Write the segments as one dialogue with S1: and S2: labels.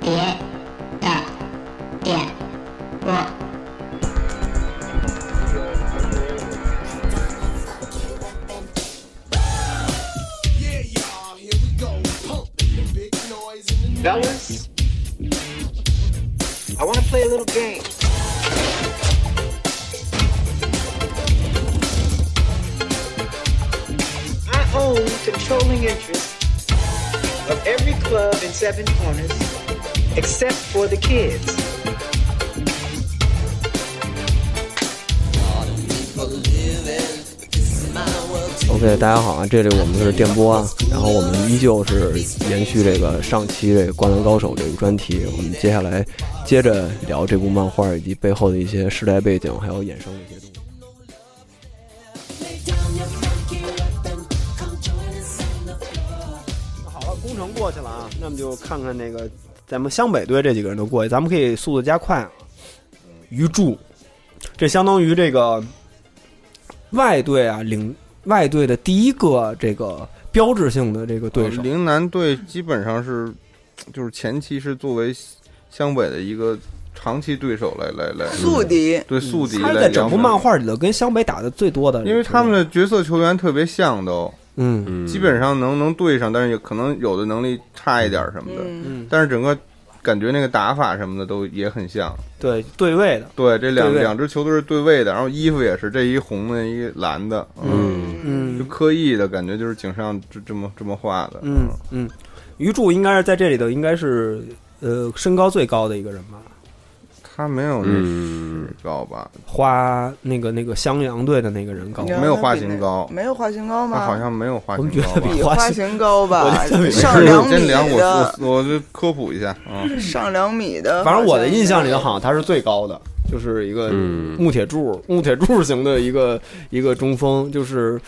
S1: 别的点播。
S2: Fellas, I want to play a little game. I own controlling interest of every club in Seven Corners except for the kids.
S3: OK，大家好啊，这里我们是电波啊，然后我们依旧是延续这个上期这个《灌篮高手》这个专题，我们接下来接着聊这部漫画以及背后的一些时代背景，还有衍生的一些东西。好了，工程过去了啊，那么就看看那个咱们湘北队这几个人都过去，咱们可以速度加快啊。鱼柱，这相当于这个外队啊领外队的第一个这个标志性的这个对手，
S4: 呃陵南队基本上是，就是前期是作为湘北的一个长期对手来来来
S5: 宿敌，
S4: 对宿敌
S3: 嗯他
S4: 来
S3: 是
S4: 量
S3: 在
S4: 身。
S3: 整部漫画里头跟湘北打的最多的，
S4: 因为他们的角色球员特别像都，
S3: 嗯
S6: 嗯，
S4: 基本上能能对上，但是也可能有的能力差一点什么的，
S5: 嗯，
S3: 嗯
S4: 但是整个感觉那个打法什么的都也很像。
S3: 对对位的，
S4: 对，这两
S3: 对位
S4: 两支球队是对位的，然后衣服也是这一红的，一蓝的，嗯，
S6: 嗯，
S4: 就
S3: 嗯
S4: 刻意的感觉就是井上这这么这么画的，
S3: 嗯嗯，鱼柱应该是在这里头应该是呃身高最高的一个人吧，
S4: 他没有那
S6: 嗯，
S4: 高吧，
S3: 花那个那个襄阳队的那个人高
S5: 你，知道
S4: 没有
S5: 他
S4: 花
S5: 比那
S4: 型高
S5: 没有花型高
S4: 他
S5: 吗？
S4: 好像没有画型
S3: 我们觉
S4: 高
S3: 得
S4: 吧。
S3: 比
S5: 比
S3: 花
S5: 花
S3: 型
S5: 型高
S3: 我
S5: 吧
S3: 觉得比，
S5: 上两
S4: 真
S5: 米
S4: 凉，我
S5: 的，嗯
S4: 我我就科普一下啊，
S5: 上两米的。
S3: 反正我的印象里头好像他是最高的，就是一个
S6: 嗯
S3: 木铁柱、木铁柱型的一个一个中锋，就是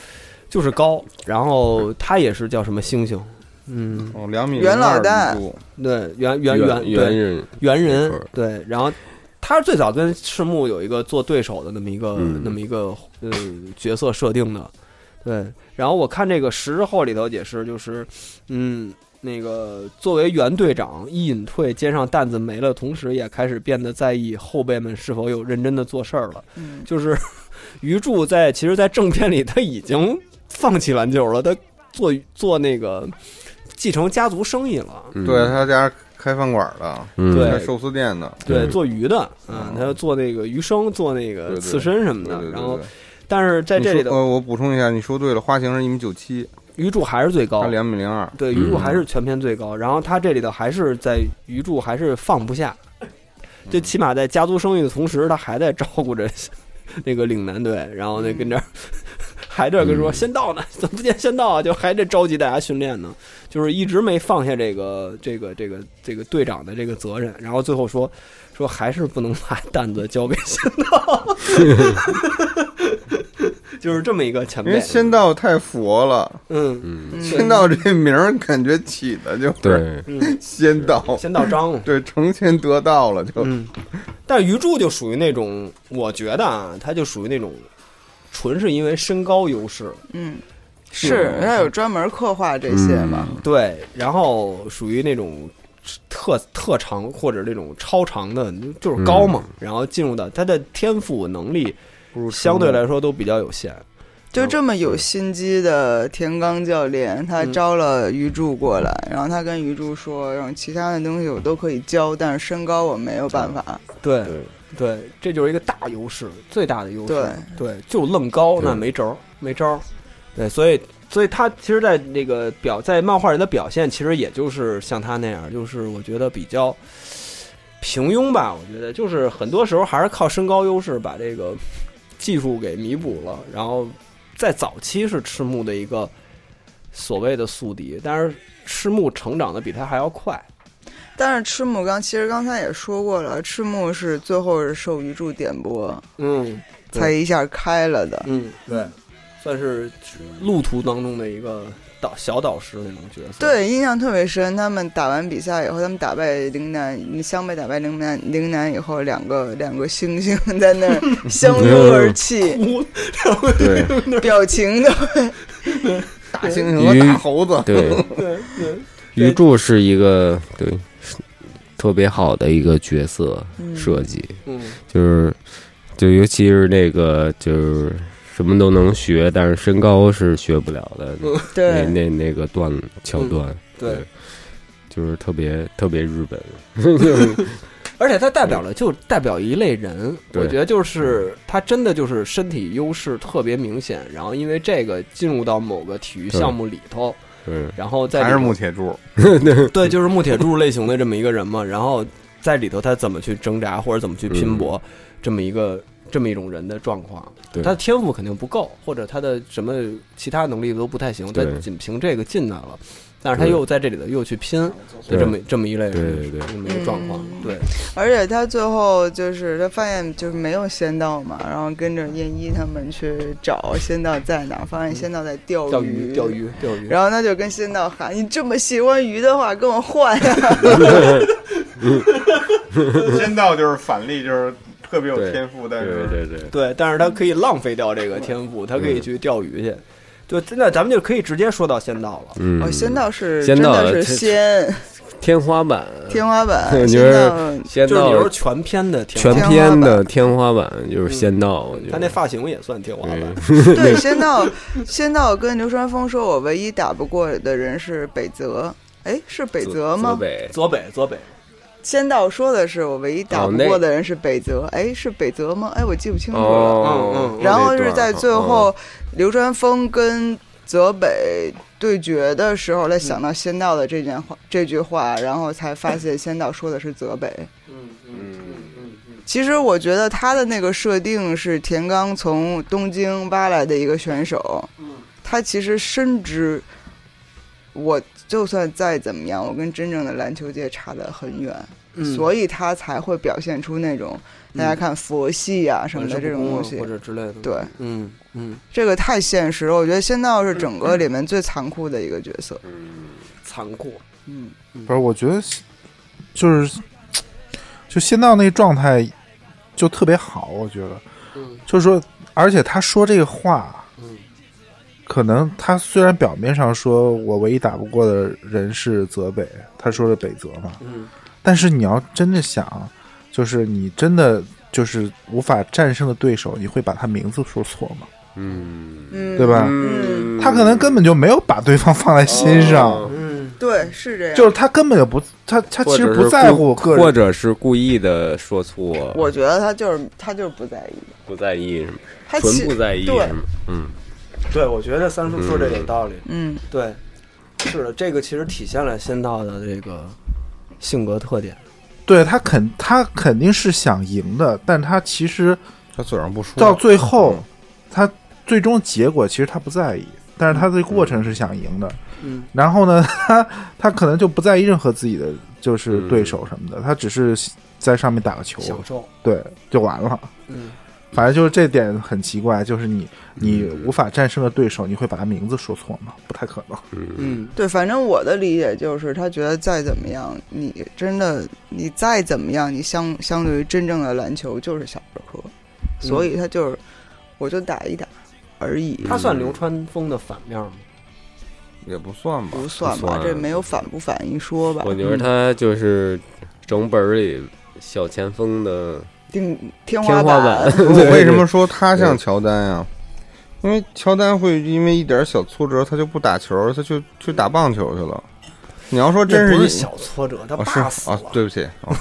S3: 就是高，然后他也是叫什么星星，嗯，
S4: 哦，两米
S5: 袁
S4: 零
S5: 老
S4: 二
S5: 大
S4: 米柱
S3: 对，圆圆圆
S6: 圆
S3: 对
S6: 圆人，
S3: 猿人
S6: 没错，
S3: 对，然后他是最早跟赤木有一个做对手的那么一个、
S6: 嗯
S3: 那么一个呃角色设定的，对。然后我看这个十日后里头也是，就是嗯，那个作为原队长一隐退，肩上担子没了，同时也开始变得在意后辈们是否有认真的做事儿了。
S5: 嗯，
S3: 就是 鱼柱在其实，在正片里他已经放弃篮球了，他做做那个继承家族生意了。
S6: 嗯
S4: 对，他家开饭馆的，
S6: 嗯
S3: 对
S4: 开寿司店的，
S3: 对，
S6: 对
S3: 做鱼的，嗯，他做那个鱼生，做那
S4: 对
S3: 个
S4: 对
S3: 刺身什么
S4: 对
S3: 的
S4: 对。对
S3: 嗯然后
S4: 对，
S3: 但是在这里
S4: 你说
S3: 头，
S4: 呃，我补充一下，你说对了，花型是一米九七，
S3: 鱼柱还是最高
S4: 他，两米零二，
S3: 对，鱼柱
S6: 嗯
S3: 还是全片最高。然后他这里头还是在鱼柱还是放不下，
S6: 嗯
S3: 最起码在家族生意的同时，他还在照顾着 那个岭南队，然后那跟这儿 还这儿跟说
S6: 嗯
S3: 先到呢，怎么不见先到啊？就还得着急大家训练呢，就是一直没放下这个这个这个这个队长的这个责任。然后最后说说还是不能把担子交给仙 道， 就是这么一个前
S4: 因为
S3: 辈。
S4: 仙道太佛了，
S3: 嗯，
S6: 嗯，
S4: 仙道这名儿感觉起的就是
S6: 对，
S3: 嗯
S4: 仙道，
S3: 仙道章。
S4: 对，成仙得道了就，
S3: 嗯，但鱼柱就属于那种，我觉得啊，他就属于那种，纯是因为身高优势，
S5: 嗯，是他有专门刻画这些嘛？
S4: 嗯
S3: 对，然后属于那种特特长或者那种超长的，就是高嘛，然后进入到他的天赋能力
S4: 嗯不如
S3: 相对来说都比较有限，
S5: 就这么有心机的田刚教练，
S3: 嗯
S5: 他招了鱼柱过来，然后他跟鱼柱说，让其他的东西我都可以教，但是身高我没有办法。
S3: 对对，这就是一个大优势，最大的优势，
S5: 对
S3: 对，就愣高那
S6: 对
S3: 没招儿，没招儿，对，所以所以他其实，在那个表在漫画里的表现，其实也就是像他那样，就是我觉得比较平庸吧，我觉得就是很多时候还是靠身高优势把这个技术给弥补了，然后在早期是赤木的一个所谓的宿敌，但是赤木成长的比他还要快，
S5: 但是赤木刚其实刚才也说过了，赤木是最后是受鱼柱点拨
S3: 嗯对
S5: 才一下开了的。
S3: 嗯，对，算是路途当中的一个导小导师那种角色，
S5: 对，印象特别深。他们打完比赛以后，他们打败陵南，湘北打败陵南，陵南以后，两个两个猩猩在 那儿相拥而 泣，
S3: 哭，
S4: 对
S5: 表情都
S4: 大猩猩和大猴子，
S6: 对，
S3: 对对
S6: 鱼柱是一个对，是
S7: 特别好的一个角色
S5: 嗯
S7: 设计，
S6: 嗯
S7: 就是就尤其是那个就是什么都能学，但是身高是学不了的，
S6: 嗯
S7: 那
S5: 对，
S7: 那那个段桥段，
S6: 对，
S7: 就是特别特别日本，
S6: 而且它代表了就代表一类人，
S7: 对
S6: 我觉得就是他真的就是身体优势特别明显，然后因为这个进入到某个体育项目里头，
S7: 嗯，
S6: 然后在
S4: 还是
S6: 里头
S4: 木铁柱，
S6: 对，就是木 铁柱类型的这么一个人嘛，然后在里头他怎么去挣扎或者怎么去拼搏，这么一个这么一种人的状况，
S7: 嗯对
S6: 他的天赋肯定不够，或者他的什么其他能力都不太行，他
S7: 对
S6: 仅凭这个进来了，但是他
S7: 对
S6: 又在这里头又去拼，就
S7: 对
S6: 这么这么一类人，
S7: 对对对
S6: 这么一个状况，
S5: 嗯
S6: 对，
S5: 而且他最后就是他发现就是没有仙道嘛，然后跟着燕一他们去找仙道在哪儿，发现仙道在钓
S6: 嗯钓
S5: 鱼，
S6: 鱼钓。鱼钓鱼，
S5: 然后他就跟仙道喊：“你这么喜欢鱼的话，跟我换呀
S4: 仙道就是反例，就是特别有
S7: 对
S4: 天赋，但
S7: 对
S4: 是
S7: 对对，
S6: 对，但是他可以浪费掉这个天赋，他可以去钓鱼去。就真的，咱们就可以直接说到仙道了。
S7: 嗯！”，
S5: 哦，仙道是
S7: 仙
S5: 真
S7: 道
S5: 的是
S7: 这
S5: 仙
S7: 天 花板，
S5: 天花板，
S7: 你
S5: 仙
S7: 是
S5: 道
S7: 仙
S6: 就是有时
S7: 道
S6: 候全篇的天
S7: 全
S6: 花，
S7: 篇的天花板就是仙道，
S5: 嗯
S7: 我觉
S6: 他那
S7: 得
S6: 发型也算天花板
S7: 嗯。
S5: 对，仙道， 仙道跟流川枫说，我唯一打不过的人是北泽。哎，是北泽吗？
S7: 北
S6: 泽北，泽北，
S5: 仙道说的是我唯一打
S7: 哦
S5: 不
S7: 那
S5: 过的人是北泽。哎，是北泽吗？哎，我记不清楚了。
S7: 哦
S6: 嗯嗯，
S5: 然后
S7: 那
S5: 是
S7: 段
S5: 在
S7: 儿哦嗯
S5: 最后，流川枫跟泽北对决的时候，他想到仙道的这件话、这句话，然后才发现仙道说的是泽北。
S7: 嗯
S5: 其实我觉得他的那个设定是田刚从东京挖来的一个选手，他其实深知，我就算再怎么样，我跟真正的篮球界差得很远，
S7: 嗯
S5: 所以他才会表现出那种大家看佛系啊什么的这种东西
S6: 或。者之类的。，
S5: 对，
S6: 嗯嗯，
S5: 这个太现实了。我觉得仙道是整
S7: 嗯
S5: 个里面最残酷的一个角色。
S6: 残酷。
S5: 嗯，
S8: 不是，我觉得就是就仙道那状态就特别好，我觉得，
S6: 嗯
S8: 就是说，而且他说这个话，
S6: 嗯
S8: 可能他虽然表面上说我唯一打不过的人是泽北，他说的北泽嘛，
S6: 嗯，
S8: 但是你要真的想，就是你真的就是无法战胜的对手，你会把他名字说错吗？
S7: 嗯，
S5: 嗯
S8: 对吧？
S5: 嗯
S8: 他可能根本就没有把对方放在心上，
S7: 哦
S5: 对，是这样。
S8: 就是他根本就不，他他其
S7: 或
S8: 实
S7: 者
S8: 不
S7: 是
S8: 在
S7: 故
S8: 乎个
S7: 或
S8: 人，
S7: 者是故意的说错，
S5: 我觉得他就是他就是不在意，
S7: 不在意什么，
S5: 他
S7: 纯
S5: 其
S7: 不在意
S5: 对
S7: 什么，嗯，
S6: 对，我觉得三叔说这有道理。
S5: 嗯，
S6: 对，是的，这个其实体现了仙道的这个性格特点。
S8: 对他肯他肯定是想赢的，但他其实
S4: 他嘴上不说
S8: 到最后，他最终结果其实他不在意，但是他的过程是想赢的。
S6: 嗯，
S8: 然后呢，他他可能就不在意任何自己的就是对手什么的，他只是在上面打个球，
S6: 享受。
S8: 对，就完了。
S6: 嗯，
S8: 反正就是这点很奇怪，就是你你无法战胜的对手，你会把他名字说错吗？不太可能。
S6: 嗯
S5: 对，反正我的理解就是，他觉得再怎么样，你真的你再怎么样，你相相对于真正的篮球就是小儿科，
S7: 嗯
S5: 所以他就是我就打一打而已，
S6: 他
S7: 嗯
S6: 算流川枫的反面吗？
S4: 也不算 吧，
S5: 不算
S7: 不
S5: 吧，
S7: 算
S5: 这没有反不反一说吧
S7: 我，觉得他就是整本儿里小前锋的
S5: 顶嗯天
S7: 天花
S5: 板，
S7: 板
S4: 我为什么说他像乔丹呀、因为乔丹会因为一点小挫折，他就不打球，他就去打棒球去了。你要说真
S6: 这不
S4: 是
S6: 是
S4: 一
S6: 小挫折，他
S4: 哦
S6: 爸
S4: 是
S6: 死
S4: 啊
S6: 了，，
S4: 对不起，哦、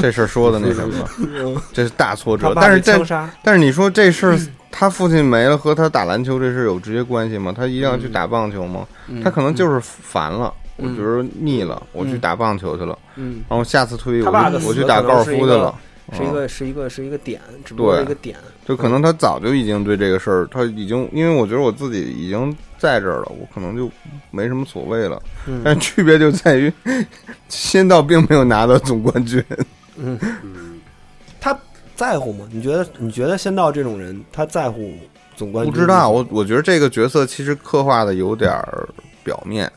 S4: 这事儿说的那什 么，这是大挫
S6: 他
S4: 折。
S6: 爸
S4: 但是
S6: 被嗯
S4: 这
S6: 枪杀。
S4: 但是你说这事儿，他父亲没了和他打篮球这事儿有直接关系吗？他一定要去打棒球吗？他可能就是烦了，我
S6: 嗯
S4: 觉得腻了，我去打棒球去了，
S6: 嗯，
S4: 然后下次退役
S6: 他爸的
S4: 我
S6: 死
S4: 就我去打高尔夫去了。
S6: 是一
S4: 嗯
S6: 个是一个是一个点，只不过是一个点。
S4: 就可能他早就已经对这个事儿，他已经因为我觉得我自己已经在这儿了，我可能就没什么所谓了。
S6: 嗯
S4: 但区别就在于，仙道并没有拿到总冠军，
S6: 他在乎吗？你觉得你觉得仙道这种人，他在乎总冠
S4: 不
S6: 军？
S4: 知道我我觉得这个角色其实刻画的有点儿表面，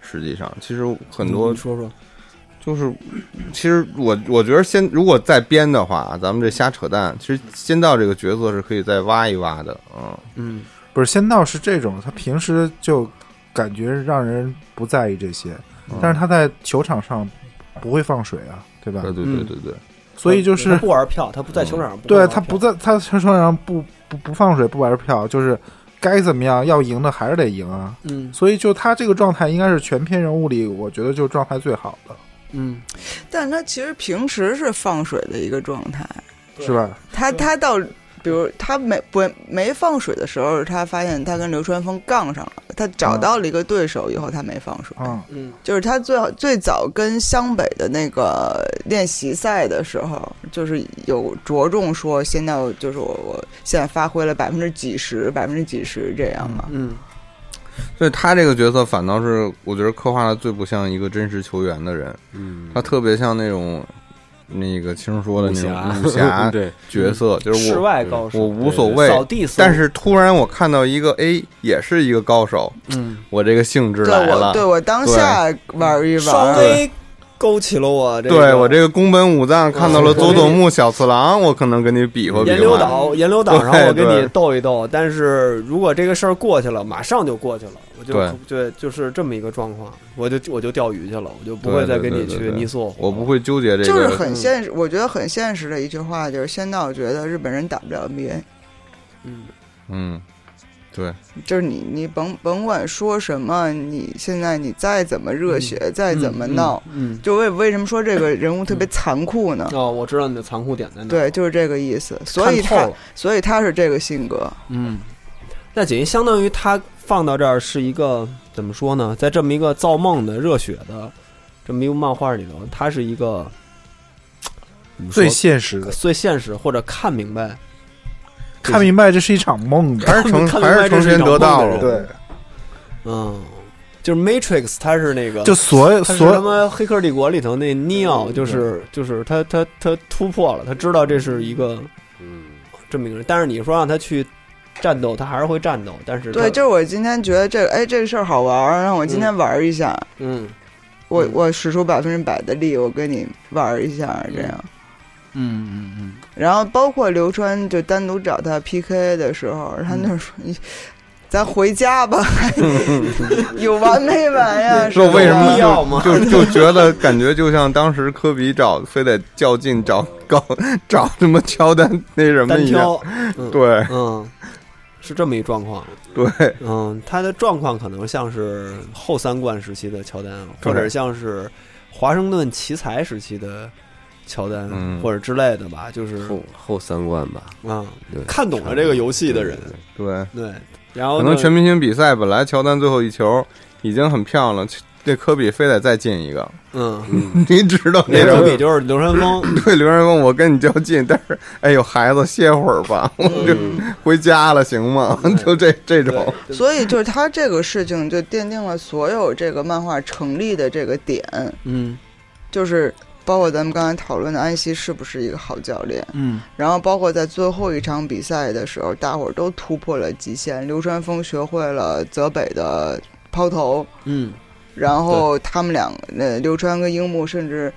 S4: 实际上其实很多
S6: 你说说，
S4: 就是，其实我我觉得仙如果再编的话，咱们这瞎扯淡，其实仙道这个角色是可以再挖一挖的，嗯，
S6: 嗯
S8: 不是仙道是这种，他平
S4: 嗯
S8: 时就感觉让人不在意这些，但是他在球场上不会放水啊，对吧？
S4: 对对对对对，
S8: 所以就
S6: 他
S8: 是
S6: 不玩票，他不在球场上不会
S8: 对
S6: 玩票，
S8: 他不在他球场上不不不放水不玩票，就是该怎么样要赢的还是得赢啊。
S6: 嗯
S8: 所以就他这个状态应该是全篇人物里，我觉得就状态最好的，
S6: 嗯，
S5: 但他其实平时是放水的一个状态，
S6: 对
S8: 是吧？
S5: 他
S6: 对
S5: 他到比如他没不没放水的时候，他发现他跟流川枫杠上了，他找到了一个对手以后，他没放水，
S8: 嗯，
S6: 嗯
S5: 就是他最好最早跟湘北的那个练习赛的时候，就是有着重说现在我就是我我现在发挥了百分之几十百分之几十这样嘛，
S6: 嗯
S4: 所以他这个角色反倒是我觉得刻画的最不像一个真实球员的人，
S7: 嗯，
S4: 他特别像那种那个青说的那种 武侠
S7: 对，
S4: 角色，就是
S6: 室
S4: 我
S6: 外高
S4: 我
S6: 手，
S4: 无所
S6: 扫
S4: 谓。
S6: 地搜，
S4: 但是突然我看到一个 A 也是一个高手，
S6: 嗯，
S4: 我这个兴致
S5: 对
S4: 来
S5: 我
S4: 了
S5: 对。我当下玩一
S6: 稍
S5: 玩，
S6: 微勾起了我这个
S4: 对我这个宫本武藏看到了佐佐木小次郎，我可能跟你比 划比
S6: 岩流
S4: 划。
S6: 岛，岩流岛，
S4: 对
S6: 然后我跟
S4: 对
S6: 你斗一斗。但是如果这个事儿过去了，马上就过去了，我就
S4: 对
S6: 对，就是这么一个状况，我就我就钓鱼去了，我就不
S4: 对
S6: 会再
S4: 对
S6: 跟你
S4: 对
S6: 去
S4: 对对
S6: 泥塑。
S4: 我不，会纠结这个，
S5: 就是
S6: 嗯
S5: 很现实，我觉得很现实的一句话就是现在我觉得日本人打不了 NBA。
S6: 嗯
S4: 嗯，对，
S5: 就是你，你甭甭管说什么，你现在你再怎么热血，再怎么闹，，
S6: 嗯，嗯
S5: 就为为什么说这个人物特别残酷呢？
S6: 哦，我知道你的残酷点在哪。
S5: 对，，就是这个意思。所以
S6: 看透
S5: 他
S6: 了，
S5: 所以他是这个性格，
S6: 嗯，那仅相当于他放到这儿是一个怎么说呢？在这么一个造梦的热血的这么一个漫画里头，它是一个怎么说
S8: 最现实的，
S6: 最现实或者看明白，
S8: 看明白这是一场梦的，
S4: 还是 成
S6: 看明
S4: 还
S6: 白
S4: 是
S6: 这
S4: 成
S6: 是一
S4: 神
S6: 场
S4: 得道
S6: 梦的人
S4: 了，
S8: 对，
S6: 嗯，就是 Matrix，它是那个
S8: 就所有
S6: 他是
S8: 所
S6: 他妈《黑客帝国》里头那 Neo，就是就是他他他突破了，他知道这是一个
S7: 嗯，
S6: 这么一个人，但是你说让他去战斗，他还是会战斗，但是他
S5: 对，就是我今天觉得这个，哎，这个事儿好玩儿，让我今天玩一下，
S6: 嗯
S5: 我
S6: 嗯
S5: 我使出百分之百的力，我跟你玩一下，这样。
S6: 嗯嗯嗯，
S5: 然后包括刘川就单独找他 PK 的时候，他
S4: 嗯
S5: 那说你。咱回家 吧，有完没完啊呀？
S4: 这为什
S6: 有必要吗
S4: 么就就就觉得感觉就像当时科比找非得较劲找高找什么乔丹那什么
S6: 单
S4: 一样，
S6: 挑，嗯
S4: 对
S6: 嗯，是这么一状况，
S4: 对，
S6: 嗯，他的状况可能像是呃后三冠时期的乔丹，啊
S4: 对
S6: 或者像是华盛顿奇才时期的乔丹，啊
S4: 嗯
S6: 或者之类的吧，就是
S7: 后后三冠吧，
S6: 啊、
S7: 对，
S6: 看懂了这个游戏的人
S7: 对，，对对
S4: 对，
S6: 对，然后
S4: 可
S6: 呢
S4: 能全明星比赛本来乔丹最后一球已经很漂亮，这科比非得再进一个，
S6: 嗯。
S4: 你知道那
S6: 那科
S4: 种
S6: 比就是流川枫，
S4: 对刘仁峰，我跟你较劲，但是哎呦孩子歇会儿吧，我就
S6: 嗯
S4: 回家了行吗？ 就这这种，
S6: 对
S5: 所以就是他这个事情就奠定了所有这个漫画成立的这个点，
S6: 嗯
S5: 就是包括咱们刚才讨论的安西是不是一个好教练，
S6: 嗯
S5: 然后包括在最后一场比赛的时候，大伙儿都突破了极限，流川枫学会了泽北的抛投，
S6: 嗯
S5: 然后他们两个呃流川跟樱木甚至。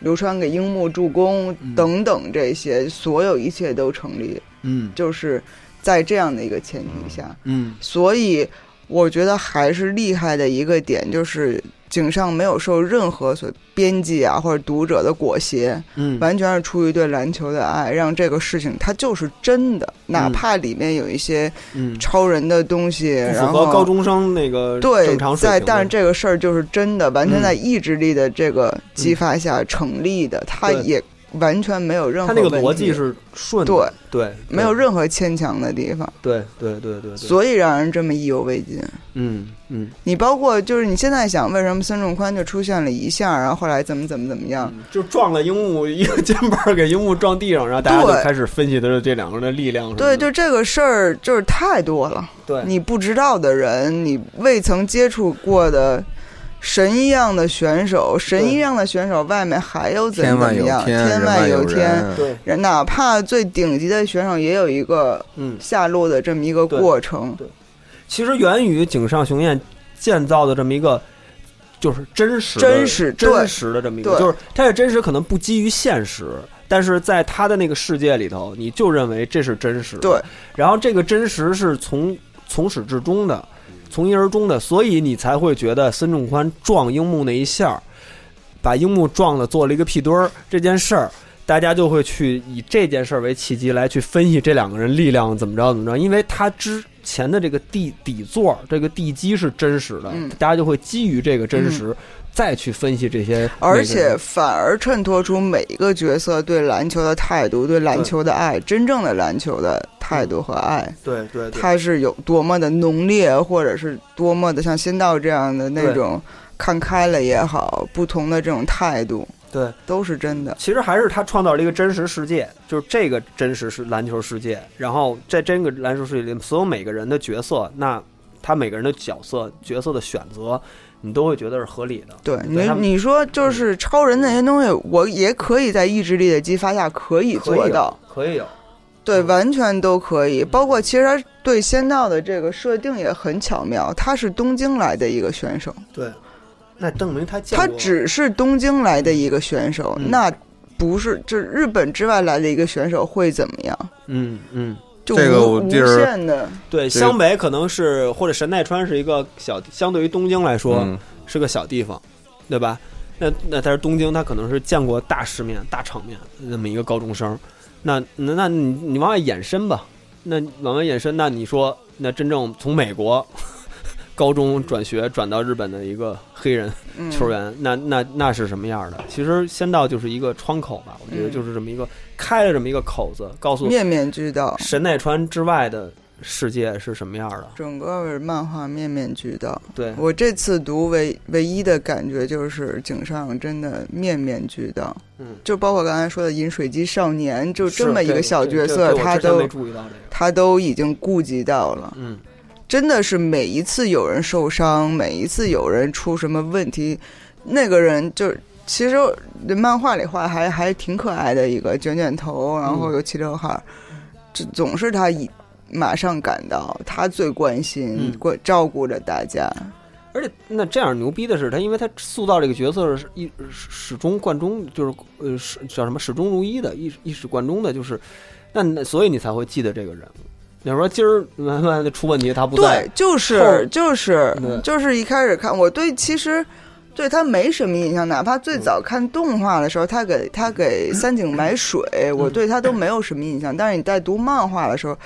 S5: 流川给樱木助攻
S6: 嗯
S5: 等等，这些所有一切都成立，
S6: 嗯
S5: 就是在这样的一个前提下，
S6: 嗯
S5: 所以我觉得还是厉害的一个点就是。井上没有受任何所编辑啊或者读者的裹挟，
S6: 嗯
S5: 完全是出于对篮球的爱，让这个事情它就是真的，哪怕里面有一些
S6: 嗯，
S5: 超人的东西，
S6: 不符
S5: 然
S6: 合
S5: 后
S6: 高中生那个
S5: 对
S6: 正常，水
S5: 在
S6: 平的。
S5: 但是这个事儿就是真的，完全
S6: 嗯
S5: 在意志力的这个激发下成立的，它
S6: 对
S5: 也完全没有任
S6: 他
S5: 何
S6: 那个
S5: 问
S6: 逻
S5: 题
S6: 辑是顺的，
S5: 对
S6: 对，
S5: 没有任何牵强的地方，
S6: 对对对对对，以
S5: 所以让人这么意犹未尽。
S6: 嗯嗯，
S5: 你包括就是你现在想，为什么孙仲宽就出现了一下，然后后来怎么怎么怎么样？
S6: 就撞了樱木一个肩膀，给樱木撞地上，然后大家就
S5: 对
S6: 开始分析他的这两个人的力量什么
S5: 对，
S6: 的。
S5: 就这个事儿就是太多了，
S6: 对，
S5: 你不知道的人，你未曾接触过的。神一样的选手，神一样的选手，外面还有怎么怎么样？天外有天，
S4: 人，
S6: 对，
S5: 人啊哪怕最顶级的选手，也有一个
S6: 嗯，
S5: 下落的这么一个
S6: 对
S5: 过程。
S6: 其实源于井上雄彦建造的这么一个。就是真实的、
S5: 真实对
S6: 真实的这么一个，
S5: 对
S6: 就是它的真实可能不基于现实，但是在他的那个世界里头，你就认为这是真实的。
S5: 对，
S6: 然后这个真实是从从始至终的，从一而终的，所以你才会觉得孙仲宽撞樱木那一下儿，把樱木撞了，做了一个屁墩儿这件事儿，大家就会去以这件事儿为契机来去分析这两个人力量怎么着怎么着，因为他之前的这个地底座这个地基是真实的
S5: 嗯，
S6: 大家就会基于这个真实再去分析这些，
S5: 而且反而衬托出每一个角色对篮球的态度、对篮球的爱，真正的篮球的态度和爱，
S6: 对对对
S5: 它是有多么的浓烈，或者是多么的像仙道这样的那
S6: 对
S5: 种看开了也好，不同的这种态度
S6: 对，
S5: 都是真的。
S6: 其实还是他创造了一个真实世界，就是这个真实是篮球世界。然后在这个篮球世界里，所有每个人的角色，那他每个人的角色角色的选择，你都会觉得是合理的。
S5: 对你
S6: 对他，们嗯
S5: 你说就是超人那些东西，我也可以在意志力的激发下可以
S6: 可以啊
S5: 做到，
S6: 有，可以有，
S5: 对，
S6: 嗯
S5: 完全都可以。包括其实他对仙道的这个设定也很巧妙，他是东京来的一个选手，
S6: 对，那证明他见
S5: 他
S6: 过
S5: 只是东京来的一个选手，
S6: 嗯
S5: 那不是这日本之外来的一个选手会怎么样？
S6: 嗯嗯，
S5: 就
S4: 这个
S5: 无
S4: 我
S5: 无
S4: 记着
S5: 限的，
S6: 对，
S4: 这个
S6: 湘北可能是或者神奈川是一个小，相对于东京来说、
S4: 嗯，
S6: 是个小地方，对吧？那那但是东京，他可能是见过大世面、大场面那么一个高中生。那那那你你往外延伸吧，那往外延伸，那你说那真正从美国 高中转学转到日本的一个黑人
S5: 嗯、
S6: 球员，那那那是什么样的？其实仙道就是一个窗口吧，我觉得
S5: 嗯
S6: 就是这么一个开了这么一个口子，告诉
S5: 面面俱到，
S6: 神奈川之外的世界是什么样的。嗯
S5: 整个漫画面面俱到。
S6: 对，
S5: 我这次读唯唯一的感觉就是井上真的面面俱到，
S6: 嗯
S5: 就包括刚才说的饮水机少年，就是这么一
S6: 对
S5: 个小
S6: 这
S5: 角
S6: 这
S5: 色，
S6: 这我
S5: 他
S6: 之前
S5: 都
S6: 没注意到这个，
S5: 他都已经顾及到了。
S6: 嗯。
S5: 真的是每一次有人受伤，每一次有人出什么问题，那个人就是其实漫画里画还还挺可爱的一个卷卷头，然后有齐刘海儿，这总是他一马上赶到，他最关心
S6: 嗯
S5: 关、照顾着大家。
S6: 而且那这样牛逼的是，他因为他塑造这个角色是一始始终贯中，就是呃始叫什么始终如一的，一一始贯中的，就是那那所以你才会记得这个人。你要说今儿慢慢的出问题，他不在
S5: 对，，就是
S6: 后
S5: 就是
S6: 对
S5: 就是一开始看我对其实。对他没什么印象，哪怕最
S6: 嗯
S5: 早看动画的时候，他给他给 三井买水，我
S6: 嗯
S5: 对他都没有什么印象。但是你在读漫画的时候，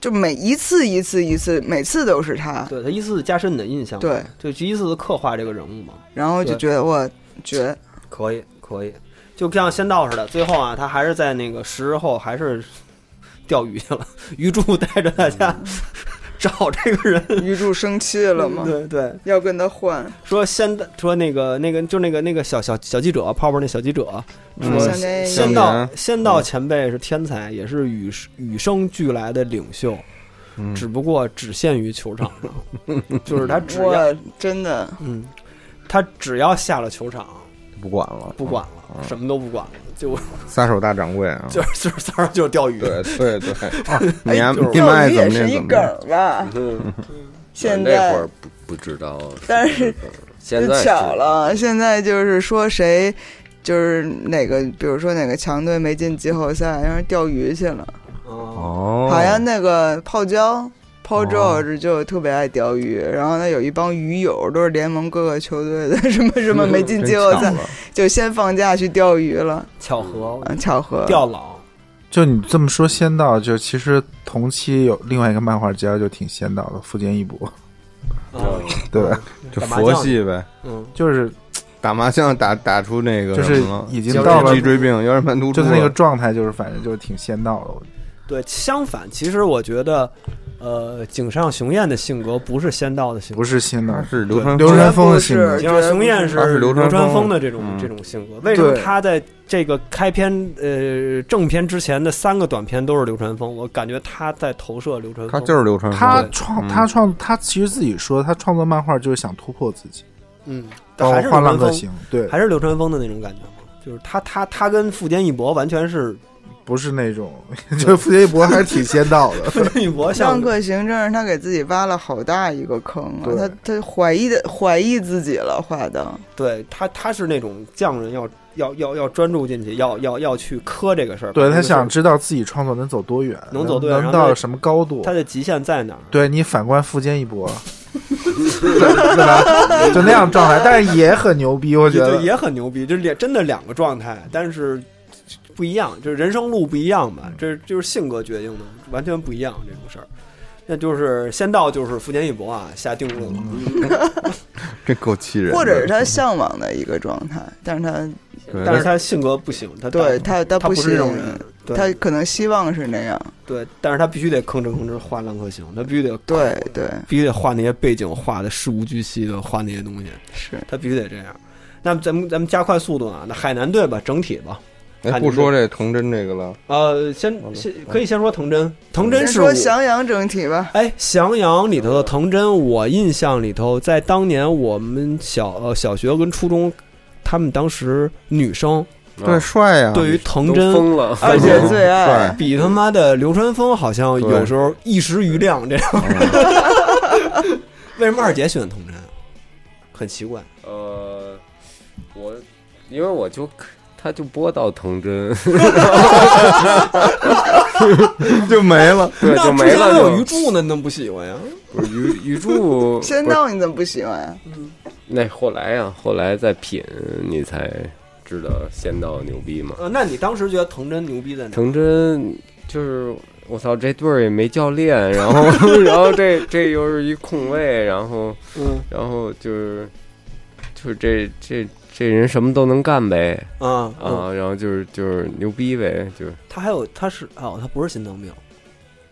S5: 就每一次一次一次，每次都是他，
S6: 对他依次加深你的印象，
S5: 对，
S6: 就依次地刻画这个人物嘛。
S5: 然后就
S6: 对
S5: 觉得我绝，
S6: 可以，可以，就像仙道似的，最后啊，他还是在那个十日后还是钓鱼去了，鱼柱带着大家 找这个人，
S5: 玉柱生气了嘛，
S6: 对对。
S5: 要跟他换，
S6: 说仙道说那个那个就那个那个小小小记者泡泡那小记者
S4: 嗯
S6: 说
S5: 像那
S6: 仙
S4: 像
S6: 道
S4: 那
S6: 仙道前辈是天才，也是与与生俱来的领袖，
S4: 嗯
S6: 只不过只限于球场上， 就是他只要
S5: 我真的
S6: 嗯，他只要下了球场
S4: 不管了，
S6: 不管了，
S4: 嗯
S6: 什么都不管了，就
S4: 撒手大掌柜啊！
S6: 就是就是仨人就是钓鱼，
S4: 对 对对，你爱
S5: 哎就是
S4: 你们爱怎么
S5: 钓鱼也
S4: 念
S5: 是一
S4: 怎么
S5: 梗
S4: 念
S5: 儿吧？嗯
S7: 嗯
S5: 现
S9: 那
S5: 在
S9: 会儿不不知道，
S5: 但是
S9: 现
S5: 就
S9: 在
S5: 巧
S9: 是，
S5: 了，现在就是说谁就是哪个，比如说哪个强队没进季后赛，然后钓鱼去了，
S6: 哦，
S4: 哦，
S5: 好像那个泡椒。Paul George 就特别爱钓鱼，然后他有一帮鱼友，都是联盟各个球队的， 什么什么 没进
S4: 真
S5: 季后
S4: 巧
S5: 赛，
S4: 了
S5: 就先放假去钓鱼了，
S6: 巧合
S5: 啊，巧合。
S6: 钓老
S8: 就你这么说仙道，就其实同期有另外一个漫画家就挺仙道的，富坚义博，
S6: 啊，
S8: 对吧？
S4: 就
S6: 打麻
S4: 佛
S6: 将
S4: 系呗，
S6: 嗯，
S8: 就是
S4: 打麻将打打出那个
S8: 就是
S4: 什么了
S8: 已经
S4: 腰
S8: 到
S4: 椎
S8: 了
S4: 脊椎病，腰间盘突出
S8: 就
S4: 了，
S8: 他那
S6: 啊
S8: 个状态，就是反正就是挺仙道的。我
S6: 对，相反，其实我觉得。呃，井上雄彦的性格不是仙道的性格
S8: 不，是仙道
S4: 他，是流
S6: 嗯
S4: 川
S8: 流
S5: 绝
S8: 川枫
S5: 不
S8: 的性格
S5: 是
S6: 井上雄彦
S4: 他
S6: 是
S4: 是
S6: 流
S4: 流川
S6: 川
S4: 枫
S6: 枫的这种、
S4: 嗯
S6: 这种性格，为什么
S8: 对
S6: 他在这个开篇呃正片之前的三个短片都是流川枫？我感觉他在投射流川
S4: 他
S6: 枫，
S4: 就是流川枫，
S8: 他
S6: 对
S8: 创
S4: 嗯
S8: 他创他其实自己说，他创作漫画就是想突破自己，
S6: 嗯，
S8: 包
S6: 还
S8: 括
S6: 是
S8: 哦画
S6: 流川
S8: 浪客
S6: 枫，
S8: 行，对，
S6: 还是流川枫的那种感觉吗？就是他他他跟富坚义博完全是。
S8: 不是那种，就是富坚义博还是挺仙道 的
S6: 富坚义博像
S5: 浪客行正是他给自己挖了好大一个坑啊，
S8: 对
S5: 他他怀疑的怀疑自己了，画的。
S6: 对他他是那种匠人要要要要专注进去，要要要去磕这个事儿，
S8: 对
S6: 把这个
S8: 他想
S6: 事
S8: 知道自己创作能走多远，
S6: 能走多远
S8: 能
S6: 然后
S8: 到
S6: 他
S8: 什么高
S6: 儿
S8: 度
S6: 他。的极限在哪儿？
S8: 对你反观富坚义博，对吧？就那样状态，但是也很牛逼，我觉
S6: 就
S8: 得
S6: 也很牛逼，就两真的两个状态，但是不一样，就是人生路不一样吧，这就是性格决定的，完全不一样这种事儿。那就是先到就是福建一博啊，下定论了。
S4: 这够气人的。
S5: 或者是他向往的一个状态，但是他
S4: 对，
S6: 但是他性格不行，他
S5: 对他他
S6: 他不
S5: 不信
S6: 是这种人，对
S5: 他可能希望是那样，
S6: 对，但是他必须得吭哧吭哧画烂颗星，他必须得
S5: 对对
S6: 必须得画那些背景画的事无巨细的画那些东西，
S5: 是。
S6: 他必须得这样。那咱们咱们加快速度啊，那海南队吧，整体吧，
S4: 哎，不说这童真这个了，
S6: 呃，先
S4: 好的
S6: 先可以先说藤真，藤真
S5: 嗯先
S6: 是我
S5: 说襄阳整体吧，
S6: 哎，《降阳》里头的藤真，我印象里头，在当年我们小呃小学跟初中，他们当时女生
S4: 对，帅呀，
S6: 对于藤
S7: 都
S6: 真，
S7: 疯了，
S6: 而
S5: 而
S6: 且
S5: 且啊最爱
S4: 啊帅，
S6: 比他妈的流川枫好像有时候一时余亮这样。
S7: 嗯
S6: 为什么二姐喜欢藤真？很奇怪，
S7: 呃，我因为我就他就播到藤 真，
S4: 就没 了。
S7: 对，就
S6: 那之
S7: 没
S6: 前
S7: 了
S6: 还有鱼
S7: 就。
S6: 柱呢，你怎么不喜欢呀？
S7: 不是鱼 鱼柱，
S5: 仙
S7: 不是
S5: 道你怎么不喜欢呀？
S7: 那后来啊，后来再品你才知道仙道牛逼嘛。
S6: 呃，那你当时觉得藤真牛逼在哪？
S7: 藤真就是我操，这队儿也没教练，然 后然后这这又是一空位，然后
S6: 嗯
S7: 然后就是就是这这这人什么都能干呗
S6: 啊嗯，
S7: 啊，然后就是就是牛逼呗，就是
S6: 他还有他是哦，他不是心脏病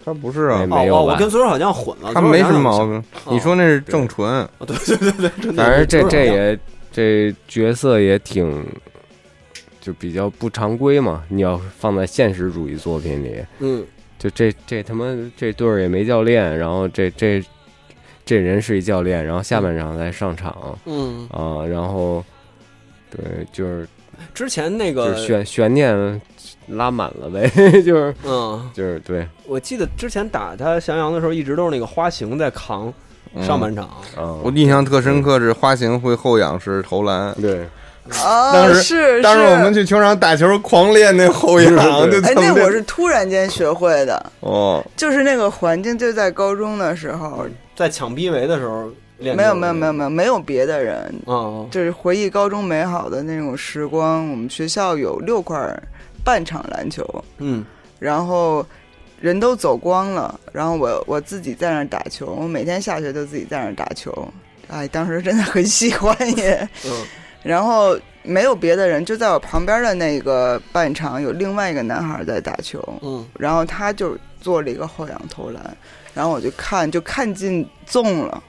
S4: 他不是啊，
S6: 哦
S7: 没有
S6: 哦，
S7: 吧
S6: 我跟昨儿好像混了，
S4: 他没什么毛
S6: 毛
S4: 病。
S6: 哦
S4: 你说那是郑纯，
S6: 对对对对，真的
S7: 反正这
S6: 昨儿好像
S7: 这也这角色也挺。就比较不常规嘛，你要放在现实主义作品里，
S6: 嗯
S7: 就这这他妈这队儿也没教练，然后这这这人是一教练，然后下半场才上场
S6: 嗯。
S7: 啊、然后对，就是
S6: 之前那
S7: 就
S6: 个
S7: 是悬悬念拉满了呗， 就是
S6: 嗯，
S7: 就是对
S6: 我记得之前打他降阳的时候，一直都是那个花形在扛
S4: 嗯
S6: 上半场，
S7: 啊，
S4: 我印象特深刻是花形会后仰式投 篮。
S7: 对
S5: 啊
S4: 当，时
S5: 是
S4: 当时我们
S5: 是。
S4: 去球场打球，狂练那 后仰，就
S7: 对
S4: 咱
S5: 哎，那
S4: 们这
S5: 我是突然间学会的，
S4: 哦，
S5: 就是那个环境，就在高中的时候，
S4: 嗯
S6: 在抢逼围的时候练
S5: 没有没有没有
S6: 有
S5: 没有没有别的人，
S6: 哦
S5: 就是回忆高中美好的那种时光。我们学校有六块半场篮球，
S6: 嗯
S5: 然后人都走光了，然后我我自己在那儿打球，我每天下学就自己在那儿打球。哎，当时真的很喜欢也。
S6: 嗯
S5: 然后没有别的人，就在我旁边的那个半场有另外一个男孩在打球，
S6: 嗯
S5: 然后他就做了一个后仰投篮，然后我就看就看进中了，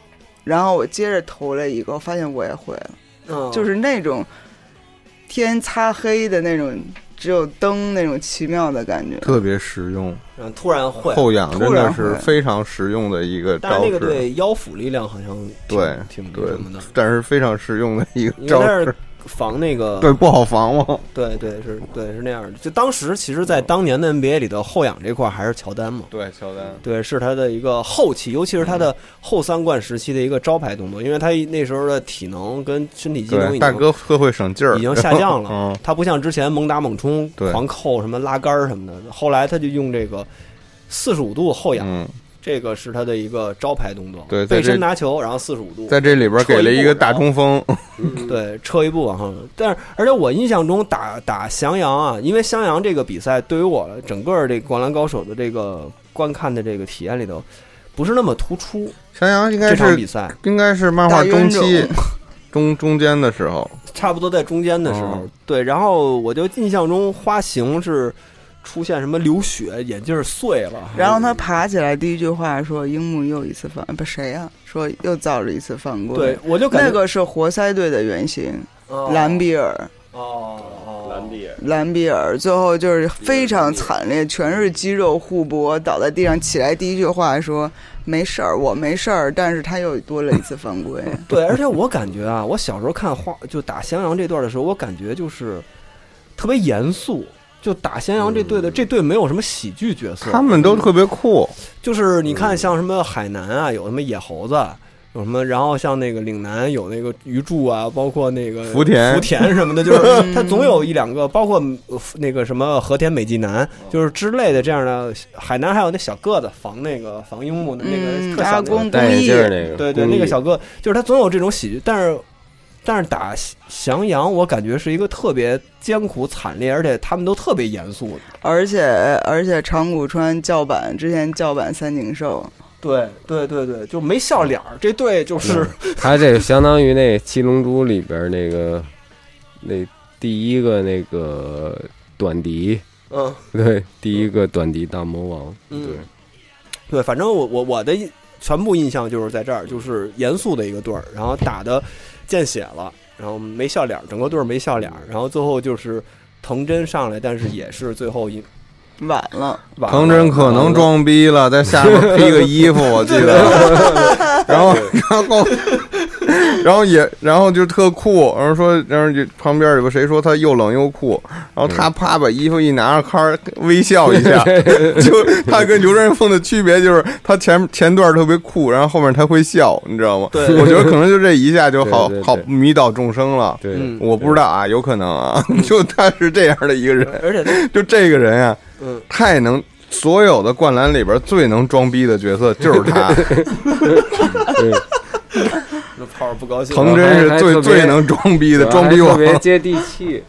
S5: 然后我接着投了一个，我发现我也会了，
S6: 嗯，
S5: 就是那种天擦黑的那种，只有灯那种奇妙的感觉。
S4: 特别实用。
S6: 嗯突然会，
S4: 后仰真的
S5: 突然
S4: 是
S5: 会
S4: 非常实用的一个
S6: 但是
S4: 招
S6: 那个
S4: 式，
S6: 对腰腹力量好像挺
S4: 对
S6: 挺那
S4: 对
S6: 什么的，
S4: 但是非常实用的一个
S6: 因为
S4: 招
S6: 那
S4: 式
S6: 是。防那个
S4: 对，不好防哦嘛。
S6: 对对是对是那样的。就当时其实，在
S4: 嗯
S6: 当年的 NBA 里头，后仰这块还是乔丹嘛，
S4: 对，乔丹。
S6: 对，是他的一个后期，尤其是他
S4: 嗯
S6: 的后三冠时期的一个招牌动作，因为他那时候的体能跟身体机能已经
S4: 对，大哥特会省劲儿，
S6: 已经下降了。
S4: 嗯，
S6: 他不像之前猛打猛冲、
S4: 对
S6: 狂扣什么拉杆儿什么的，后来他就用这个四十五度后仰，
S4: 嗯，
S6: 这个是他的一个招牌动作。
S4: 对在
S6: 背身
S4: 这
S6: 拿球，然后四十五度，
S4: 在这里边给了一个大 中锋，
S6: 对，撤一步往后。但是，而且我印象中打打襄阳啊，因为襄阳这个比赛对于我整个这《灌篮高手》的这个观看的这个体验里头，不是那么突出。
S4: 襄阳应
S6: 这
S4: 该
S6: 场比
S4: 是
S6: 赛
S4: 应该是漫画中期
S5: 大冤
S4: 中中间的时候，
S6: 差不多在中间的时候，
S4: 哦
S6: 对，
S5: 嗯
S6: 然后我就印象中花形是出现什么流血，眼镜碎了，
S5: 然后他爬起来，第一句话说：“樱木又一次犯，不谁呀、说又造了一次犯规。
S6: 对，我就感觉
S5: 那个是活塞队的原型，
S6: 哦
S5: 兰比尔，
S6: 哦哦
S7: 兰迪
S5: 兰比尔最后就是非常惨烈，全是肌肉互搏，倒在地上起来，第一句话说没事儿，我没事儿，但是他又多了一次犯规。
S6: 对，而且我感觉啊，我小时候看花就打襄阳这段的时候，我感觉就是特别严肃。就打襄阳这队
S5: 嗯
S6: 的、这队没有什么喜剧角色，
S4: 他们都特别酷，
S6: 就是你看像什么海南啊，有什么野猴子，有什么？然后像那个岭南有那个鱼柱啊，包括那个
S4: 福田
S6: 福田什么的， 就是它总有一两个，包括呃那个什么和田美纪男，就是之类的这样的。海南还有那小个子防那个防樱木的那个
S5: 嗯，
S6: 特
S5: 阿
S6: 小那个
S5: 公公
S7: 戴眼
S5: 益
S7: 镜儿那个，
S6: 对对，
S7: 公益
S6: 那个小哥就是他总有这种喜剧，但是但是打翔阳，我感觉是一个特别艰苦惨烈，而且他们都特别严肃的。
S5: 而且而且长谷川叫板之前叫板三井寿，
S6: 对对对对，就没笑脸儿，这对就是
S7: 嗯 他这相当于那《七龙珠》里边儿那个那第一个那个短笛，
S6: 嗯
S7: 对，第一个短笛大魔王，
S6: 嗯
S7: 对，
S6: 对，反正我我我的印全部印象就是在这儿，就是严肃的一个队儿，然后打的见血了，然后没笑脸儿，整个队儿没笑脸儿，然后最后就是藤真上来，但是也是最后一
S5: 晚了，
S6: 完了
S4: 藤真 可能装逼了，在下面披个衣服，我记得，然后然后然后也然后就特酷，然后说，然后就旁边有个谁说他又冷又酷，然后他啪把衣服一拿着，咔微笑一下， 就他跟刘振峰的区别就是他前前段特别酷，然后后面他会笑，你知道吗？
S6: 对
S4: 我觉得可能就这一下就好
S7: 对对对
S4: 好迷倒众生了。
S7: 对，
S6: 嗯
S4: 我不知道啊，有可能啊， 就他是这样的一个人，
S6: 而且他
S4: 就这个人啊，
S6: 嗯
S4: 太能，所有的灌篮里边最能装逼的角色就是他，
S6: 那炮儿不高兴了，
S4: 藤真是
S7: 还还特
S4: 最
S7: 别
S4: 最能装逼的装逼
S7: 特
S4: 王。
S7: 别接地气，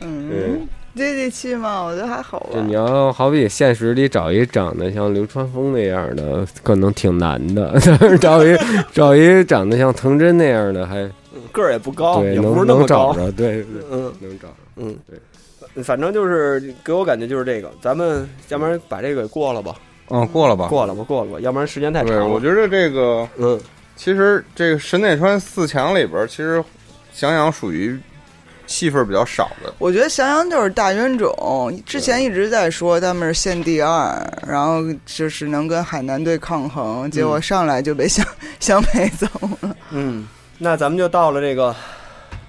S5: 嗯
S7: 对，
S5: 接地气嘛，我觉得还好吧
S7: 就。你要好比现实里找一长得像流川枫那样的，可能挺难的， 但是找一找一长得像藤真那样的，还
S6: 个儿也不
S5: 哦
S6: 高，
S7: 对
S6: 也不
S7: 能
S6: 是那么
S7: 能
S6: 高
S7: 找，着，对，对
S6: 嗯。
S7: 能找着，
S6: 嗯，
S7: 对，
S6: 反正就是给我感觉就是这个，咱们要不然把这个给过了吧，
S4: 嗯，过了吧。
S6: 过了吧，过了吧，要不然时间太长
S4: 对，
S6: 了。
S4: 我觉得这个
S6: 嗯，
S4: 其实这个神奈川四强里边，其实翔阳属于戏份比较少的。
S5: 我觉得翔阳就是大冤种，之前一直在说他们是县第二，然后就是能跟海南队抗衡，结果上来就被 湘湘北走了。
S6: 嗯，那咱们就到了这个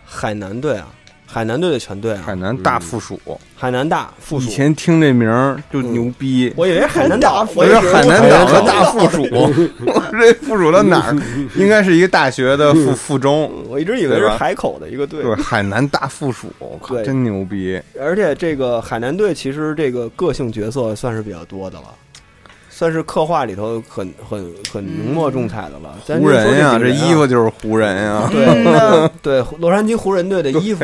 S6: 海南队啊，海南队的全队啊，
S4: 海南大附属，
S6: 海南大附
S4: 以
S6: 属。
S4: 前听这名儿就牛逼，
S6: 我以为海南大，
S4: 我
S6: 我以
S4: 是
S6: 为
S4: 海南岛的大
S6: 附 属，
S4: 这附属 到哪儿？应该是一个大学的附附中。
S6: 我一直以为
S4: 对
S6: 是
S4: 吧
S6: 海口的一个队。
S4: 对，海南大附属，我靠，
S6: 对
S4: 真牛逼！
S6: 而且这个海南队其实这个个性角色算是比较多的了。算是刻画里头很很很浓墨重彩的了。咱
S4: 湖
S6: 就说
S4: 嗯人呀、
S6: 这
S4: 这
S6: 几个人啊
S4: 衣服就是湖人呀、
S5: 嗯那
S6: 对， 洛杉矶湖人队的 衣服，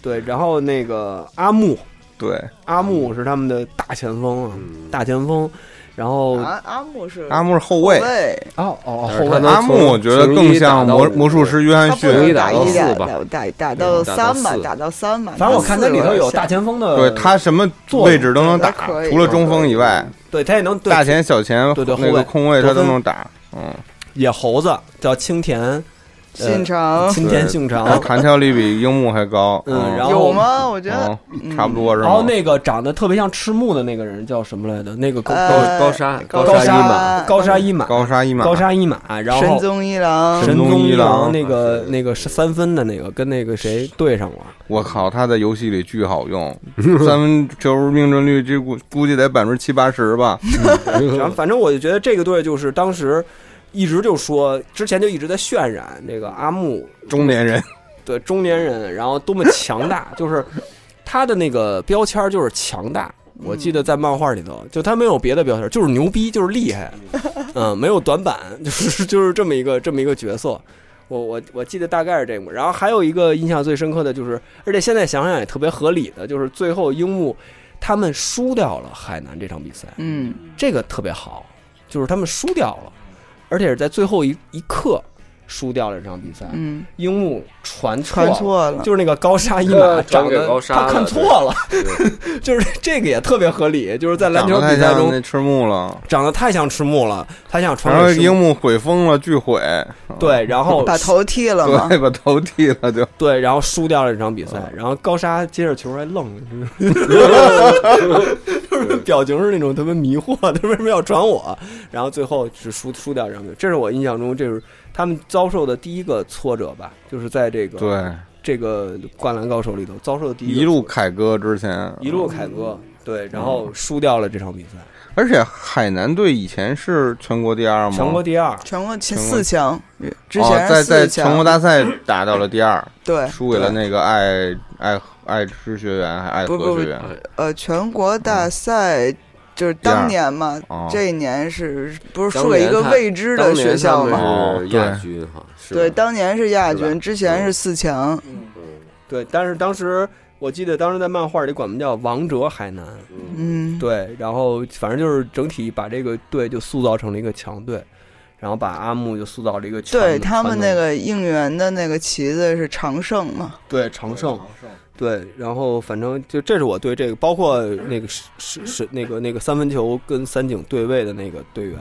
S6: 对，然后那个阿木，
S4: 对，
S6: 阿木是他们的大前锋啊，
S4: 嗯
S6: 大前锋，然后
S4: 啊
S5: 阿啊阿木是
S4: 阿木是后卫，
S5: 对，
S6: 哦哦
S7: 但是
S6: 后
S7: 他
S6: 卫
S7: 能
S4: 阿木
S7: 从
S4: 我觉得
S7: 从
S4: 更
S7: 一打
S4: 像
S7: 到
S4: 魔
S7: 五
S4: 魔术师约翰
S5: 他不
S7: 从
S5: 能
S7: 一
S4: 逊，
S5: 打
S7: 打到四
S5: 打
S7: 吧
S5: 打打到
S7: 打到
S5: 三吧
S4: 嗯
S7: 四，
S5: 打到三吧。
S6: 反正我看他里头有大
S5: 打到四吧
S6: 前锋的，
S4: 对他什么
S5: 呃
S4: 位置都能打
S5: 作用还，可以
S4: 除了中锋以外，
S6: 对他也能嗯对
S4: 大前、小前、
S6: 对对
S4: 那
S6: 后卫
S4: 个空位
S6: 得
S4: 他
S6: 分
S4: 都能打。嗯，
S6: 野猴子叫青田，呃
S4: 呃
S5: 信长
S6: 青田幸长
S4: 对，弹跳力比樱木还高。
S6: 嗯，然后
S5: 有？吗？我觉得
S4: 嗯，差不多是
S6: 然后
S4: 吗？
S6: 那个长得特别像赤木的那个人叫什么来着？那个高
S5: 呃
S7: 高沙
S5: 高
S6: 高
S7: 沙
S6: 沙
S7: 一马，
S6: 高沙一马，
S4: 高沙一马，
S6: 高沙一马，然
S5: 啊神
S6: 后
S5: 宗一郎啊
S6: 神
S4: 神宗
S6: 一
S4: 一郎
S6: 那个
S7: 是
S6: 那个是三分的那个跟那个谁对上了。
S4: 我靠，他在游戏里巨 好用，三分球命中率这估估计得百分之七八十吧。
S6: 然 后反正我就觉得这个队就是当时一直就说，之前就一直在渲染这个阿木
S4: 中年人，
S6: 的中年人，然后多么强大，就是他的那个标签儿就是强大。我记得在漫画里头，就他没有别的标签儿，就是牛逼，就是厉害，嗯，没有短板，就是 就是这么一个这么一个角色。我我我记得大概是这个，然后还有一个印象最深刻的就是，而且现在想想也特别合理的，就是最后樱木他们输掉了海南这场比赛，
S5: 嗯，
S6: 这个特别好，就是他们输掉了，而且是在最后一一刻输掉了这场比赛。
S5: 嗯，
S6: 樱木传
S5: 传
S6: 错
S5: 错了，
S6: 就是那个高沙一马
S7: 呃
S6: 长
S7: 传给
S6: 得
S7: 高沙
S6: 他看
S7: 了
S6: 错了， 就是这个也特别合理，就是在篮
S4: 长
S6: 球
S4: 得
S6: 比
S4: 太
S6: 赛
S4: 像
S6: 中
S4: 那赤木了。
S6: 长得太像赤木了，他想传
S4: 然后
S6: 给赤
S4: 樱
S6: 木
S4: 木毁疯了，巨毁。
S6: 对，然后
S5: 把头剃了嘛
S4: 对，。把头剃了就。
S6: 对，然后输掉了这场比赛，然后高沙接着球还愣了，就是表情是那种特别迷惑的，为什么要传我？然后最后是输输掉这场比赛，这是我印象中这是他们遭受的第一个挫折吧，就是在这个
S4: 对，
S6: 这个灌篮高手里头遭受的第一个
S4: 一路
S6: 挫折
S4: 凯歌之前，
S6: 一路凯歌，对，然后输掉了这场比赛，
S4: 而且海南队以前是全国第二吗？
S6: 全国第二。
S5: 全国前
S4: 全国
S5: 四强，之
S4: 哦
S5: 前、
S4: 在
S5: 是
S4: 在
S5: 四
S4: 全国
S5: 强，
S4: 大赛打到了第二，
S5: 对，
S4: 输给了那个爱爱爱知学员还爱
S5: 不不
S4: 和
S5: 不
S4: 学员。
S5: 呃，全国大赛就是当年嘛
S4: 哦，
S5: 这一年是不是
S7: 当
S5: 输给一
S7: 年
S5: 个
S7: 他
S5: 未知的学校
S4: 当年他
S5: 嘛？
S4: 吗
S7: 是亚军哈，是吧
S5: 对，当年是亚
S7: 是
S5: 军，
S7: 吧
S5: 之前是四强，
S6: 对，但是当时我记得当时在漫画里管我们叫“王者海南”，
S5: 嗯，
S6: 对，然后反正就是整体把这个队就塑造成了一个强队，然后把阿木就塑造了一个强
S5: 对他们那
S6: 个
S5: 个应援的那个旗子是常胜嘛，
S6: 对常胜，对，然后反正就这是我对这个，包括那个是是是那个那个三分球跟三井对位的那个队员，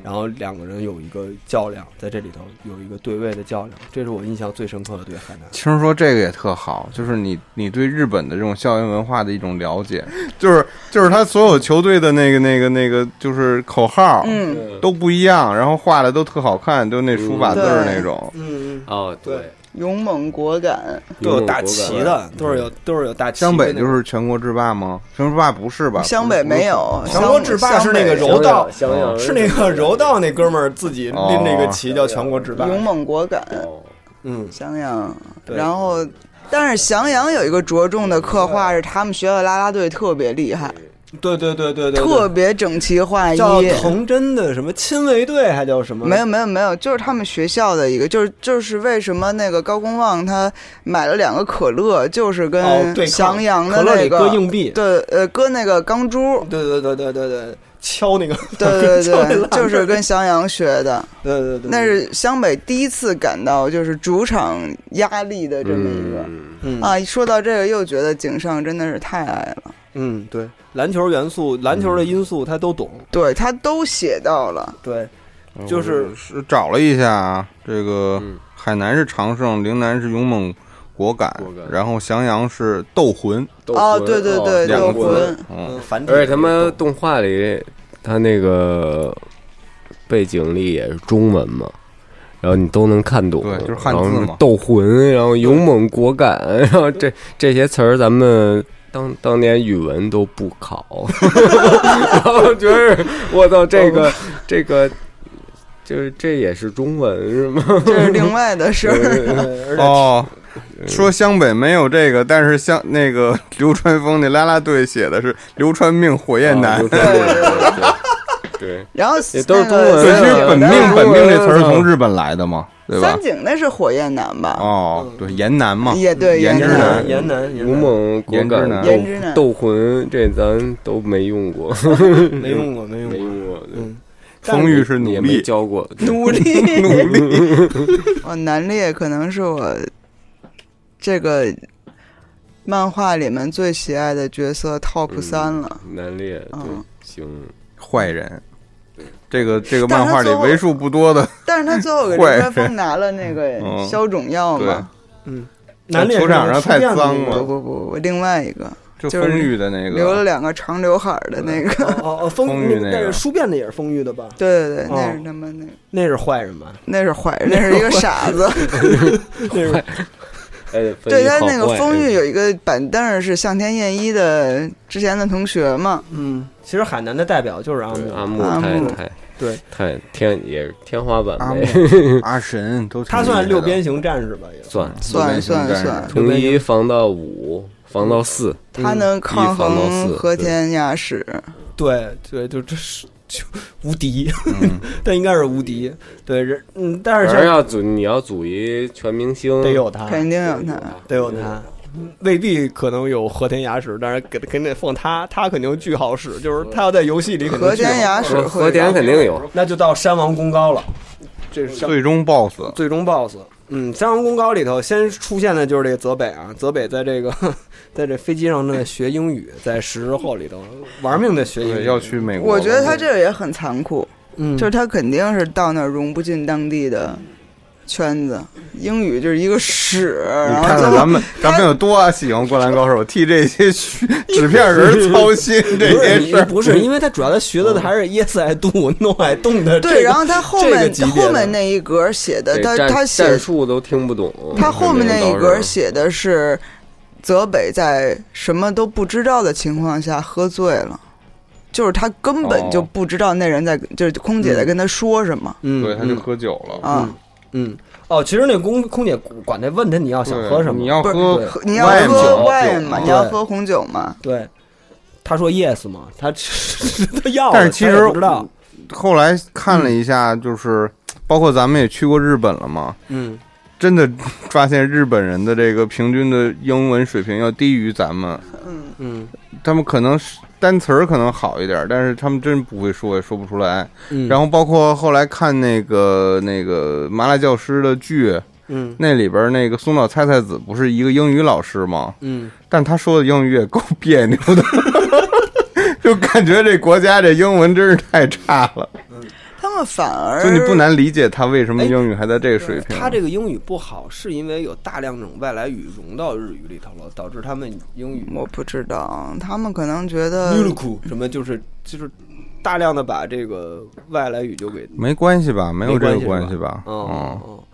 S6: 然后两个人有一个较量，在这里头有一个对位的较量，这是我印象最深刻的对海南。
S4: 听说这个也特好，就是你你对日本的这种校园文化的一种了解，就是就是他所有球队的那个那个那个就是口号，
S5: 嗯，
S4: 都不一样，然后画的都特好看，都那书法字儿
S5: 嗯对
S4: 那种，
S6: 嗯，
S7: 哦，对，
S5: 勇猛果敢，
S6: 都有大旗
S7: 勇猛果敢，
S6: 的，都是有都是有大旗。
S4: 湘北就。是全国制霸吗？全国制霸不是吧？
S5: 湘北没有，
S6: 全国制霸是那个柔道，
S7: 湘
S5: 哦
S7: 湘
S6: 是那个柔道那哥们儿自己拎那个旗叫全国制霸
S5: 湘。勇猛果敢，
S7: 哦
S6: 嗯，
S5: 襄阳，
S6: 对
S5: 然后。但是襄阳有一个着重的刻画是他们学校的啦啦队特别厉害，
S6: 对对对对对，
S5: 特别整齐划
S6: 对
S5: 一，
S6: 叫藤真的什么亲卫队，还叫什么？
S5: 没有没有没有，就是他们学校的一个，就是就是为什么那个高公望他买了两个可乐，就是
S6: 哦，对
S5: 跟
S6: 抗，
S5: 呃襄阳的
S6: 可乐
S5: 那
S6: 里
S5: 个、
S6: 搁硬币，
S5: 对呃搁那个钢珠，
S6: 对对对对对对，敲那个，
S5: 对对
S6: 敲那
S5: 对
S6: 栏，杆儿
S5: 就是跟襄阳学的，
S6: 对对对，
S5: 那是湘北第一次感到就是主场压力的这么一个、
S7: 嗯
S6: 嗯
S5: 啊。一说到这个，又觉得井上真的是太爱了，
S6: 嗯对，篮球元素、篮球的因素他都懂，
S5: 对他都写到了，
S6: 对，就是
S4: 我是找了一下，啊这个
S7: 嗯
S4: 海南是常胜，陵南是勇猛果敢
S7: 果，敢
S4: 然后襄阳是斗魂，啊
S7: 斗
S5: 哦，
S7: 魂
S5: 对对
S7: 哦
S5: 对，
S4: 两
S5: 斗
S4: 个
S5: 魂，
S4: 嗯，
S6: 繁体，
S7: 而且他妈动画里，他那个背景里也是中文嘛，然后你都能看懂，
S4: 对就是汉字嘛
S7: 然后是斗魂，然后勇猛果敢，然后 这这些词儿咱们。当当年语文都不考， 然后觉得我操，这个
S5: 哦
S7: 这个，就是这也是中文是吗？
S5: 这是另外的事儿。
S6: 对而且
S4: 哦，说湘北没有这个，但是湘那个 流川枫那啦啦队写的是“流川命火焰
S7: 啊
S4: 男
S7: 就”，是对对对，
S5: 然后
S7: 也都是
S5: 那
S7: 中
S5: 个
S4: 对，
S7: 文对
S4: 其实
S7: 对
S4: 本命
S7: 对
S4: 本命这词儿是
S7: 对
S4: 从日本来的嘛，对吧
S5: 三？井那是火焰男吧？
S4: 哦，对，岩南嘛，
S5: 也对，
S4: 颜值
S5: 颜
S4: 男
S5: 值
S6: 男，严南，严
S7: 勇
S6: 南
S7: 猛果
S4: 颜值男
S7: 敢，
S5: 颜值男
S7: 斗斗魂，这咱都没用过，
S6: 没用过，没用
S7: 没
S6: 过，
S7: 用过，
S6: 嗯，
S4: 风玉是努
S7: 也没
S4: 力，
S7: 教过。
S5: 努力
S4: 努力，
S5: 哦，南烈可能是我这个漫画里面最喜爱的角色 top
S4: 嗯
S5: 三了。
S7: 南烈，对
S5: 嗯，
S7: 行，
S4: 坏人。这个这个
S5: 但
S4: 漫
S5: 是他
S4: 画里
S5: 最后
S4: 为数不多的，
S5: 但是他最后给
S4: 坏
S5: 刘川枫拿了那 个
S4: 嗯
S5: 消肿药
S4: 对，
S5: 嘛？
S6: 南烈
S4: 球场上太脏
S5: 不
S4: 了
S5: 不不不，另外一个
S4: 就
S5: 就是
S4: 风玉的那
S5: 留了
S4: 个，
S5: 两个长刘海儿的那个，
S6: 哦哦，风
S4: 风雨那个
S6: 那是书变的也是风玉的吧？
S5: 对对对，
S6: 哦
S5: 那是他妈那个
S6: 那是坏人吧？
S5: 那是坏人，那是一个傻子。
S6: 那是
S7: 哎，分
S5: 对
S7: 析
S5: 他
S7: 好
S5: 那个
S7: 坏
S5: 风玉有一个板凳儿是向天彦一的之前的同学嘛，
S6: 嗯，其实海南的代表就是阿
S7: 对
S6: 木，
S7: 阿木
S5: 阿
S7: 太
S5: 木
S7: 太
S6: 对
S7: 太天也是天花板
S4: 阿
S7: 呗，
S4: 木、 阿神都挺
S6: 他算
S4: 厉害的
S6: 六边形战士吧？也
S7: 算
S5: 算
S4: 算
S5: 算算，
S7: 从一防到五，防到四，
S5: 他能抗
S7: 一防到
S5: 衡
S7: 四
S5: 和
S7: 对
S5: 田雅史。
S6: 对对，就这是就无敌，
S4: 嗯
S6: 但应该是无敌。对，人嗯，但
S7: 反
S6: 是
S7: 正
S6: 像
S7: 要组你要组一全明星，
S6: 得有他，
S5: 肯定有他。
S6: 得有他。未必可能有和田雅史，但是给肯定放他，他肯定巨好使，就是他要在游戏里肯定
S5: 和
S6: 巨好
S5: 田雅史
S7: 和和田肯定有，
S6: 那就到山王功高了，这是山
S4: 最终 BOSS，
S6: 最终 BOSS。嗯，三王公高里头先出现的就是这个泽北啊，泽北在这个在这飞机上正在学英语，在十日后里头玩命的学英
S4: 对，
S6: 语，
S4: 要去美国。
S5: 我觉得他这个也很残酷，
S6: 嗯，
S5: 就是他肯定是到那儿融不进当地的圈子，英语就是一个屎，
S4: 你
S5: 然后
S4: 看看
S5: 最后
S4: 咱们咱们有多喜欢《灌篮高手》，替这些虚纸片人操心这
S6: 不是
S4: 些事
S6: 你
S4: 儿。
S6: 不是，因为他主要他学的还是 Yes I Do No I Do 的这个
S5: 对，然后他后
S6: 这个
S5: 面
S6: 级别的
S5: 后面那一格写的，
S7: 对
S5: 他
S7: 战
S5: 他
S7: 战
S5: 写
S7: 术都听不懂，
S5: 他后面那一格
S7: 肯定到时
S5: 写的是。泽北在什么都不知道的情况下喝醉了，就是他根本就
S4: 哦
S5: 不知道那人在，就是空姐在跟他说什么
S6: 嗯，
S4: 对，他就
S6: 嗯
S4: 喝酒了。
S5: 啊。
S6: 嗯，哦，其实那空空姐管他问他你要想
S4: 对
S6: 喝什么，
S4: 你要
S5: 不是
S4: 喝
S6: 对
S5: 喝你要
S4: wine
S5: 喝
S4: 酒
S5: wine
S4: 酒
S5: 嘛，
S4: 嘛
S5: 你要
S6: 对
S5: 喝红酒嘛，
S6: 对，他说 yes 嘛，他 他要了，
S4: 但是其实嗯
S6: 他也不知道，
S4: 后来看
S6: 嗯
S4: 了一下，就是包括咱们也去过日本了嘛，
S6: 嗯，
S4: 真的发现日本人的这个平均的英文水平要低于咱们，
S5: 嗯，
S6: 嗯
S4: 他们可能是单词儿可能好一点，但是他们真不会说，也说不出来。
S6: 嗯，
S4: 然
S6: 后
S4: 后包括后来看那个那个麻辣教师的剧，
S6: 嗯
S4: 那里边那个松岛菜菜子不是一个英语老师吗？
S6: 嗯，
S4: 但他说的英语也够别扭的， 就感觉这国家这英文真是太差了。
S5: 他们反而
S4: 就你不难理解他为什么英语还在这个水平。
S6: 他这个英语不好，是因为有大量这种外来语融到日语里头了，导致他们英语
S5: 我不知道，他们可能觉
S4: 嗯
S5: 得
S6: u l u 什么就是就是大量的把这个外来语就给
S4: 没关系吧？没有这个关系吧？
S6: 哦
S4: 嗯，
S6: 哦，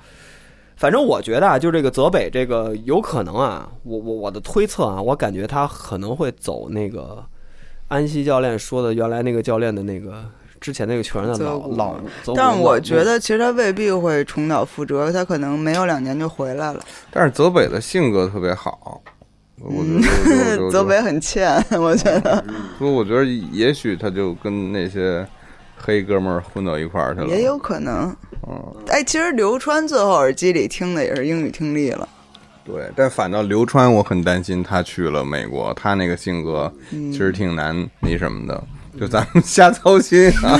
S6: 反正我觉得啊，就这个泽北这个有可能啊，我我我的推测啊，我感觉他可能会走那个安西教练说的原来那个教练的那个之前那个球员的
S5: 泽
S6: 老
S5: 谷
S6: 老，泽谷
S5: 但
S6: 老
S5: 是我
S6: 路
S5: 觉得其实他未必会重蹈覆辙，他可能没有两年就回来了。
S4: 但是泽北的性格特别好，我觉得我
S5: 泽北，很欠，我觉得
S4: 所以我觉得也许他就跟那些黑哥们儿混到一块儿去了。
S5: 也有可能。
S6: 哦
S4: 嗯，
S5: 哎，其实刘川最后耳机里听的也是英语听力了，
S4: 对。但反倒刘川，我很担心他去了美国，他那个性格其实挺难那什么的。就咱们瞎操心啊，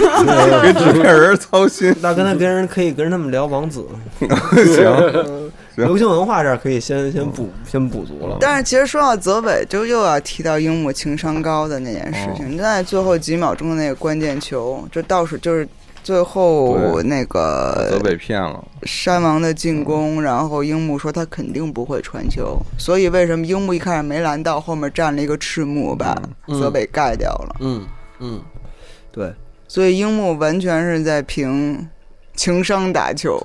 S4: 给纸片人操心
S6: 那跟他跟人可以跟他们聊王子，
S4: 行。
S6: 流行文化这儿可以先先补先补足了。
S5: 但是其实说到泽北，就又要提到樱木情商高的那件事
S6: 哦
S5: 情，在最后几秒钟的那个关键球，就倒数就是最后
S4: 对
S5: 那个
S4: 泽北骗了，
S5: 山王的进攻，然后樱木说他肯定不会传球，所以为什么樱木一开始没拦到，后面站了一个赤木把
S6: 嗯
S5: 泽北盖掉了，
S6: 嗯嗯，对
S5: 所以樱木完全是在凭情商打球，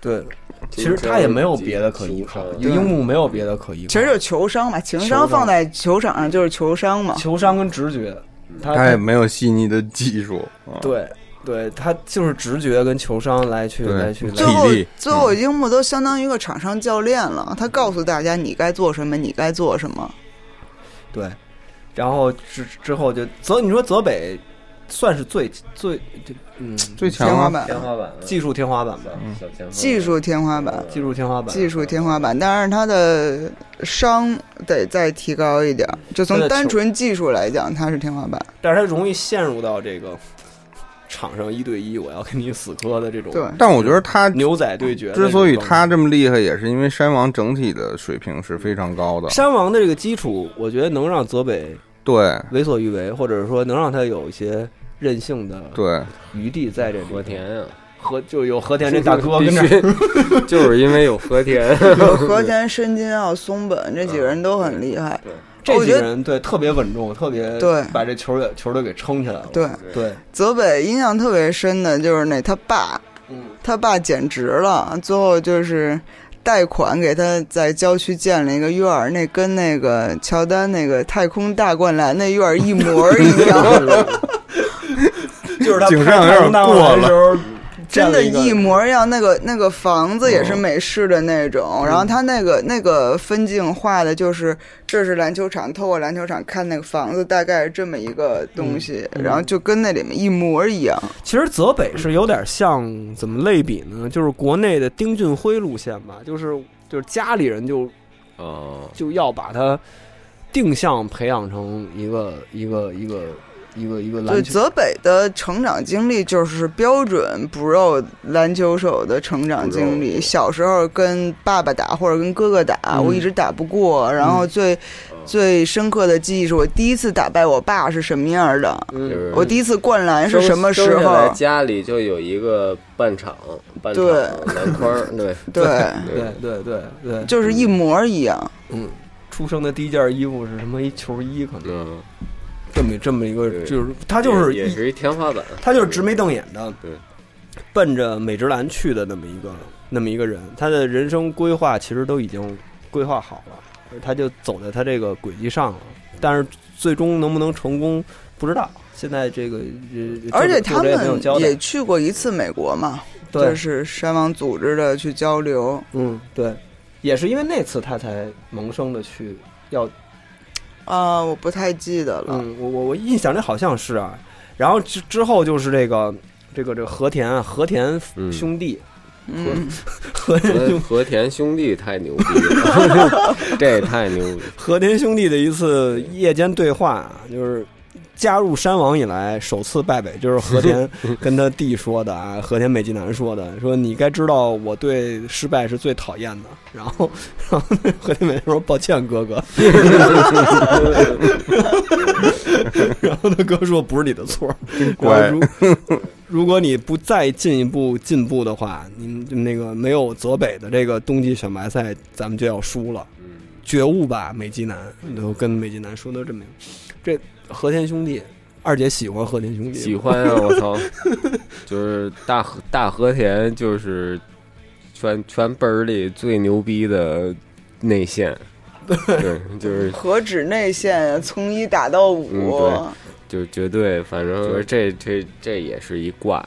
S4: 对，
S6: 对，其实他也没有别的可依靠，
S7: 对
S6: 樱木没有别的可依靠，
S5: 其实就是球商嘛，情
S6: 球商
S5: 商放在球场上就是球商嘛，
S6: 球商跟直觉，他
S4: 他也没有细腻的技术。啊，
S6: 对对，他就是直觉跟球商来去
S4: 对
S6: 来去来
S5: 最
S4: 体
S5: 后
S4: 力
S5: 最后樱木都相当于一个场上教练了，他告诉大家你该做什么，你该做什么，
S6: 对，然后之之后就泽，你说泽北算是最最就嗯
S4: 最强
S5: 天花
S4: 啊，
S5: 板，
S7: 花板
S6: 技术天花板吧，
S5: 嗯技术天花板。
S6: 技术天花板，
S5: 技术天花板，但是他的伤得再提高一点儿。就
S6: 他
S5: 从
S6: 的
S5: 单
S6: 球
S5: 纯技术来讲，他是天花板。
S6: 但是他容易陷入到这个场上一对一，我要跟你死磕的这种
S5: 对，
S4: 但我觉得他
S6: 牛仔对决的这种
S4: 之
S6: 状态。
S4: 所以他这么厉害，也是因为山王整体的水平是非常高的。
S6: 山王的这个基础，我觉得能让泽北
S4: 对
S6: 为所欲为，或者说能让他有一些任性的
S4: 对，
S6: 余地在这里。
S7: 和田啊，
S6: 和就有和田这 大哥跟这儿
S7: 必须就是因为有 和田，
S5: 有和田、申金奥、松本这几个人都很厉害。
S6: 这
S5: 我
S6: 几
S5: 觉
S6: 个
S5: 得
S6: 人对特别稳重，特别
S5: 对
S6: 把这球队球队给撑起来了。
S5: 对
S6: 对，
S5: 泽北印象特别深的就是那他爸，
S6: 嗯
S5: 他爸简直了，最后就是。贷款给他在郊区建了一个院儿，那跟那个乔丹那个太空大灌篮那院儿一模儿一 样，
S6: 就是他
S4: 井上有点过了
S6: 时候，
S5: 真的，一
S6: 模。
S5: 模一样。那个那个房子也是美式的那种，然后他那个那个分镜画的就是，这是篮球场，透过篮球场看那个房子，大概是这么一个东西，然后就跟那里面一模一样。
S6: 其实泽北是有点像怎么类比呢？就是国内的丁俊晖路线吧，就是就是家里人就
S7: 哦，
S6: 就要把他定向培养成一个一个一个一个一个
S5: 对，
S6: 篮球。
S5: 泽北的成长经历就是标准不肉篮球手的成长经历。小时候跟爸爸打或者跟哥哥打，
S6: 嗯
S5: 我一直打不过。然后最、最深刻的记忆是我第一次打败我爸是什么样的，
S6: 嗯，
S5: 我第一次灌篮是
S7: 生
S5: 什么时
S7: 生下来
S5: 候。
S7: 家里就有一个半场，半场
S5: 对
S7: 篮筐儿，对
S5: 对，
S6: 对对对对，
S5: 就是一模一样。
S6: 嗯，出生的第一件衣服是什么？一球衣，可能
S7: 嗯，
S6: 这么这么一个，
S7: 对
S6: 就是他就是
S7: 也也
S6: 一
S7: 是一天花板，
S6: 他就是直眉瞪眼的，
S7: 对，
S6: 奔着美职篮去的那么一个那么一个人，他的人生规划其实都已经规划好了，他就走在他这个轨迹上了。但是最终能不能成功，不知道。现在这个，呃
S5: 而
S6: 作者
S5: 且他
S6: 作者也没有
S5: 们
S6: 交代
S5: 也去过一次美国嘛，
S6: 对
S5: 就是山王组织的去交流。
S6: 嗯，对，也是因为那次他才萌生的去要，
S5: 啊，我不太记得了。
S6: 嗯，我我我印象里好像是啊。然后之之后就是这个这个这个和田啊，和田
S7: 嗯
S6: 兄弟，
S5: 嗯，
S6: 和田
S7: 和
S6: 兄
S7: 和田兄弟太牛逼了，这太牛逼了。
S6: 和田兄弟的一次夜间对话啊，就是。加入山王以来，首次败北就是和田跟他弟说的啊，和田美纪男说的，说你该知道我对失败是最讨厌的。然后，然后那和田美纪说抱歉，哥哥。然后他哥说不是你的错，
S4: 乖
S6: 然后如 如果你不再进一步进步的话，你们那个没有泽北的这个冬季选拔赛，咱们就要输了。觉悟吧，美籍男，都跟美籍男说的这么明，这和田兄弟，二姐喜欢和田兄弟吗，
S7: 喜欢啊！我操，就是大和大和田，就是全全本儿里最牛逼的 内线，对，就是
S5: 何止内线，从一打到五，
S7: 嗯就是绝对，反正这这这也是一挂，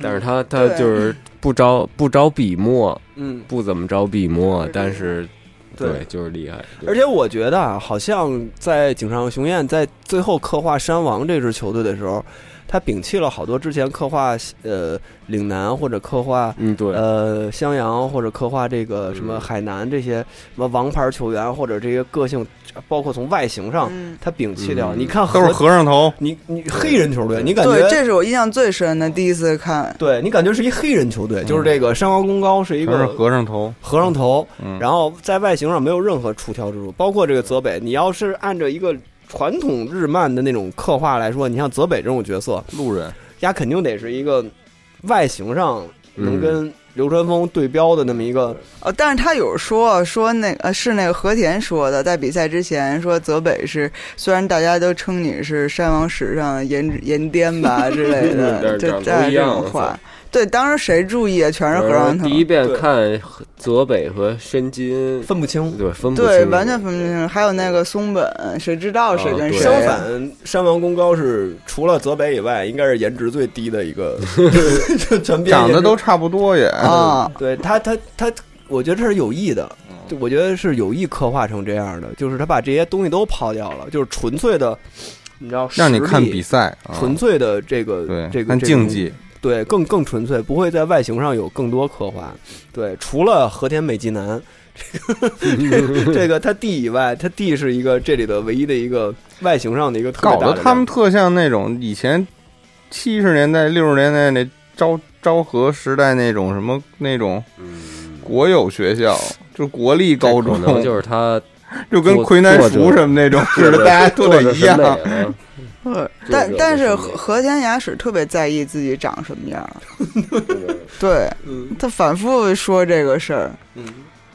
S7: 但是他他
S5: 对
S7: 就是不着不着笔墨，
S6: 嗯，
S7: 不怎么着笔墨，但是
S6: 对
S7: 对，就是厉害，
S6: 而且我觉得啊，好像在井上雄彦在最后刻画山王这支球队的时候，他摒弃了好多之前刻画呃岭南或者刻画
S7: 嗯对，
S6: 呃，襄阳或者刻画这个什么
S7: 嗯
S6: 海南这些什么王牌球员，或者这些个性，包括从外形上，
S5: 嗯，
S6: 他摒弃掉。
S7: 嗯
S6: 你看
S4: 都是
S6: 和
S4: 和尚头，
S6: 你你黑人球队，你啊感
S5: 对，
S6: 觉
S5: 这是我印象最深的，第一次看。
S6: 对你感觉是一黑人球队，就是这个山王功高是一
S4: 全是
S6: 个
S4: 和尚头。
S6: 和尚头，
S4: 嗯，
S6: 然后在外形上没有任何出挑之处，包括这个泽北，你要是按照一个传统日漫的那种刻画来说，你像泽北这种角色，
S4: 路人
S6: 他肯定得是一个外形上能
S7: 嗯
S6: 跟流川枫对标的那么一个。
S5: 哦，但是他有说说那呃是那个和田说的，在比赛之前说泽北是虽然大家都称你是山王史上颜颜巅 吧之类的，
S7: 嗯
S5: 就
S7: 长得
S5: 带
S7: 不一
S5: 这
S7: 样
S5: 种
S7: 我
S5: 话。对，当时谁注意啊？全是和尚
S7: 第一
S5: 藤。
S7: 遍看泽北和申金，
S6: 分不清，
S7: 对，分不
S5: 对，
S7: 清
S5: 完全分不清。还有那个松本，谁知道谁跟
S7: 啊对
S5: 谁？
S6: 相 反，山王功高是除了泽北以外，应该是颜值最低的一个，就 全边
S4: 长得都
S6: 颜值
S4: 差不多也。
S5: 啊，
S6: 对他，他他，我觉得这是有意的，对我觉得是有意刻画成这样的，就是他把这些东西都抛掉了，就是纯粹的，你知道，
S4: 让你看
S6: 实力
S4: 比赛，啊
S6: 纯粹的这个
S4: 对，
S6: 这个
S4: 看
S6: 这个
S4: 竞技，
S6: 对，更更纯粹，不会在外形上有更多刻画。对，除了和田美纪 男，这个这个他弟以外，他弟是一个这里的唯一的一个外形上的一个特别
S4: 搞
S6: 大的
S4: 得他
S6: 亮
S4: 们特像那种以前七十年代、六十年代那昭昭和时代那种什么那种
S6: 嗯
S4: 国有学校，就国立高中，
S7: 嗯可能就是他
S4: 就跟魁南
S7: 作
S4: 塾
S7: 者
S4: 什么那种似的，大家都
S7: 做
S4: 得
S7: 着
S4: 一
S7: 审美
S4: 样。
S7: 啊
S5: 对
S7: 这
S5: 但
S7: 个
S5: 但
S7: 是
S5: 是
S7: 什
S5: 和
S7: 么
S5: 和田雅史特别在意自己长什么样儿， 对
S7: 嗯
S5: 他反复说这个事儿，
S6: 点，嗯，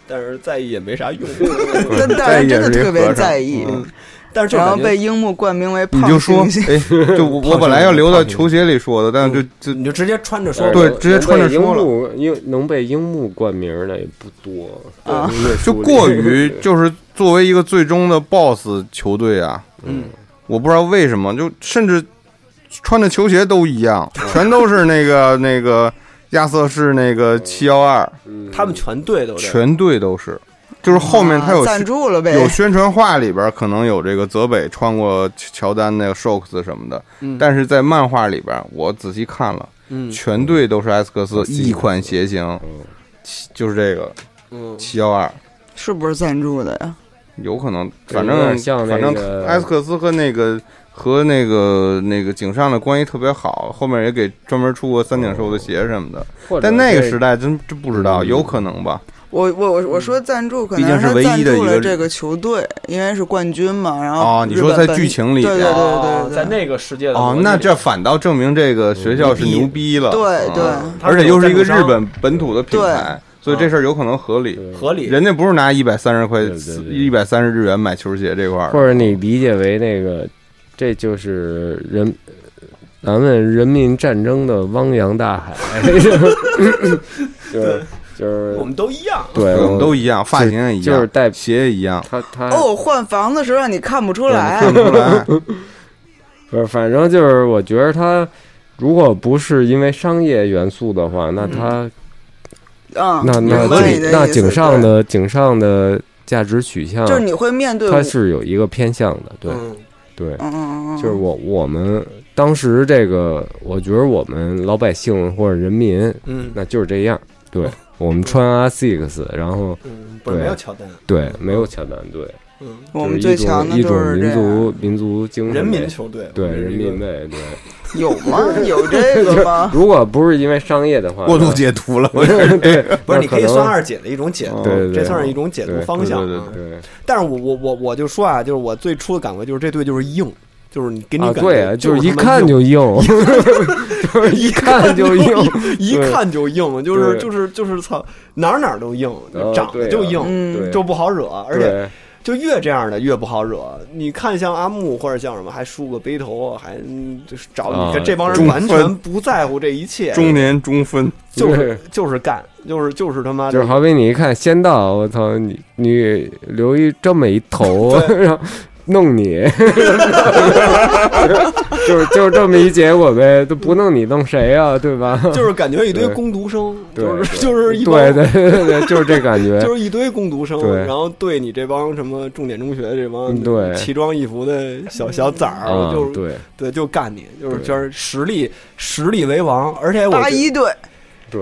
S6: 但是在意也没啥用，
S7: 嗯
S5: 但但是真的特别在意，
S6: 嗯，但是就
S5: 然后
S6: 感觉
S5: 被樱木冠名为
S4: 你
S5: 胖
S4: 就说
S5: 猩，猩。
S4: 哎，就我我本来要留到球鞋里说的，但是就就
S6: 你就直接穿着说，
S4: 对直接穿着
S7: 能被
S4: 说了
S7: 樱木樱能被樱木冠名的也不多
S5: 啊，
S7: 对
S4: 就 过于就是作为一个最终的 BOSS 球队啊，
S6: 嗯，
S4: 我不知道为什么，就甚至穿的球鞋都一样，全都是那个那个亚瑟士那个七幺二，
S6: 他们全队都这样
S4: 全队都是，就是后面他有
S5: 啊赞
S4: 宣
S5: 助了呗，
S4: 有宣传画里边可能有这个泽北穿过乔丹那个 Shocks 什么的，
S6: 嗯
S4: 但是在漫画里边我仔细看了，
S6: 嗯
S4: 全队都是艾斯克斯一款鞋型，七就是这个
S6: 嗯
S4: 七幺二。
S5: 是不是赞助的呀？
S4: 有可能，
S7: 对
S4: 反
S7: 有
S4: 正
S7: 点像那
S4: 反
S7: 个
S4: 正埃斯克斯和那个和那个那个井上的关系特别好，后面也给专门出过三井寿的鞋什么的。
S7: 嗯或者
S4: 但那个时
S7: 代
S4: 代真真不知道，
S7: 嗯
S4: 有可能吧？
S5: 我我我我说赞助，可
S4: 毕竟
S5: 能
S4: 是
S5: 他
S4: 唯
S5: 赞
S4: 一的一
S5: 助了
S4: 个
S5: 这个球队，因为是冠军嘛。然后
S4: 哦你
S5: 日
S4: 说
S5: 本
S4: 在
S5: 本
S4: 剧情里啊
S5: 对对对
S6: 哦
S5: 对对，
S6: 在那个世界的
S4: 哦
S6: 逻辑，里
S4: 那这反倒证明这个学校是牛逼了，
S5: 对对
S4: 嗯
S6: 他们
S4: 而且又是一个
S6: 有赞
S4: 日
S6: 助商
S4: 本本土的品牌，所以这事儿有可能合理。
S6: 合理，
S4: 人家不是拿一百三十块
S7: 对对对
S4: 一百三十日元买球鞋这块儿
S7: 或，者你理解为那个，这就是人。 咱们人民战争的汪洋大海，就是就是
S6: 我们都一样。
S7: 对
S4: 我们都一样，发型也一样，
S7: 嗯就是带
S4: 鞋也一样，
S7: 他他
S5: 哦，换房的时候让你看不出
S7: 哎
S5: 来
S4: 看，不出 来。
S7: 不是，反正就是我觉得他如果不是因为商业元素的话，那他、
S5: 嗯，
S7: 那那
S5: 我懂你
S7: 井
S5: 的
S7: 那
S5: 意思
S7: 井上，的井上的价值取向
S5: 对，就是你会面对，
S7: 它
S5: 嗯
S7: 是有一个偏向的，对、
S6: 嗯
S7: 对，
S5: 嗯嗯，嗯
S7: 就是我我们当时这个，我觉得我们老百姓或者人民，
S6: 嗯
S7: 那就是这样， 对。我们穿 R Six，然后
S6: 嗯，不是
S7: 对
S6: 没有乔丹，
S7: 对没有乔丹队，
S6: 嗯，
S5: 我们
S7: 就
S5: 最
S7: 是一种
S5: 强的
S7: 一
S5: 就
S7: 种
S5: 是这
S7: 民
S5: 样，
S7: 族民族精神呗，
S6: 人民球队，
S7: 对
S6: 我觉得这
S7: 人
S6: 个
S7: 民呗，对。
S5: 有 吗？有这个吗？
S7: 如果不是因为商业的话，
S4: 过度解读了，我
S7: 对，对，
S6: 不是，
S7: 那
S6: 你可以
S7: 能
S6: 算二姐的一种解读，
S7: 对对对
S6: 这算是一种解读
S7: 对
S6: 方向。
S4: 对对
S6: 嗯
S7: 对
S6: 但是我我我我就说啊，就是我最初的感觉就是这队就是硬，就是你给你
S7: 啊，
S6: 感
S7: 对啊，
S6: 觉
S7: 就是是一
S6: 他妈
S7: 看
S6: 硬
S7: 就硬， 就是一看就硬，
S6: 一
S7: 对
S6: 看就硬，就是
S7: 对
S6: 就是就是操哪儿哪儿都硬，
S7: 啊
S6: 长
S7: 对
S6: 得
S7: 啊
S6: 就硬，
S5: 嗯
S7: 对
S6: 就不好惹，而且
S7: 对
S6: 就越这样的越不好惹。你看像阿木或者像什么，还梳个背头，还嗯就是找你
S7: 啊
S6: 看这帮人
S4: 中
S6: 完全
S4: 分
S6: 不在乎这一切，
S4: 中年中分，
S6: 就是就是干，就是就是他妈的
S7: 就是好比你一看仙道，我操你你留一这么一头，然后弄你， 就是就是这么一结果呗，都不弄你弄谁啊，对吧？
S6: 就是感觉一堆
S7: 对
S6: 工读生，
S7: 对
S6: 就是就是一帮
S7: 对对对对，对就是这感觉，
S6: 就是一堆工读生，
S7: 对
S6: 然后对你这帮什么重点中学这帮
S7: 嗯对
S6: 奇装异服的小小崽儿，
S7: 啊
S6: 就是
S7: 对
S6: 对就干你，就是
S7: 对
S6: 就是实力实力为王，而且我
S5: 八
S6: 觉
S5: 一队，
S7: 对，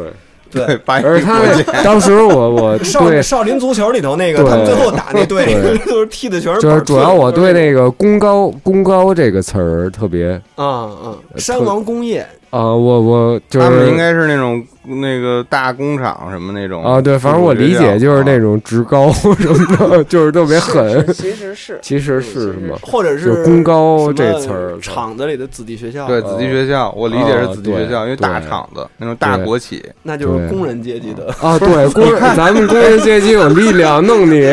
S4: 对，白
S7: 而他那当时我我
S6: 得少
S7: 对
S6: 少林足球里头那个，
S7: 对
S6: 他们最后打那队
S7: 对
S6: 就是踢的全是板
S7: 就是
S6: 寸，
S7: 主要我
S6: 就是
S7: 对那个“功高”“功高”这个词儿特别
S6: 啊啊山王工业
S7: 啊、我我就
S4: 他们应
S7: 是
S4: 该是那种那个大工厂什么那种
S7: 啊，对，反正我理解
S4: 啊
S7: 就是那种职高什么的，就是特别狠
S5: 是，是其实是
S7: 其实是什么？
S6: 或者
S7: 就是功高
S6: 什么
S7: 这词儿
S6: 厂子里的子弟学校，
S4: 啊对子弟学
S7: 哦
S4: 校，我理解是子弟学校，
S7: 啊
S4: 因为大厂子那种大国企，
S6: 那就是
S7: 对
S6: 工人阶级的，
S7: 啊，对，工人，咱们工人阶级有力量，弄你，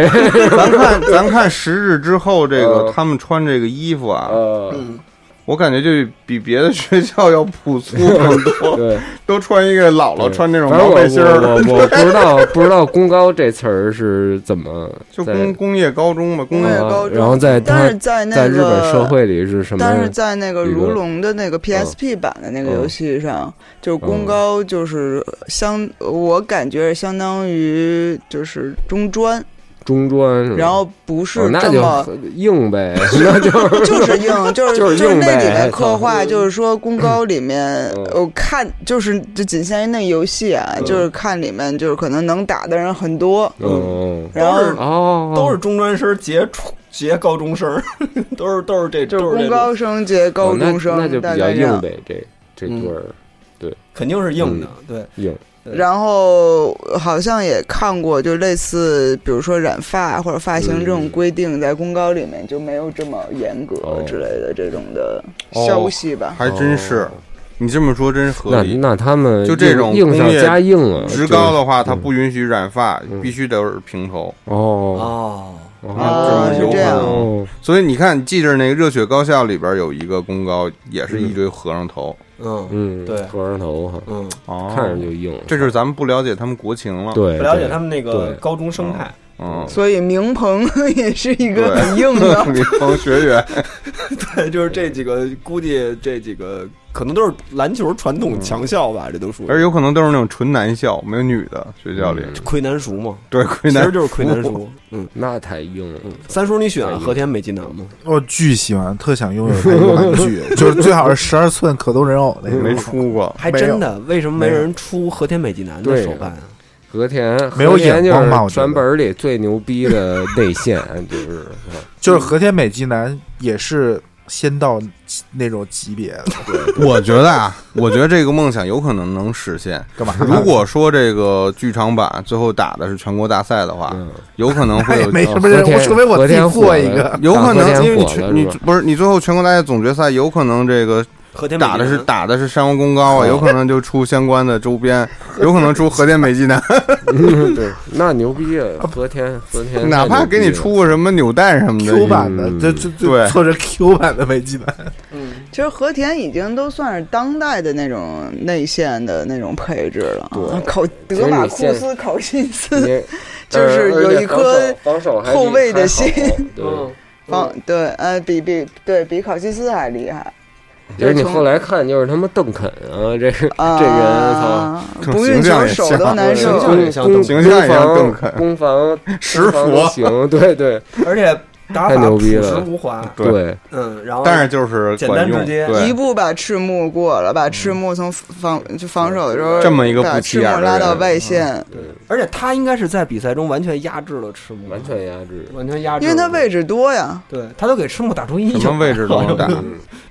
S4: 咱看 咱看十日之后这个
S7: 嗯
S4: 他们穿这个衣服啊，
S7: 呃，
S6: 嗯，
S4: 我感觉就比别的学校要朴素很 多，
S7: 对，
S4: 都穿一个姥姥
S7: 对
S4: 穿那种
S7: 反正
S4: 毛
S7: 我
S4: 背心
S7: 我
S4: 儿，
S7: 我我不知道不知道“功高”这词儿是怎么
S4: 就
S7: 在
S4: 工工业高中嘛，工
S5: 工业
S4: 业
S5: 高中，
S7: 嗯然后在
S5: 但
S7: 他
S5: 是在那个
S7: 在日本社会里是什么？
S5: 但是在那个
S7: 一个
S5: 如龙的那个 PSP 版的那个游戏上，就是
S7: 嗯
S5: 功高就是相，我感觉是相当于就是中专，
S7: 中专是吧，
S5: 然后不是
S7: 哦那
S5: 这
S7: 就
S5: 么。
S7: 硬呗，那就
S5: 就是硬，就是
S7: 就是硬
S5: 那里
S7: 呗
S5: 的刻画，
S7: 操
S5: 就是说功高里面
S7: 嗯，
S5: 我看就是就仅限于那游戏啊，
S7: 嗯
S5: 就是看里面就是可能能打的人很多，
S7: 嗯，
S5: 然后
S6: 都是
S7: 哦，
S6: 都是中专生结初结高中生，都是都是这
S5: 就
S6: 都
S5: 是
S6: 是这种
S5: 功高升级高
S7: 哦那
S5: 中生，
S7: 那就
S5: 大
S7: 比较
S5: 概这样
S7: 硬呗，这这对儿嗯
S6: 肯定是硬的，对。
S7: 硬，
S6: 对
S5: 然后好像也看过，就类似比如说染发或者发型这种规定，在公告里面就没有这么严格
S7: 哦
S5: 之类的这种的
S4: 哦
S5: 消息吧。
S4: 还真是
S7: 哦。
S4: 你这么说真合
S7: 那
S4: 理。
S7: 那他们
S4: 就这种
S7: 硬硬上
S4: 工业
S7: 加硬啊，
S4: 职高的话，
S7: 就是
S4: 他不允许染发，
S7: 嗯
S4: 必须得是平头。
S7: 哦
S6: 哦，
S4: 啊
S5: 哦是这样
S7: 哦
S4: 所以你看，你记着那个《热血高校》里边有一个功高，也是一堆和尚头。
S6: 嗯
S7: 嗯，
S6: 对
S7: 和尚头哈，
S6: 嗯，
S4: 哦
S7: 看着就硬，
S4: 这就是咱们不了解他们国情哦了。，
S7: 对，
S6: 不了解
S7: 对
S6: 他们那个
S7: 对
S6: 高中生态，
S4: 嗯，
S5: 所以明鹏也是一个
S4: 对。
S5: 很硬的
S4: 民风学员，
S6: 对， 就是这几个，估计这几个可能都是篮球传统强校吧，这都属于
S4: 而有可能都是那种纯男校，没有女的学校里。
S7: 嗯
S6: 魁南塾嘛，
S4: 对，
S6: 其
S4: 亏
S6: 实
S4: 男
S6: 就是魁南塾。嗯，
S7: 那太硬了，
S6: 三叔你选
S7: 哎呦
S6: 和田美纪男吗？
S8: 我巨喜欢，特想拥有那个玩 具，就是最好是十二寸可动人偶那种。
S4: 没出过。
S6: 还真的，为什么没人出和田美纪男的手办啊？
S7: 和田
S8: 没有
S7: 和田
S8: 眼光吧
S7: 就是
S8: 我觉得
S7: 全本里最牛逼的内 线，就是
S8: 就是
S4: 嗯
S8: 和田美纪男也是仙道那种级别 的，
S4: 我觉得啊，我觉得这个梦想有可能能实现。
S8: 干嘛？
S4: 如果说这个剧场版最后打的是全国大赛的话，
S7: 嗯
S4: 有可能
S8: 那
S4: 会
S8: 也
S4: 有
S8: 没什么
S7: 和
S8: 人，
S7: 田
S8: 我除非我
S7: 和
S8: 自己
S7: 田火
S8: 做一
S7: 了
S8: 个。
S4: 有可
S7: 打
S4: 能，
S7: 和田
S4: 因为你
S7: 火了
S4: 全你
S7: 是吧
S4: 不是你最后全国大赛总决赛有可能这个
S6: 和田美纪
S4: 打
S6: 男
S4: 的是打的是山王公高啊，有可能就出相关的周边，有可能出和田美纪男，
S7: 对，那牛逼啊了，和田和田太牛逼了，
S4: 啊哪怕给你出个什么扭蛋什么
S8: Q
S4: 的，
S8: 版的，
S7: 嗯
S8: 这这这
S4: 对
S8: 做成 Q 版的美纪男，
S5: 其实和田已经都算是当代的那种内线的那种配置了啊，
S7: 对
S5: 考
S7: 其
S5: 德
S7: 实
S5: 马
S7: 你
S5: 库
S7: 现嗯
S5: 斯、考辛斯，
S7: 你
S5: 就是有一颗
S7: 防守还
S5: 后卫的心
S7: 心，对。
S6: 嗯，
S5: 防对呃比比对比考辛斯还厉害
S7: 其实你后来看，就是他妈邓肯啊，这是、
S5: 啊！
S7: 这人，操，
S5: 不运
S4: 形象
S5: 球
S4: 也
S5: 手
S4: 像
S5: 都难
S6: 形象
S5: 受，
S6: 也像邓肯
S7: 攻
S4: 形象也像
S7: 攻防
S4: 邓肯
S7: 攻 防
S4: 石
S7: 攻防
S4: 佛
S7: 都，行，对对
S6: 而且打法
S7: 太牛逼
S6: 朴
S7: 了
S6: 实无华，
S4: 对
S7: 对，
S6: 嗯，然后
S4: 但是就是
S6: 简
S4: 管
S6: 单
S4: 用，
S6: 直接
S5: 一
S4: 对，
S5: 步把赤木过了，把赤木从防就防守的时候
S4: 这么一个不
S5: 把
S4: 起
S5: 赤
S4: 眼
S5: 木
S4: 的
S5: 拉到
S4: 人
S5: 外线，
S6: 而且他应该是在比赛中完全压制了赤木，
S7: 完全压制。
S6: 完全压制
S5: 因
S6: 了，
S5: 为他位置多呀，
S6: 对他都给赤木打出阴影，
S4: 什么位置都能打，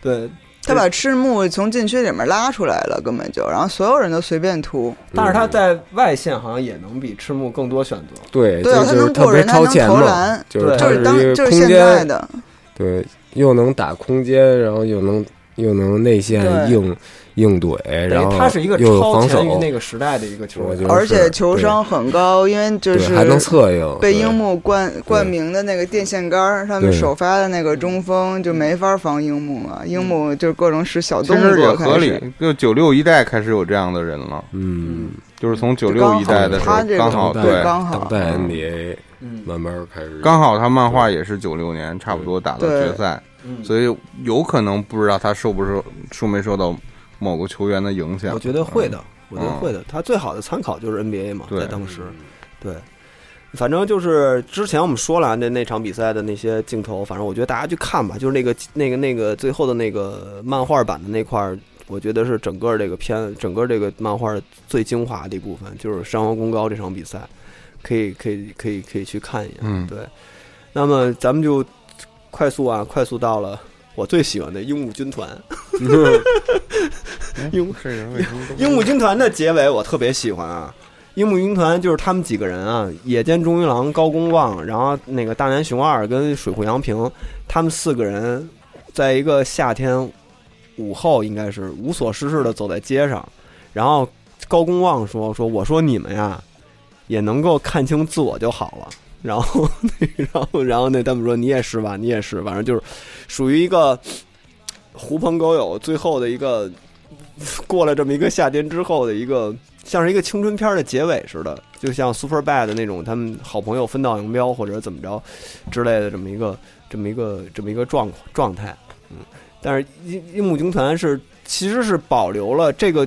S6: 对，
S5: 他把赤木从禁区里面拉出来了，根本就，然后所有人都随便突，
S6: 但是他在外线好像也能比赤木更多选择，
S7: 对，
S5: 对啊
S7: 就
S5: 他
S7: 就
S5: 能
S7: 是特
S5: 过
S7: 别
S5: 人还
S7: 超
S5: 能
S7: 前
S5: 投
S7: 嘛
S5: 篮，
S7: 就是
S6: 对
S7: 他
S5: 就是当
S7: 一
S5: 就
S7: 个
S5: 是
S7: 空
S5: 现在
S7: 间，
S5: 的，
S7: 对，又能打空间，然后又能又能内线
S5: 对
S7: 硬硬怼，然
S6: 等于
S7: 后
S6: 哎他是一个
S7: 又有
S6: 超
S7: 防
S6: 前于
S7: 守，
S6: 那个时代的一个球
S7: 我觉
S6: 员
S7: 得，
S5: 而且
S7: 是
S5: 球
S7: 对
S5: 商很高，因为就
S7: 对
S5: 是
S7: 还能策应，
S5: 被
S7: 对
S5: 樱木冠冠名的那个电线杆儿，他们
S7: 对
S5: 首发的那个中锋就没法防樱木啊，樱木就各种使小
S4: 其
S5: 动
S4: 实也
S5: 作
S4: 合
S5: 开始。
S4: 理。就九六一代开始有这样的人了，
S7: 嗯，
S4: 就是从九
S5: 刚
S4: 六
S5: 好
S4: 一代的时候
S5: 他这，个
S4: 刚好
S7: 对
S4: 对，
S5: 刚
S7: 当
S5: 好，
S7: 代
S4: 嗯
S7: NBA
S6: 嗯
S7: 慢慢开始，
S4: 刚好他漫画也是九六年，差不多打到
S5: 对
S4: 决赛，
S6: 嗯，
S4: 所以有可能不知道他受不受受没受到某个球员的影响。
S6: 我觉得会的，我觉得会的。他最好的参考就是 NBA 嘛，
S4: 对
S6: 在当
S7: 嗯
S6: 时，对，反正就是之前我们说了那那场比赛的那些镜头，反正我觉得大家去看吧，就是那个那个那个最后的那个漫画版的那块儿。我觉得是整个这个片，整个这个漫画最精华的一部分，就是山王功高这场比赛，可以可以可以可以去看一眼。
S4: 嗯
S6: 对。那么咱们就快速啊，快速到了我最喜欢的鹦鹉军团。
S4: 嗯，这人为什么都
S6: 樱木军团的结尾我特别喜欢啊。樱木军团就是他们几个人啊，野间忠一郎、高公望，然后那个大南雄二跟水户洋平，他们四个人在一个夏天午后，应该是无所事事的走在街上，然后高公望说：“说我说你们呀，也能够看清自我就好了。”然后，然后，然后那他们说你也是吧，你也是，反正就是属于一个 狐朋狗友最后的一个过了这么一个夏天之后的一个，像是一个青春片的结尾似的，就像 Super Bad 那种，他们好朋友分道扬镳或者怎么着之类的这么一个这么一个这么一个状状态。嗯，但是樱樱木军团是其实是保留了这个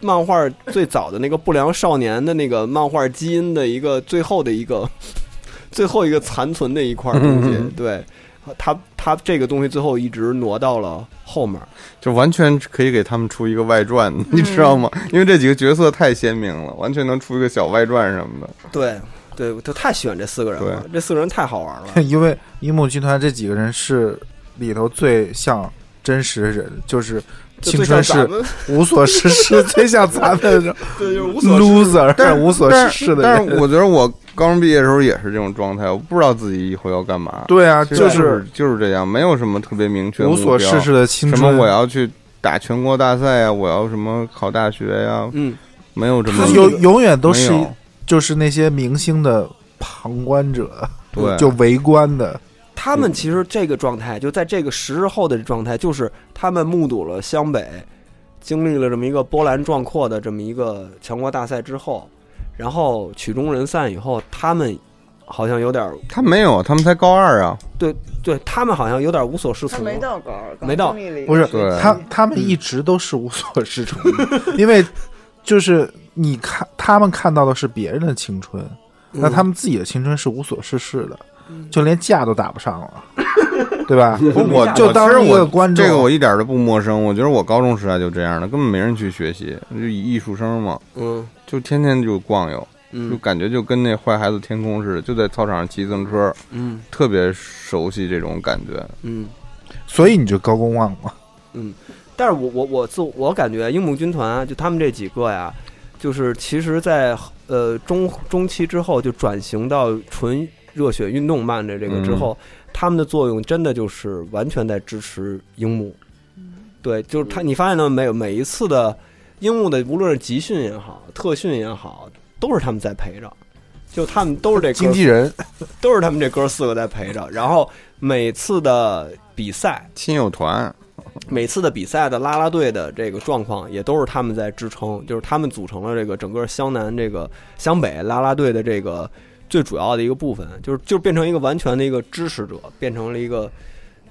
S6: 漫画最早的那个不良少年的那个漫画基因的一个最后的一个 最后一个残存的一块东西，对。他他这个东西最后一直挪到了后面，
S4: 就完全可以给他们出一个外传，你知道吗？因为这几个角色太鲜明了，完全能出一个小外传什么的。
S6: 对对，我就太喜欢这四个人了，这四个人太好玩了。
S8: 因为樱木军团这几个人是里头最像真实人，就是
S6: 就
S8: 青
S6: 最
S8: 春
S6: 像咱
S8: 是
S6: 们，
S8: 无所事事，最像咱们这种
S6: 对，就是 无所事
S8: loser
S4: 但
S8: 无所
S4: 但
S8: 事
S4: 是
S8: 事
S4: 但
S8: 的
S4: 是
S8: 人。
S4: 我觉得我高中毕业的时候也是这种状态，我不知道自己以后要干嘛。
S8: 对啊，
S4: 其实
S8: 就
S4: 就是
S8: 是
S4: 就是这样，没有什么特别明确的
S8: 无所
S4: 目标
S8: 事事的青
S4: 什
S8: 春。
S4: 么我要去打全国大赛呀，我要什么考大学呀，
S6: 嗯，
S4: 没有这么
S8: 他永永远都是
S4: 没有
S8: 就是那些明星的旁观者，
S4: 对
S8: 就围观的，
S6: 他们其实这个状态，就在这个十日后的状态，就是他们目睹了湘北经历了这么一个波澜壮阔的这么一个全国大赛之后，然后曲终人散以后，他们好像有点儿
S4: 他没有，他们才高二啊，
S6: 对他们好像有点无所适从，
S5: 到高儿，
S6: 没到
S8: 不是
S4: 对嗯
S8: 他他们一直都是无所适从， 因为就是你看他们看到的是别人的青春，
S4: 嗯
S8: 那他们自己的青春是无所事事的，就连架都打不上 了，对吧？
S4: 我
S8: 就当
S4: 其实
S8: 一个
S4: 我
S8: 观众，
S4: 这个我一点都不陌生。我觉得我高中时代就这样的，根本没人去学习，就艺术生嘛，
S6: 嗯
S4: 就天天就逛悠，就
S6: 嗯
S4: 感觉就跟那坏孩子天空似的，就在操场上骑自行车，
S6: 嗯
S4: 特别熟悉这种感觉。
S6: 嗯。
S8: 所以你就高公望嘛。
S6: 但是我我我自我感觉樱木军团啊就他们这几个呀，就是其实在，呃中中期之后就转型到纯热血运动漫的这
S8: 嗯
S6: 个之后，他们的作用真的就是完全在支持樱木。对，就是他，你发现了没有？每一次的樱木的，无论是集训也好，特训也好，都是他们在陪着，就他们都是这哥
S8: 经纪人
S6: 都是他们这哥四个在陪着，然后每次的比赛。
S4: 亲友团，
S6: 每次的比赛的啦啦队的这个状况，也都是他们在支撑，就是他们组成了这个整个湘南这个湘北啦啦队的这个最主要的一个部分，就是就变成一个完全的一个支持者，变成了一个，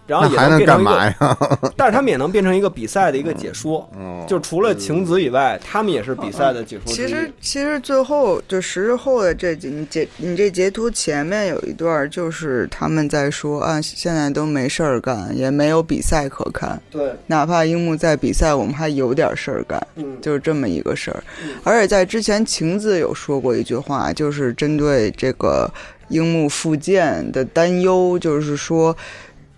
S6: 然后
S4: 那
S6: 也
S4: 还能
S6: 变
S4: 干
S6: 成一
S4: 嘛
S6: 个，
S4: 呀？
S6: 但是他们也能变成一个比赛的一个解说，
S4: 哦
S6: 就除了晴子以外，他们也是比赛的解说之
S5: 其
S6: 一。
S5: 实，其实最后就十日后的这几，你截你这截图前面有一段儿，就是他们在说啊，现在都没事儿干，也没有比赛可看，
S6: 对，
S5: 哪怕樱木在比赛，我们还有点事儿干，
S6: 嗯
S5: 就是这么一个事儿。而且在之前，晴子有说过一句话，就是针对这个樱木复健的担忧，就是说，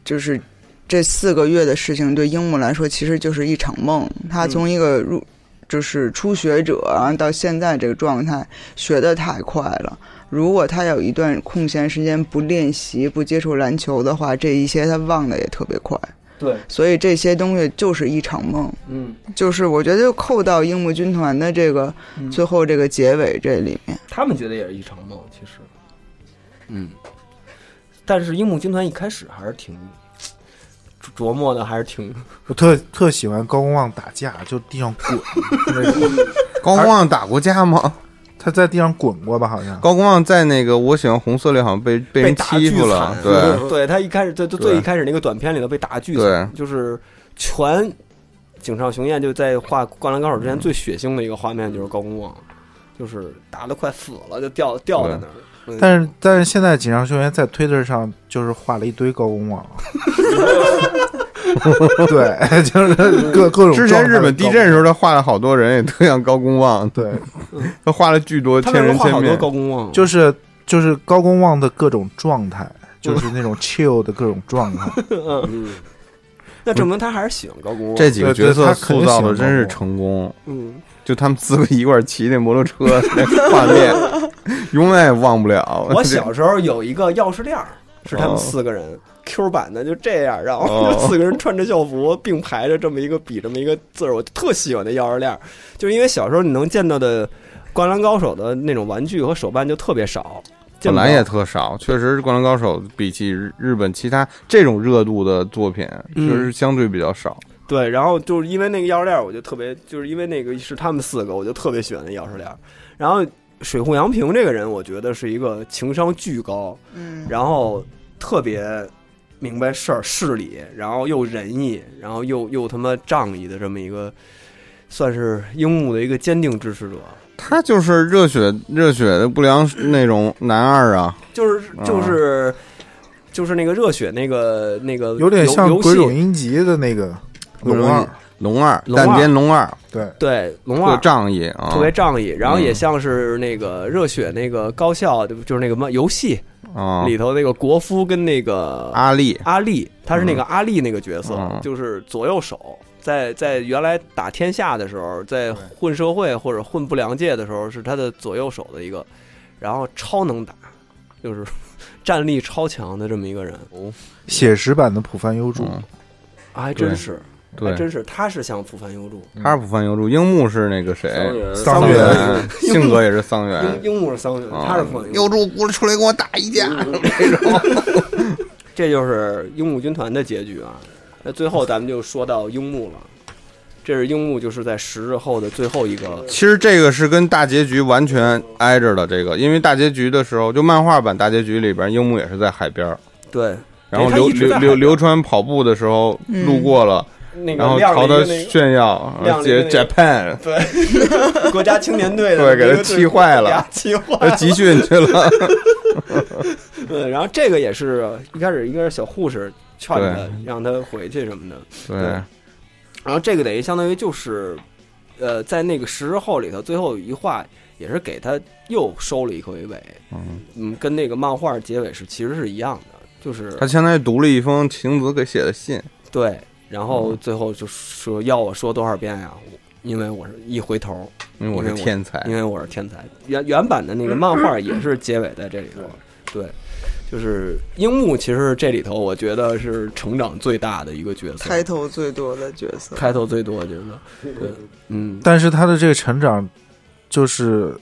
S5: 就是这四个月的事情对樱木来说其实就是一场梦。他
S6: 嗯
S5: 从一个入、就是初学者，然后到现在这个状态，学得太快了。如果他有一段空闲时间不练习、不接触篮球的话，这一些他忘的也特别快。
S6: 对，
S5: 所以这些东西就是一场梦。
S6: 嗯，
S5: 就是我觉得就扣到樱木军团的这个、最后这个结尾这里面，
S6: 他们觉得也是一场梦，其实，嗯，但是樱木军团一开始还是挺琢琢磨的，还是挺
S8: 我特特喜欢高公望打架，就地上滚，
S4: 高光望打过架吗？
S8: 他在地上滚过吧？好像
S4: 高光望在那个我喜欢红色队好像被被人
S6: 打得巨
S4: 欺负 了，
S6: 惨
S4: 啊对，
S6: 对他一开始最最最
S4: 对
S6: 一开始那个短片里头被打得巨惨，就是全井上雄彦就在画《灌篮高手》之前最血腥的一个画面就是高公望，就是打的快死了，就掉掉在那儿。嗯
S8: 但是但是现在井上雄彦在推特上就是画了一堆高 公望，对，就是各各种
S4: 之前日本地震的时
S8: 候，
S4: 候，他画了好多人，也特像高公 望，
S8: 对，
S4: 他画了巨多
S6: 他
S4: 千
S6: 为什
S4: 人
S6: 么画
S4: 千
S6: 好多
S4: 面。
S6: 高公望？
S8: 就是就是高公望的各种状态，
S4: 嗯
S8: 就是那种 chill 的各种状态，
S7: 嗯
S6: 那证明他还是喜欢高公望。
S4: 这几个角
S8: 对对
S4: 色
S8: 他肯
S4: 塑
S8: 定
S4: 造的
S8: 喜欢
S4: 真是
S8: 高
S4: 成功，
S6: 嗯，
S4: 就他们四个一块儿骑那摩托车那画面， 永远也忘不了。
S6: 我小时候有一个钥匙链儿，是他们四个人 Q 版的，就这样，然后
S4: 哦
S6: 四个人穿着校服并排着这么一个比这么一个字儿，我就特喜欢那钥匙链儿，就是因为小时候你能见到的《灌篮高手》的那种玩具和手办就特别少，见
S4: 本
S6: 不到
S4: 来也特少，确实是《灌篮高手》比起日日本其他这种热度的作品，确
S6: 嗯
S4: 实是相对比较少。
S6: 对，然后就是因为那个钥匙链儿，我就特别，就是因为那个是他们四个，我就特别喜欢那钥匙链儿，然后水户洋平这个人，我觉得是一个情商巨高，
S5: 嗯，
S6: 然后特别明白事儿事理，然后又仁义，然后又又他妈仗义的这么一个，算是樱木的一个坚定支持者。
S4: 他就是热血热血的不良那种男二啊，
S6: 就是就是、就是那个热血那个那个
S8: 有点像
S6: 游
S8: 鬼冢
S6: 游戏
S8: 英吉的那个龙啊二，
S4: 龙二
S6: 龙二
S4: 蛋颠龙二，
S8: 对。
S6: 对龙
S4: 特
S6: 二。
S4: 仗义啊，
S6: 特别仗义，然后也
S4: 嗯
S6: 像是那个热血那个高校，就是那个什么游戏
S4: 啊
S6: 里头那个国夫跟那个
S4: 阿力，
S6: 阿力，他是那个阿力那个角色，
S4: 啊嗯
S6: 就是左右手，在在原来打天下的时候，在混社会或者混不良界的时候，是他的左右手的一个，然后超能打，就是 战力超强的这么一个人，
S8: 写实版的浦饭优助，
S4: 嗯
S6: 啊还真是，还
S4: 对，
S6: 真是，他是像浦饭优助，
S4: 他是不翻原著，樱木是那个谁，
S8: 桑
S4: 原
S8: 原，
S4: 性格也是桑
S6: 樱
S4: 原。
S6: 樱木是桑原，
S4: 哎啊
S6: 他是浦饭优
S4: 优
S6: 助，
S4: 助过来出来跟我打一架，
S6: 这就是樱木军团的结局啊。那最后咱们就说到樱木了，这是樱木就是在十日后的最后一个，
S4: 其实这个是跟大结局完全挨着的，这个，因为大结局的时候，就漫画版大结局里边，樱木也是在海边儿，
S6: 对，
S4: 然后
S6: 他
S4: 流
S6: 一直在
S4: 流
S6: 海
S4: 流
S6: 边
S4: 流川跑步的时候
S5: 嗯
S4: 路过了，
S6: 那个
S4: 然后
S6: 亮了
S4: 朝
S6: 一个
S4: 他
S6: 那个。
S4: 炫耀，
S6: 亮了一
S4: 解
S6: 个那个
S4: Japan，
S6: 国家青年队的，
S4: 对给他气坏了，
S6: 气坏
S4: 他
S6: 了。
S4: 集训去了，
S6: 嗯，然后这个也是一开始应该是小护士劝他
S4: 对，
S6: 让他回去什么的。
S4: 对，
S6: 然后这个等于相当于就是，呃，在那个十日后里头最后一话也是给他又收了一回尾，
S4: 嗯，
S6: 嗯，跟那个漫画结尾是其实是一样的，就是
S4: 他相当于读了一封晴子给写的信，
S6: 对，然后最后就说要我说多少遍呀、我因为我是一回头，
S4: 因为我是天才
S6: 因，为我是天才。原原版的那个漫画也是结尾在这里头，对，就是樱木，其实这里头我觉得是成长最大的一个角色，
S5: 开头最多的角色，
S6: 开头最多的角色，对，嗯，
S8: 但是他的这个成长就是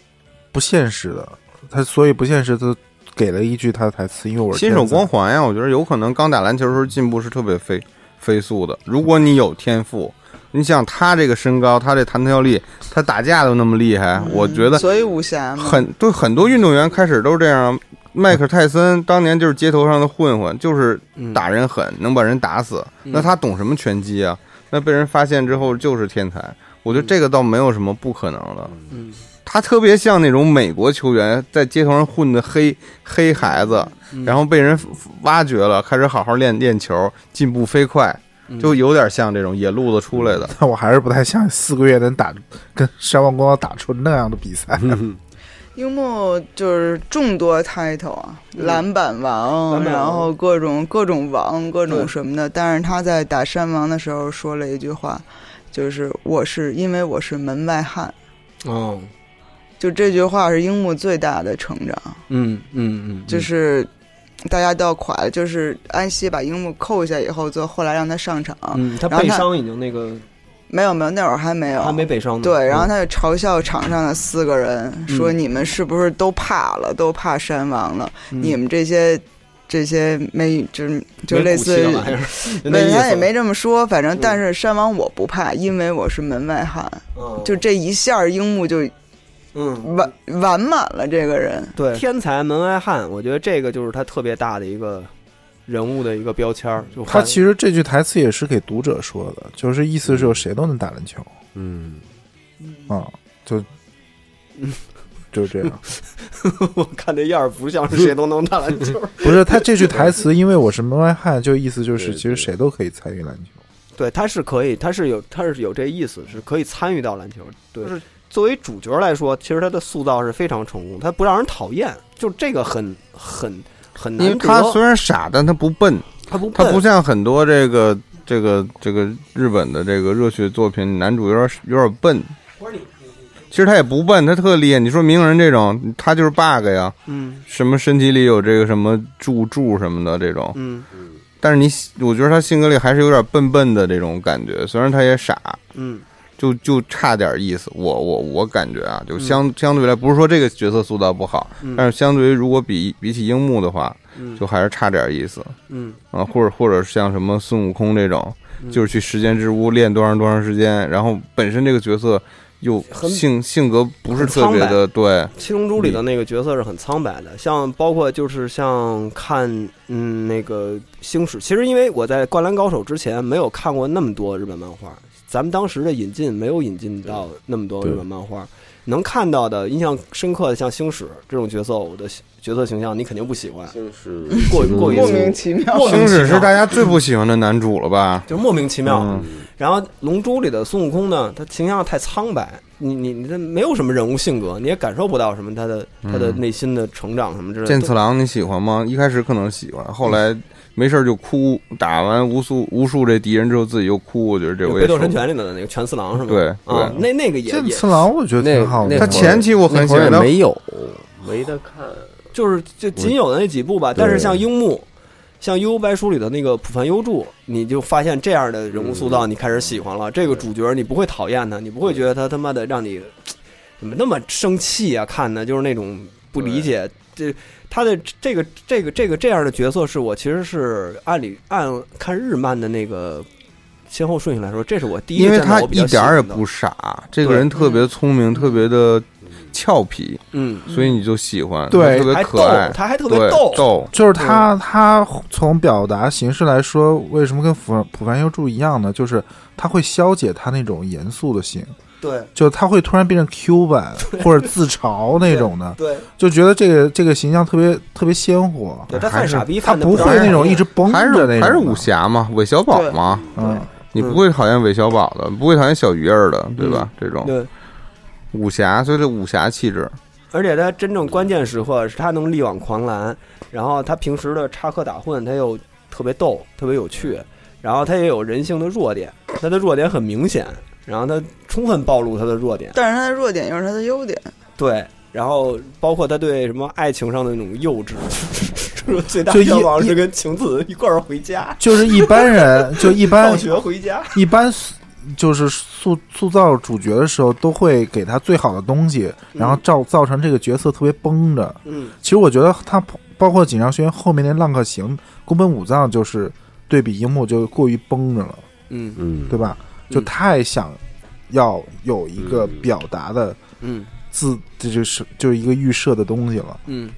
S8: 不现实的，他所以不现实，他给了一句他的台词，因为我是
S4: 新手
S8: 天才
S4: 光环呀，我觉得有可能刚打篮球的时候进步是特别飞飞速的。如果你有天赋，你想他这个身高，他这弹跳力，他打架都那么厉害，我觉得
S5: 所以武侠嘛，
S4: 很对很多运动员开始都是这样。迈克尔泰森当年就是街头上的混混，就是打人狠，能把人打死。那他懂什么拳击啊？那被人发现之后就是天才。我觉得这个倒没有什么不可能的。
S6: 嗯，
S4: 他特别像那种美国球员在街头上混的黑黑孩子，然后被人挖掘了，开始好好练练球，进步飞快，就有点像这种野路子出来的。
S8: 但我还是不太相信四个月能打跟山王光打出那样的比赛。
S5: 樱木就是众多 title 啊，篮板
S6: 嗯
S5: 王，
S6: 篮板王
S5: 然后各种各种王，各种
S6: 对
S5: 什么的。但是他在打山王的时候说了一句话，就是我是因为我是门外汉。
S6: 哦，
S5: 就这句话是樱木最大的成长，
S6: 嗯嗯嗯，
S5: 就是大家都要垮了，就是安西把樱木扣下以后，就后来让他上场，
S6: 嗯，他
S5: 然后
S6: 背
S5: 他
S6: 伤已经那个，
S5: 没有没有，那会儿还没有，
S6: 他没背伤呢。
S5: 对，然后
S6: 嗯
S5: 他就嘲笑场上的四个人，说你们是不是都怕了，都怕山王了？
S6: 嗯
S3: 嗯
S5: 你们这些这些没就是就
S6: 没
S5: 类
S6: 骨
S5: 似
S6: 气
S5: 于
S6: 了，还 是就那
S5: 没
S6: 意
S5: 他
S6: 思
S5: 也没这么说，反正但是山王我不怕，因为我是门外汉。
S6: 嗯
S5: 就这一下，樱木就
S6: 嗯，
S5: 完完满了这个人。
S6: 对，天才门外汉，我觉得这个就是他特别大的一个人物的一个标签儿。就
S8: 他
S6: 汉
S8: 其实这句台词也是给读者说的，就是意思是有谁都能打篮球
S7: 嗯，
S8: 啊、 就就是这样。
S6: 我看这样儿不像是谁都能打篮球儿。
S8: 不是他这句台词，因为我是门外汉，就意思就是
S7: 对
S8: 其实谁都可以参与篮球。
S6: 对，他是可以，他是有，他是有这意思，是可以参与到篮球。对，就是作为主角来说，其实他的塑造是非常成功，他不让人讨厌，就这个很很很
S3: 嗯
S4: 因为
S6: 难得。
S4: 他虽然傻，但他不笨，
S6: 他不
S4: 他
S6: 笨
S4: 不像很多这个这个这个日本的这个热血作品，男主有点有点笨。其实他也不笨，他特厉害。你说鸣人这种，他就是 bug 呀，
S6: 嗯
S4: 什么身体里有这个什么柱柱什么的这种。
S6: 嗯
S4: 但是你，我觉得他性格里还是有点笨笨的这种感觉，虽然他也傻，
S6: 嗯
S4: 就就差点意思。我我我感觉啊，
S6: 嗯
S4: 就相相对来，不是说这个角色塑造不好，但是相对于如果比比起樱木的话，就还是差点意思。
S6: 嗯
S4: 啊，或者或者像什么孙悟空这种，就是去时间之屋练多长多长时间，然后本身这个角色又
S6: 很
S4: 性性格不是
S6: 很
S4: 特
S6: 苍
S4: 别
S6: 白
S4: 的对，
S6: 七龙珠里的那个角色是很苍白的，像包括就是像看嗯那个星矢，其实因为我在《灌篮高手》之前没有看过那么多日本漫画，咱们当时的引进没有引进到那么多日本漫画，能看到的印象深刻的像星矢这种角色，我的角色形象你肯定不喜欢，
S7: 就是
S6: 过于过于
S5: 莫名其妙，
S6: 莫名
S4: 星
S6: 其
S4: 矢
S6: 妙
S4: 是大家最不喜欢的男主了吧？
S6: 就是莫名其妙。
S4: 嗯
S6: 然后《龙珠》里的孙悟空呢，他形象太苍白，你你你这没有什么人物性格，你也感受不到什么他的他的内心的成长什么之类的。
S4: 嗯剑次郎你喜欢吗？一开始可能喜欢，后来没事儿就哭，打完无数无数这敌人之后自己又哭，我觉得这
S6: 有
S4: 我
S6: 北
S4: 也
S6: 斗
S4: 受
S6: 神
S4: 不了。
S6: 拳里的那个全四郎是吗？
S4: 对
S6: 啊，
S4: 对
S6: 那那个也
S8: 剑
S6: 也
S8: 次郎我觉得
S7: 那
S8: 挺好的，
S7: 那
S4: 他
S7: 会儿
S4: 前期我很
S7: 那
S4: 喜
S7: 会儿
S4: 欢
S7: 也
S4: 他，
S7: 没有，没得看。
S6: 就是就仅有的那几部吧。但是像樱木，像《幽游白书》里的那个浦饭优助，你就发现这样的人物塑造，你开始喜欢了。这个主角你不会讨厌他，你不会觉得他他妈的让你怎么那么生气啊？看的就是那种不理解这。他的这个这个这个这样的角色，是我其实是按理按看日漫的那个先后顺序来说，这是我第一
S4: 因
S6: 个
S4: 为
S6: 见到
S4: 他
S6: 我比较
S4: 一点儿
S6: 喜
S4: 也
S6: 欢的
S4: 不傻，这个人特别聪明，特别的俏皮，
S6: 嗯，
S4: 所以你就喜欢，
S8: 对
S4: 特别
S6: 还
S4: 可
S6: 逗
S4: 爱，，
S6: 他还特别
S4: 对
S6: 逗，
S4: 逗，
S8: 就是他他从表达形式来说，为什么跟普普凡优助一样呢？就是他会消解他那种严肃的性，
S6: 对
S8: 就他会突然变成 Q 版或者自嘲那种的，
S6: 对
S8: 就觉得这个这个形象特别特别鲜活，
S6: 对，他
S4: 还
S6: 犯
S4: 是
S6: 傻逼
S8: 他
S6: 犯的
S8: 不会那种一直绷着
S4: 还
S8: 那
S4: 是
S8: 种的，
S4: 还是武侠嘛，韦小宝嘛，
S8: 嗯，
S4: 你不会讨厌韦小宝的，不会讨厌小鱼儿的，对吧？这种
S6: 嗯对。
S4: 武侠，所以这武侠气质，
S6: 而且他真正关键时刻是他能力挽狂澜，然后他平时的插科打诨他又特别逗，特别有趣，然后他也有人性的弱点，他的弱点很明显，然后他充分暴露他的弱点，
S5: 但是他的弱点又是他的优点。
S6: 对，然后包括他对什么爱情上的那种幼稚， 就是最大
S8: 就一
S6: 愿望是跟晴子一块儿回家，
S8: 就是一般人，就一般
S6: 放学回家，
S8: 一般塑就是塑塑造主角的时候，都会给他最好的东西，然后造造成这个角色特别绷着。
S6: 嗯，
S8: 其实我觉得他包括《锦上学院》后面那《浪客行》宫本武藏就是对比樱木就过于绷着了，
S6: 嗯
S7: 嗯，
S8: 对吧？就
S6: 嗯
S8: 太想要有一个
S7: 嗯
S8: 表达的
S6: 嗯
S8: 自，这就是就是一个预设的东西了，
S6: 嗯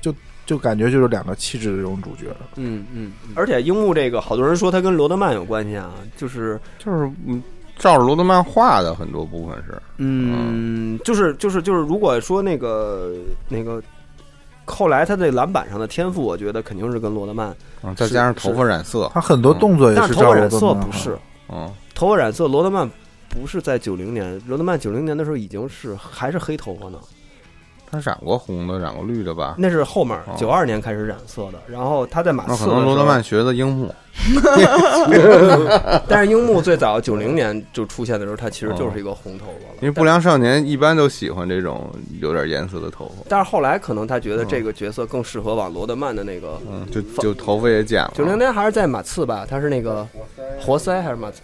S8: 就感觉就是两个气质的这种主角。
S6: 嗯嗯，而且樱木这个，好多人说他跟罗德曼有关系啊，就是
S4: 就是嗯照着罗德曼画的很多部分是，
S6: 嗯，就是就是就是，如果说那个那个。后来他这篮板上的天赋，我觉得肯定是跟罗德曼，
S4: 嗯，再加上头发染色，
S8: 他很多
S7: 嗯
S8: 动作也
S6: 但是头
S8: 照
S6: 发
S8: 着
S6: 染
S8: 动
S6: 色
S8: 漫
S6: 不
S8: 画
S6: 是，
S4: 嗯，
S6: 头发染色，罗德曼不是在九零年，罗德曼九零年的时候已经是还是黑头发呢，
S4: 他染过红的，染过绿的吧？
S6: 那是后面
S4: 哦
S6: 九二年开始染色的，然后他在马
S4: 那
S6: 刺
S4: 可
S6: 的时
S4: 能
S6: 候
S4: 罗德曼，学的樱木，
S6: 但是樱木最早九零年就出现的时候，他其实
S4: 哦
S6: 就是一个红头发了，
S4: 因为不良少年一般都喜欢这种有点颜色的头发，
S6: 但是后来可能他觉得这个角色更适合往罗德曼的那个
S4: 嗯，就
S6: 放
S4: 就头发也剪
S6: 九零
S4: 了。
S6: 年还是在马刺吧，他是那个活塞还是马刺？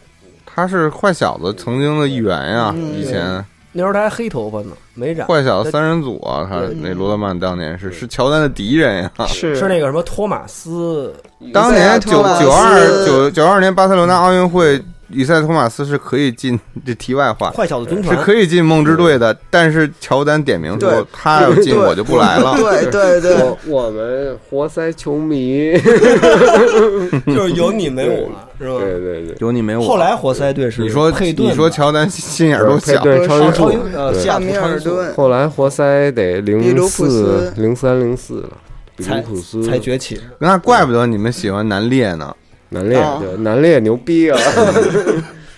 S4: 他是坏小子曾经的一员呀，
S5: 嗯
S4: 以前
S6: 那时候他还黑头发呢，没染。
S4: 坏小子三人组啊，他
S6: 对
S4: 那罗德曼当年是是乔丹的敌人呀。
S5: 嗯是
S6: 是那个什么托马斯，
S4: 当年
S5: 托
S4: 九
S5: 马斯
S4: 九二九九二年巴塞罗那奥运会，以赛托马斯是可以进这题外话。
S6: 坏小子军
S4: 是
S6: 团
S4: 可以进梦之队的，但是乔丹点名
S5: 对
S4: 说他要进
S5: 对
S4: 我就不来了。
S5: 对对对，
S7: 我我们活塞球迷，
S6: 就是有你没我，是吧？
S7: 对对对，
S4: 有你没我。
S6: 后来活塞队是
S4: 你说
S6: 佩顿吧，
S4: 你说乔丹心眼儿多小，
S7: 对超
S6: 哦
S7: 音
S6: 超
S7: 速
S6: 英呃
S7: 对
S6: 西雅
S5: 大
S6: 图
S5: 米
S6: 超音
S5: 尔
S6: 速
S5: 顿
S7: 后来活塞得
S5: 比
S7: 零
S5: 卢普
S7: 四
S5: 斯、
S7: 零三、零四了，比卢
S6: 才
S7: 普斯
S6: 才崛起，
S4: 那怪不得你们喜欢南烈呢。
S7: 南烈
S4: 哦
S5: 啊，
S7: 对南烈牛逼啊！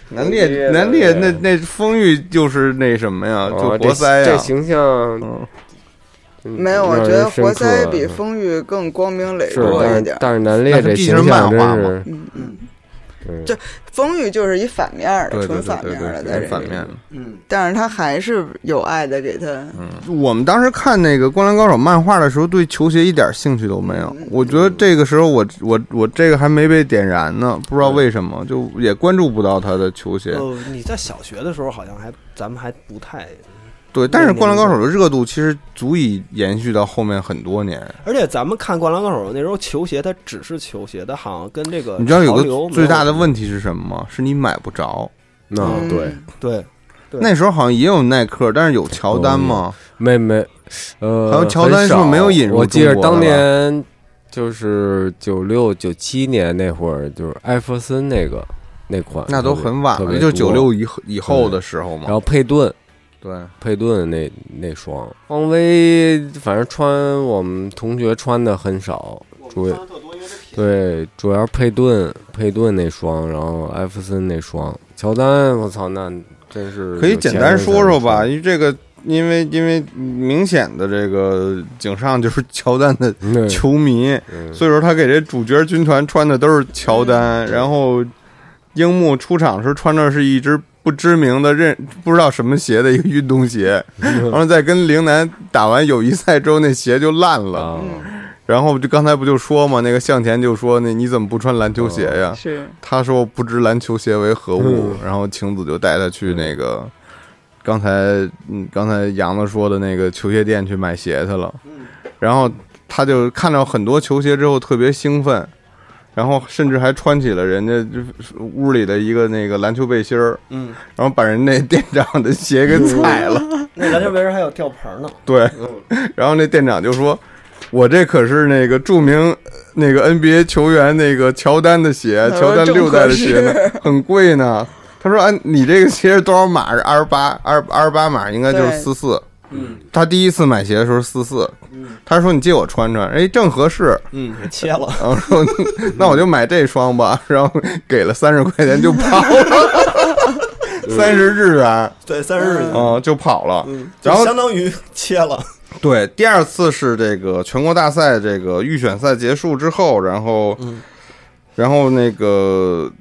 S4: 南烈南烈那那丰裕就是那什么呀， 就
S7: 哦
S4: 活塞
S7: 这这
S4: 呀。
S7: 形象
S4: 嗯，
S7: 嗯
S5: 没有，我
S7: 让
S5: 觉
S7: 人
S5: 得
S7: 深
S5: 活塞
S7: 刻
S5: 比丰裕更光明磊
S7: 是，
S5: 落
S7: 但
S5: 一
S7: 是
S5: 点。
S7: 但是南烈这形象真是，
S5: 嗯嗯，
S7: 嗯
S5: 这丰裕就是一反面儿
S4: 对
S5: 的，
S4: 对
S5: 纯
S4: 对
S5: 反
S4: 对
S5: 面儿的，
S4: 对，
S5: 在
S4: 对
S5: 这
S4: 反
S5: 里
S4: 面。
S6: 嗯，
S5: 但是他还是有爱的给他，
S4: 我们当时看那个《灌篮高手》漫画的时候，对球鞋一点兴趣都没有。我觉得这个时候我我我这个还没被点燃呢，不知道为什么，就也关注不到他的球鞋。
S6: 哦，你在小学的时候好像还咱们还不太，
S4: 对，但是《灌篮高手》的热度其实足以延续到后面很多年。
S6: 而且咱们看《灌篮高手》那时候球鞋，它只是球鞋，它好像跟这个
S4: 你知道有
S6: 呃潮流
S4: 个
S6: 没
S4: 最大的问题是什么吗？是你买不着。嗯
S5: 嗯
S7: 那对，
S6: 对，对
S4: 那时候好像也有耐克，但是有乔丹吗？
S7: 没没，呃，
S4: 还有乔丹是不是没有引入
S7: 很少我记得
S4: 中国的
S7: 当年就是九六九七年那会儿，就是艾弗森那个那款，
S4: 那都很晚
S7: 特
S4: 了，
S7: 别
S4: 就
S7: 多
S4: 九六以后以后的时候
S7: 然
S4: 嘛。
S7: 后佩顿。
S4: 对，
S7: 佩顿那那双，匡威反正穿我们同学穿的很少，主要对主要是佩顿佩顿那双，然后艾弗森那双，乔丹我操那真是
S4: 可以简单说说吧，
S7: 有
S4: 因为这个，因为因为明显的这个井上就是 乔丹的
S7: 钱人才能穿，
S4: 球迷，
S7: 嗯
S4: 所以说他给这主角军团穿的都是乔丹，然后樱木出场时穿的是一只不知名的认不知道什么鞋的一个运动 鞋，然后在跟陵南打完友谊赛之后，那鞋就烂了。
S7: 啊，
S4: 然后就刚才不就说嘛，那个向田就说那你怎么不穿篮球鞋
S7: 啊
S4: 呀？
S5: 是
S4: 他说不知篮球鞋为何物，然后晴子就带他去那个刚才嗯刚才杨子说的那个球鞋店去买鞋去了，然后他就看到很多球鞋之后特别兴奋，然后甚至还穿起了人家就是屋里的一个那个篮球背心儿，
S6: 嗯，
S4: 然后把人那店长的鞋给踩了，
S6: 那篮球围人还有吊牌呢，
S4: 对，
S5: 嗯
S4: 然后那店长就说。我这可是那个著名呃那个 NBA 球员那个乔丹的鞋，
S5: 他说
S4: 乔丹六代的鞋 呢
S5: 这么合，
S4: 很贵呢。他说：“哎，你这个鞋是多少码？是二十八，二二十八码应该就是
S5: 对
S4: 四四。嗯，他第一次买鞋的时候四四，他说你借我穿穿，哎，正合适。
S6: 嗯，给切 了，
S4: 然后说那我就买这双吧，然后给了三十块钱就跑了，三十日元啊、
S6: 对，三十日，
S4: 嗯就跑了。
S6: 就
S4: 然后
S6: 相当于 切了，
S4: 对，第二次是这个全国大赛这个预选赛结束之后，然后，然后那个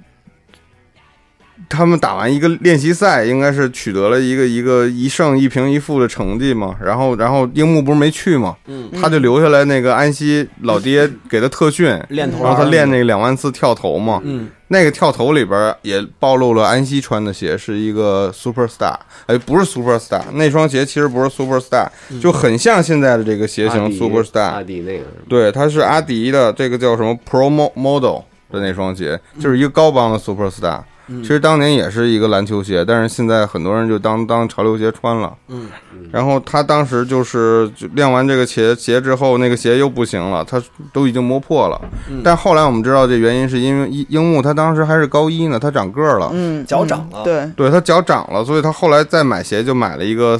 S4: 他们打完一个练习赛，应该是取得了一个一个一胜一平一负的成绩嘛。然后，然后樱木不是没去嘛，
S7: 嗯
S4: 他就留下来那个安西老爹给他特训，
S6: 练头，
S4: 然后他练那个两万次跳投嘛，
S6: 嗯，
S4: 那个跳投里边也暴露了安西穿的鞋是一个 Super Star，哎，不是 Super Star，那双鞋其实不是 Super Star，就很像现在的这个鞋
S7: 嗯阿
S4: 型
S7: 迪
S4: Super
S7: 阿
S4: Star，
S7: 迪那个是吧
S4: 对，它是阿迪的这个叫什么 Pro Mo- Model，的那双鞋，就是一个高帮的 Super Star。
S6: 嗯
S4: 其实当年也是一个篮球鞋，但是现在很多人就当当潮流鞋穿了。
S6: 嗯，
S4: 然后他当时就是就晾完这个鞋鞋之后，那个鞋又不行了，他都已经磨破了。
S6: 嗯
S4: 但后来我们知道这原因是因为樱樱木他当时还是高一呢，他长个儿了，
S5: 嗯，
S6: 脚长了
S5: 嗯对，
S4: 对他脚长了，所以他后来再买鞋就买了一个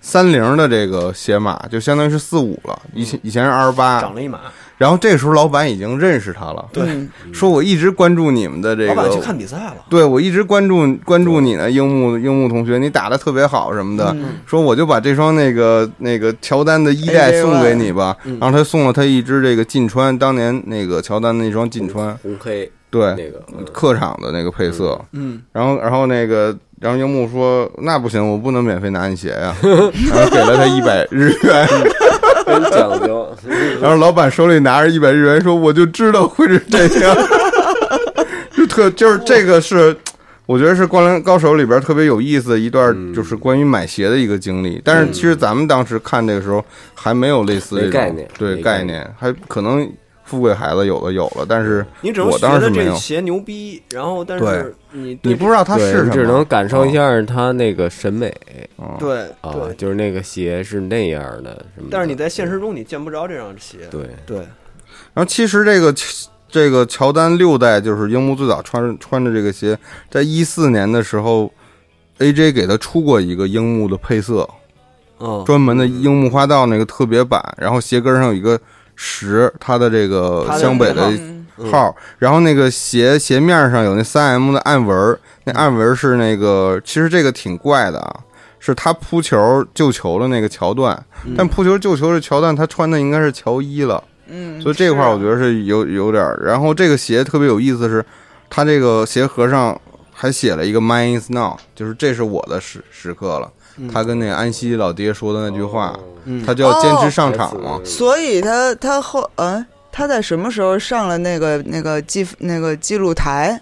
S4: 三零的这个鞋码，就相当于是四五了，以前以前是二十八
S6: 长，了一码。
S4: 然后这时候老板已经认识他了，
S6: 对
S5: 嗯
S4: 说我一直关注你们的这
S6: 老板去
S4: 个。
S6: 看比赛了，
S4: 对，我一直关注关注你呢，樱木樱木同学，你打的特别好什么的，
S5: 嗯
S4: 说我就把这双那个那个乔丹的一代
S5: AJ1
S4: 送给你吧，
S6: 嗯
S4: 然后他送了他一只这个禁川，当年那个乔丹那双禁川，
S7: 红黑
S4: 对，
S7: 那个， 嗯
S4: 客场的那个配色，
S6: 嗯，
S4: 然后然后那个然后樱木说那不行，我不能免费拿你鞋呀、然后给了他一百日元，
S7: 真讲究。
S4: 然后老板手里拿着一百日元说我就知道会是这样， 就特就是这个是。我觉得是《灌篮高手》里边特别有意思的一
S7: 嗯
S4: 段，就是关于买鞋的一个经历。但是其实咱们当时看这个时候还没有类似这种
S7: 没概念
S4: 对
S7: 没
S4: 概
S7: 概念
S4: 念，还可能富贵孩子有的有了，但是
S6: 你只能
S4: 我
S6: 觉
S4: 当时
S6: 得
S4: 没
S6: 这
S4: 有，
S6: 鞋牛逼，然后但是
S4: 对
S6: 你对
S4: 你不知道它
S7: 对
S4: 是什么，啊
S7: 只能感受一下他那个审美
S4: 嗯。
S6: 这对
S7: 啊，
S6: 对，
S7: 就是那个鞋是那样的什么的。
S6: 但是你在现实中你见不着这样的鞋，
S7: 对
S6: 对，
S4: 然后其实这个这个乔丹六代就是樱木最早穿穿着这个鞋，在一四年的时候，AJ 给他出过一个樱木的配色，
S6: 嗯，
S4: 专门的樱木花道那个特别版，然后鞋跟上有一个十，它的这个
S6: 它的
S4: 湘北的
S5: 嗯
S4: 号，然后那个鞋鞋面上有那三 M 的暗纹儿，那暗纹儿是那个，其实这个挺怪的啊，是他扑球救球的那个桥段，但扑球救球的桥段他穿的应该是乔一了。
S5: 嗯，
S4: 所以这块儿我觉得是有有点儿。然后这个鞋特别有意思的是，它这个鞋盒上还写了一个 “Mine is now”，就是这是我的时时刻了。他跟那个安西老爹说的那句话，他就要坚持上场啊嘛。
S5: 所以他他后嗯，他在什么时候上了那个那个记那个记录台？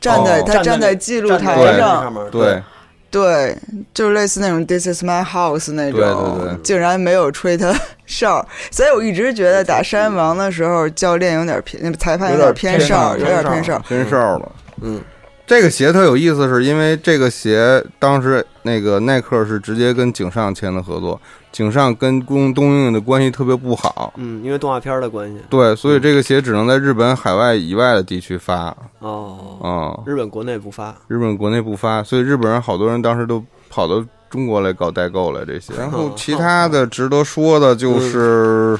S5: 站在、
S4: 哦
S5: 他
S6: 站
S5: 站
S6: 在
S5: 在记录
S6: 站在
S4: 对
S5: 台
S6: 上
S5: 上，
S6: 面，
S4: 对，
S5: 对，就是类似那种 “This is my house” 那哦种，
S4: 对对对
S5: 竟然没有吹他哨，所以我一直觉得打山王的时候，教练有点偏，那裁判有点偏哨，有点偏哨。
S4: 偏哨了。
S6: 嗯，
S4: 这个鞋特有意思，是因为这个鞋当时那个耐克是直接跟井上签的合作，井上跟宫东英的关系特别不好。
S6: 嗯，因为动画片的关系，
S4: 对，所以这个鞋只能在日本海外以外的地区发啊、
S6: 哦，
S4: 嗯
S6: 日本国内不发，
S4: 日本国内不发，所以日本人好多人当时都跑到中国来搞代购来这些。然后其他的值得说的就是，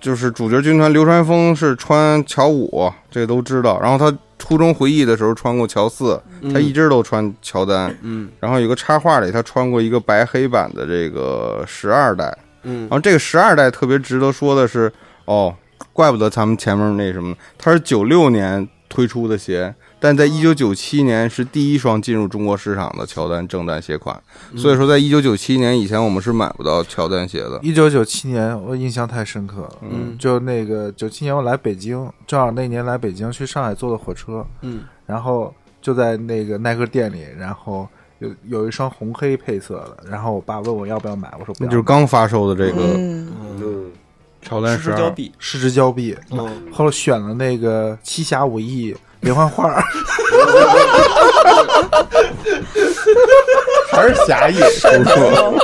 S4: 就是主角军团流川枫是穿乔五，这都知道。然后他初中回忆的时候穿过乔四，他一直都穿乔丹。
S6: 嗯
S4: 然后有个插画里，他穿过一个白黑版的这个十二代。
S6: 嗯
S4: 然后这个十二代特别值得说的是，哦，怪不得咱们前面那什么，它是九六年推出的鞋，但在一九九七年是第一双进入中国市场的乔丹正版鞋款，所以说在一九九七年以前我们是买不到乔丹鞋的。
S8: 一九九七年，我印象太深刻了。
S6: 嗯
S8: 就那个九七年我来北京，正好那年来北京去上海坐的火车，
S6: 嗯
S8: 然后就在那个耐克店里，然后有有一双红黑配色的，然后我爸问我要不要买，我说不
S4: 那
S8: 要买，
S4: 就是刚发售的这个
S5: 嗯，
S7: 嗯，
S4: 乔丹十
S6: 是胶
S4: 二，
S6: 币，
S8: 失之交臂。
S6: 嗯，
S8: 后来选了那个七侠五义连环画 儿，
S4: 还是狭义出错。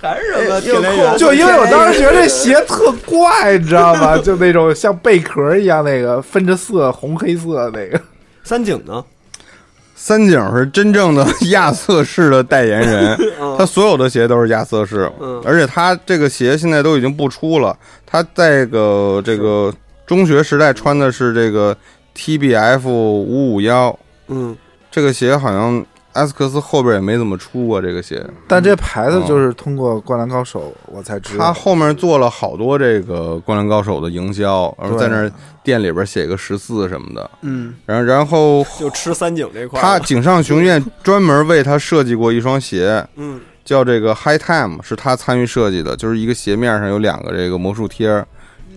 S6: 还是什么
S5: 有
S6: 铁链园
S5: 空
S8: 就因为我当时觉得这鞋特怪，你知道吗？ 就那种像贝壳一样那个分着色，红黑色那个。
S4: 嗯
S6: 三井呢？
S4: 三井是真 正的
S6: 嗯
S4: 亚瑟士的代言人，他所有的鞋都是亚瑟士
S6: 嗯，
S4: 而且他这个鞋现在都已经不出了。他在个这个中学时代穿的是这个 TBF 五五幺
S6: 嗯，
S4: 这个鞋，好像艾斯克斯后边也没怎么出过这个鞋。
S8: 但这牌子就是通过《灌篮高手》我才知
S4: 他
S8: 道，
S4: 后面做了好多这个《灌篮高手》的营销，然后在那儿店里边写个十四什么的，
S6: 嗯，
S4: 然后然后
S6: 就吃三井这块
S4: 他
S6: 儿，
S4: 井上雄彦专门为他设计过一双鞋，
S6: 嗯，
S4: 叫这个 High Time，是他参与设计的，就是一个鞋面上有两个这个魔术贴儿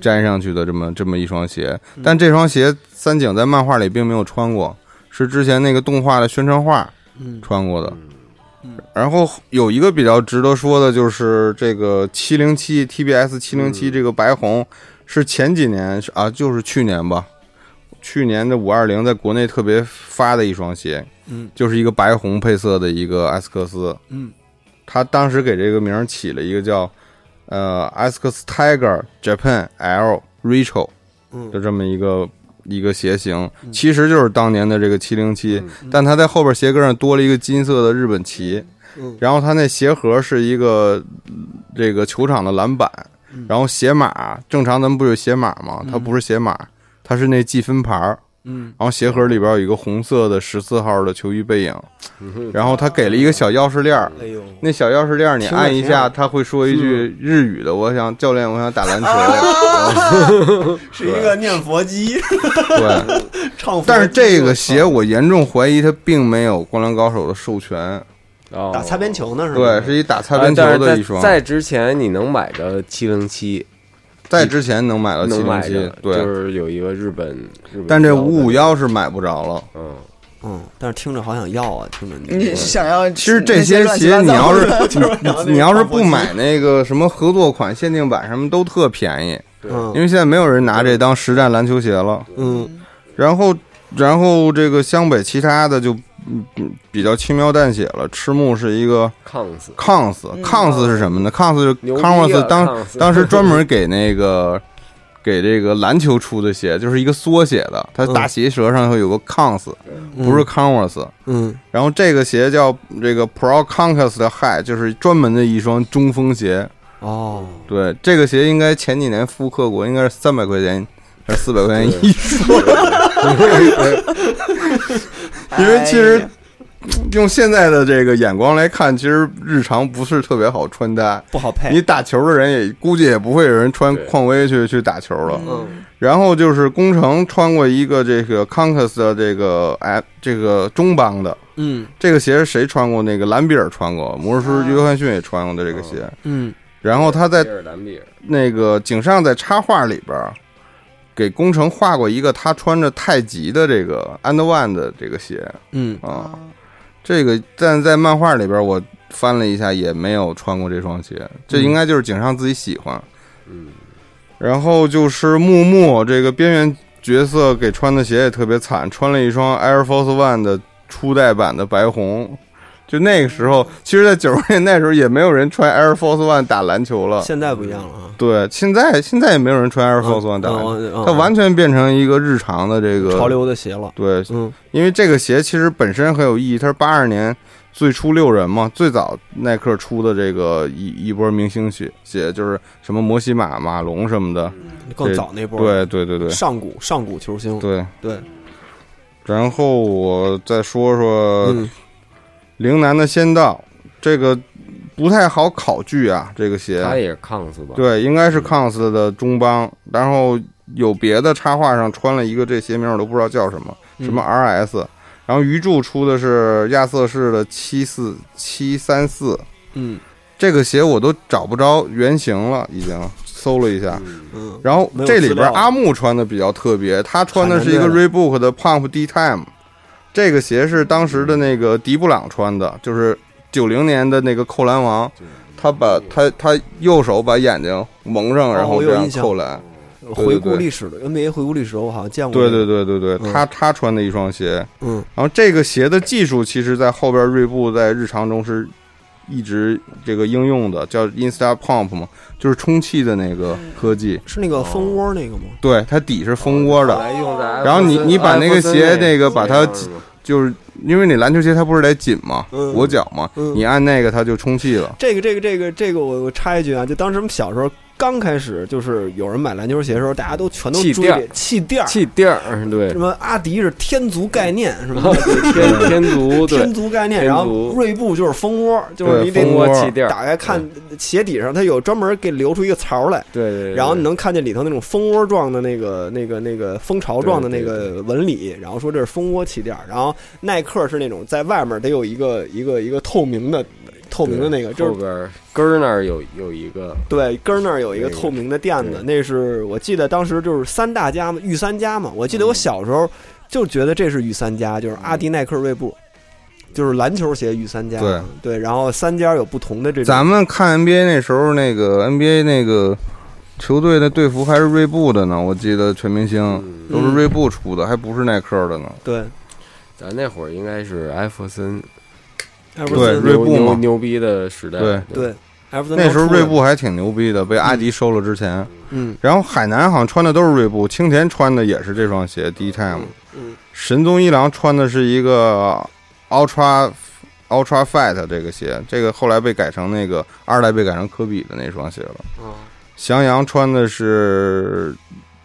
S4: 粘上去的这么这么一双鞋。
S6: 嗯
S4: 但这双鞋三井在漫画里并没有穿过，是之前那个动画的宣传画
S6: 嗯
S4: 穿过的。然后有一个比较值得说的就是这个七零
S6: 嗯
S4: 七 TBS 七零七这个白红是前几年是啊，就是去年吧，去年的五二零在国内特别发的一双鞋，
S6: 嗯，
S4: 就是一个白红配色的一个埃斯克斯，
S6: 嗯，
S4: 他当时给这个名儿起了一个叫呃埃斯克斯 Tiger Japan L Retro，
S6: 嗯
S4: 就这么一个一个鞋型，其实就是当年的这个七零七，但它在后边鞋跟上多了一个金色的日本旗，
S6: 嗯
S4: 然后它那鞋盒是一个嗯这个球场的篮板，
S6: 嗯
S4: 然后鞋码正常咱们不是有鞋码吗？它不是鞋码，它是那计分牌儿。
S6: 嗯，
S4: 然后鞋盒里边有一个红色的十四号的球衣背影，
S7: 嗯
S4: 然后它给了一个小钥匙链儿，
S6: 哎呦，
S4: 那小钥匙链儿你按一
S6: 听着挺
S4: 下，
S6: 好
S4: 他会说一句
S7: 嗯
S4: 日语的，我想教练，我想打篮球。
S7: 啊
S9: 是一个念佛机
S4: 对，
S9: 唱佛。
S4: 但是这个鞋我严重怀疑它并没有《灌篮高手》的授权，
S7: 哦
S9: 打擦边球呢是吗？
S4: 对，，是一打擦
S7: 啊
S4: 边球
S7: 但是
S4: 的
S7: 在
S4: 一双。
S7: 在之前你能买着七零七，
S4: 在之前能买到啊七
S7: 能
S4: 零
S7: 买
S4: 七
S7: 着，，就
S4: 对，
S7: 是有一个日本日本，
S4: 但这五五，幺是买不着了。
S7: 嗯，
S6: 嗯，但是听着好想要啊，听着
S5: 你
S4: 嗯
S5: 想要
S4: 其实这些
S5: 乱七
S4: 鞋
S5: 八
S4: 你
S5: 糟的
S4: 要是
S9: 然后那个
S4: 你你要是不
S9: 唱佛机
S4: 买那个什么合作款、限定版什么都特便宜，
S6: 嗯
S4: 因为现在没有人拿这当实战篮球鞋了。
S6: 嗯
S4: 然后，然后这个湘北其他的就嗯嗯比较轻描淡写了。赤木是一个
S7: 抗死，
S4: cons，cons、Cons 是什么呢？cons 是
S7: 嗯牛逼
S4: cons
S7: 啊
S4: 当
S7: Cons
S4: 当时专门给那个给这个篮球出的鞋，就是一个缩写的，它大鞋舌上会有个 cons，、不是 converse。
S6: 嗯
S4: 然后这个鞋叫这个 Pro Conquest High，就是专门的一双中锋鞋。
S6: 哦，
S4: 对，这个鞋应该前几年复刻过，应该是三百块钱还是四百块钱一双。 因为其实用现在的这个眼光来看，其实日常不是特别好穿搭。
S6: 不好
S4: 你
S6: 配，
S4: 打球的人也估计也不会有人穿匡威去去打球了。
S6: 嗯
S4: 然后就是工程穿过一个这个 Conquest 的这个哎这个中帮的，
S6: 嗯
S4: 这个鞋是谁穿过？那个兰比尔穿过，魔术师约翰逊也穿过的这个鞋。
S6: 啊嗯
S4: 然后他在
S7: 比尔兰比尔，
S4: 那个井上在插画里边儿给工程画过一个他穿着太极的这个 and one 的这个鞋
S6: 嗯
S4: 啊、这个但在漫画里边儿我翻了一下也没有穿过这双鞋，这应该就是井上自己喜欢。
S7: 嗯，
S4: 然后就是木木这个边缘角色给穿的鞋也特别惨，穿了一双 Air Force One 的初代版的白红。就那个时候，其实，在九十年代的时候，也没有人穿 Air Force One 打篮球了。
S6: 现在不一样了啊，
S4: 对，现在现在也没有人穿 Air Force One 打篮球，
S6: 嗯嗯嗯
S4: 它完全变成一个日常的这个
S6: 潮。流的鞋了，
S4: 对，
S6: 嗯
S4: 因为这个鞋其实本身很有意义，它是八二年最初六人嘛，最早耐克出的这个一一波明星鞋鞋，就是什么摩西马、马龙什么的。
S6: 更早那波，
S4: 对对对对
S6: 嗯上古上古球星，
S4: 对
S6: 对。
S4: 然后我再说说
S6: 嗯
S4: 陵南的仙道，这个不太好考据啊，这个鞋。
S7: 他也是抗死吧？，
S4: 对，啊应该是 cons 的中帮，然后有别的插画上穿了一个这鞋名我都不知道叫什么，
S6: 嗯
S4: 什么 RS，、然后鱼柱出的是亚瑟士的七四七三四，
S6: 嗯
S4: 这个鞋我都找不着原型了，已经搜了一下。
S6: 嗯
S4: 然后
S6: 没有
S4: 这里
S6: 资
S4: 边
S6: 料了
S4: 阿木穿的比较特别，他穿的是一个
S6: 海南
S4: Reebok 的 Pump D Time，这个鞋是当时的那个迪布朗穿的，就是九零年的那个扣篮王，他把他他右手把眼睛蒙上，然后
S6: 哦我有
S4: 这样
S6: 印象
S4: 扣篮。
S6: 回顾历史的 NBA 回顾历史的时候，我好像见过，
S4: 对对，对对对，
S6: 嗯
S4: 他他穿的一双鞋，
S6: 嗯
S4: 然后这个鞋的技术其实在后边锐步在日常中是一直这个应用的，叫 Insta Pump 嘛，就是充气的那个
S6: 嗯
S4: 科技。
S6: 是那个蜂窝那个吗？
S4: 对，它底是蜂窝
S6: 哦
S4: 的，
S7: 来用在，
S4: 然后你你把那个鞋那个把它
S7: 对
S4: 就是因为你篮球鞋它不是得紧嘛，
S6: 嗯
S4: 裹脚嘛，
S6: 嗯
S4: 你按那个它就充气了。
S6: 这个这个这个这个，我我插一句啊，就当时我们小时候刚开始，就是有人买篮球鞋的时候，大家都全都
S7: 气
S6: 注
S7: 垫儿
S6: 意气垫儿，
S7: 气垫儿，对
S6: 什，么阿迪是天足概念，什么
S7: 天天足对
S6: 天。足概念，
S7: 天
S6: 然后
S7: 足
S6: 锐步就是蜂窝，就是
S4: 对
S6: 你
S4: 蜂
S6: 得
S4: 窝
S7: 气垫
S6: 打
S7: 儿，
S6: 开看鞋底上，它有专门给留出一个槽来。
S7: 对对对，
S6: 然后你能看见里头那种蜂窝状的那个、那个、那个蜂巢状的那个纹理，然后说这是蜂窝气垫儿，然后耐克是那种在外面得有一个一个一个透明的、透明的那个，就
S7: 后
S6: 是
S7: 边儿根儿那儿有有一个，
S6: 对根儿那儿有一个
S7: 那个
S6: 透明的垫子，那是我记得当时就是三大家嘛，御三家嘛，我记
S4: 嗯
S6: 得我小时候就觉得这是御三家，就是阿迪、耐克、锐步，就是篮球鞋御三家，
S4: 对
S6: 对，然后三家有不同的这种，
S4: 咱们看 NBA 那时候那个 NBA 那个球队的队服还是锐步的呢，我记得全明星
S6: 嗯
S4: 都是锐步出的，还不是耐克的呢。
S6: 对，
S7: 咱那会儿应该是艾弗森
S6: 艾弗森
S4: 对锐步嘛
S7: 牛牛牛逼的时代，
S4: 对
S6: 对，艾弗森
S4: 那时
S6: 刚
S4: 候
S6: 出
S4: 锐
S6: 来
S4: 步还挺牛逼的，被阿迪收了之前。
S6: 嗯，
S4: 然后海南好像穿的都是锐步，青田穿的也是这双鞋，D Time。
S6: 嗯，
S4: 神宗一郎穿的是一个 Ultra Ultra Fat 这个鞋，这个后来被改成那个二代被改成科比的那双鞋了。
S6: 哦
S4: 翔阳穿的是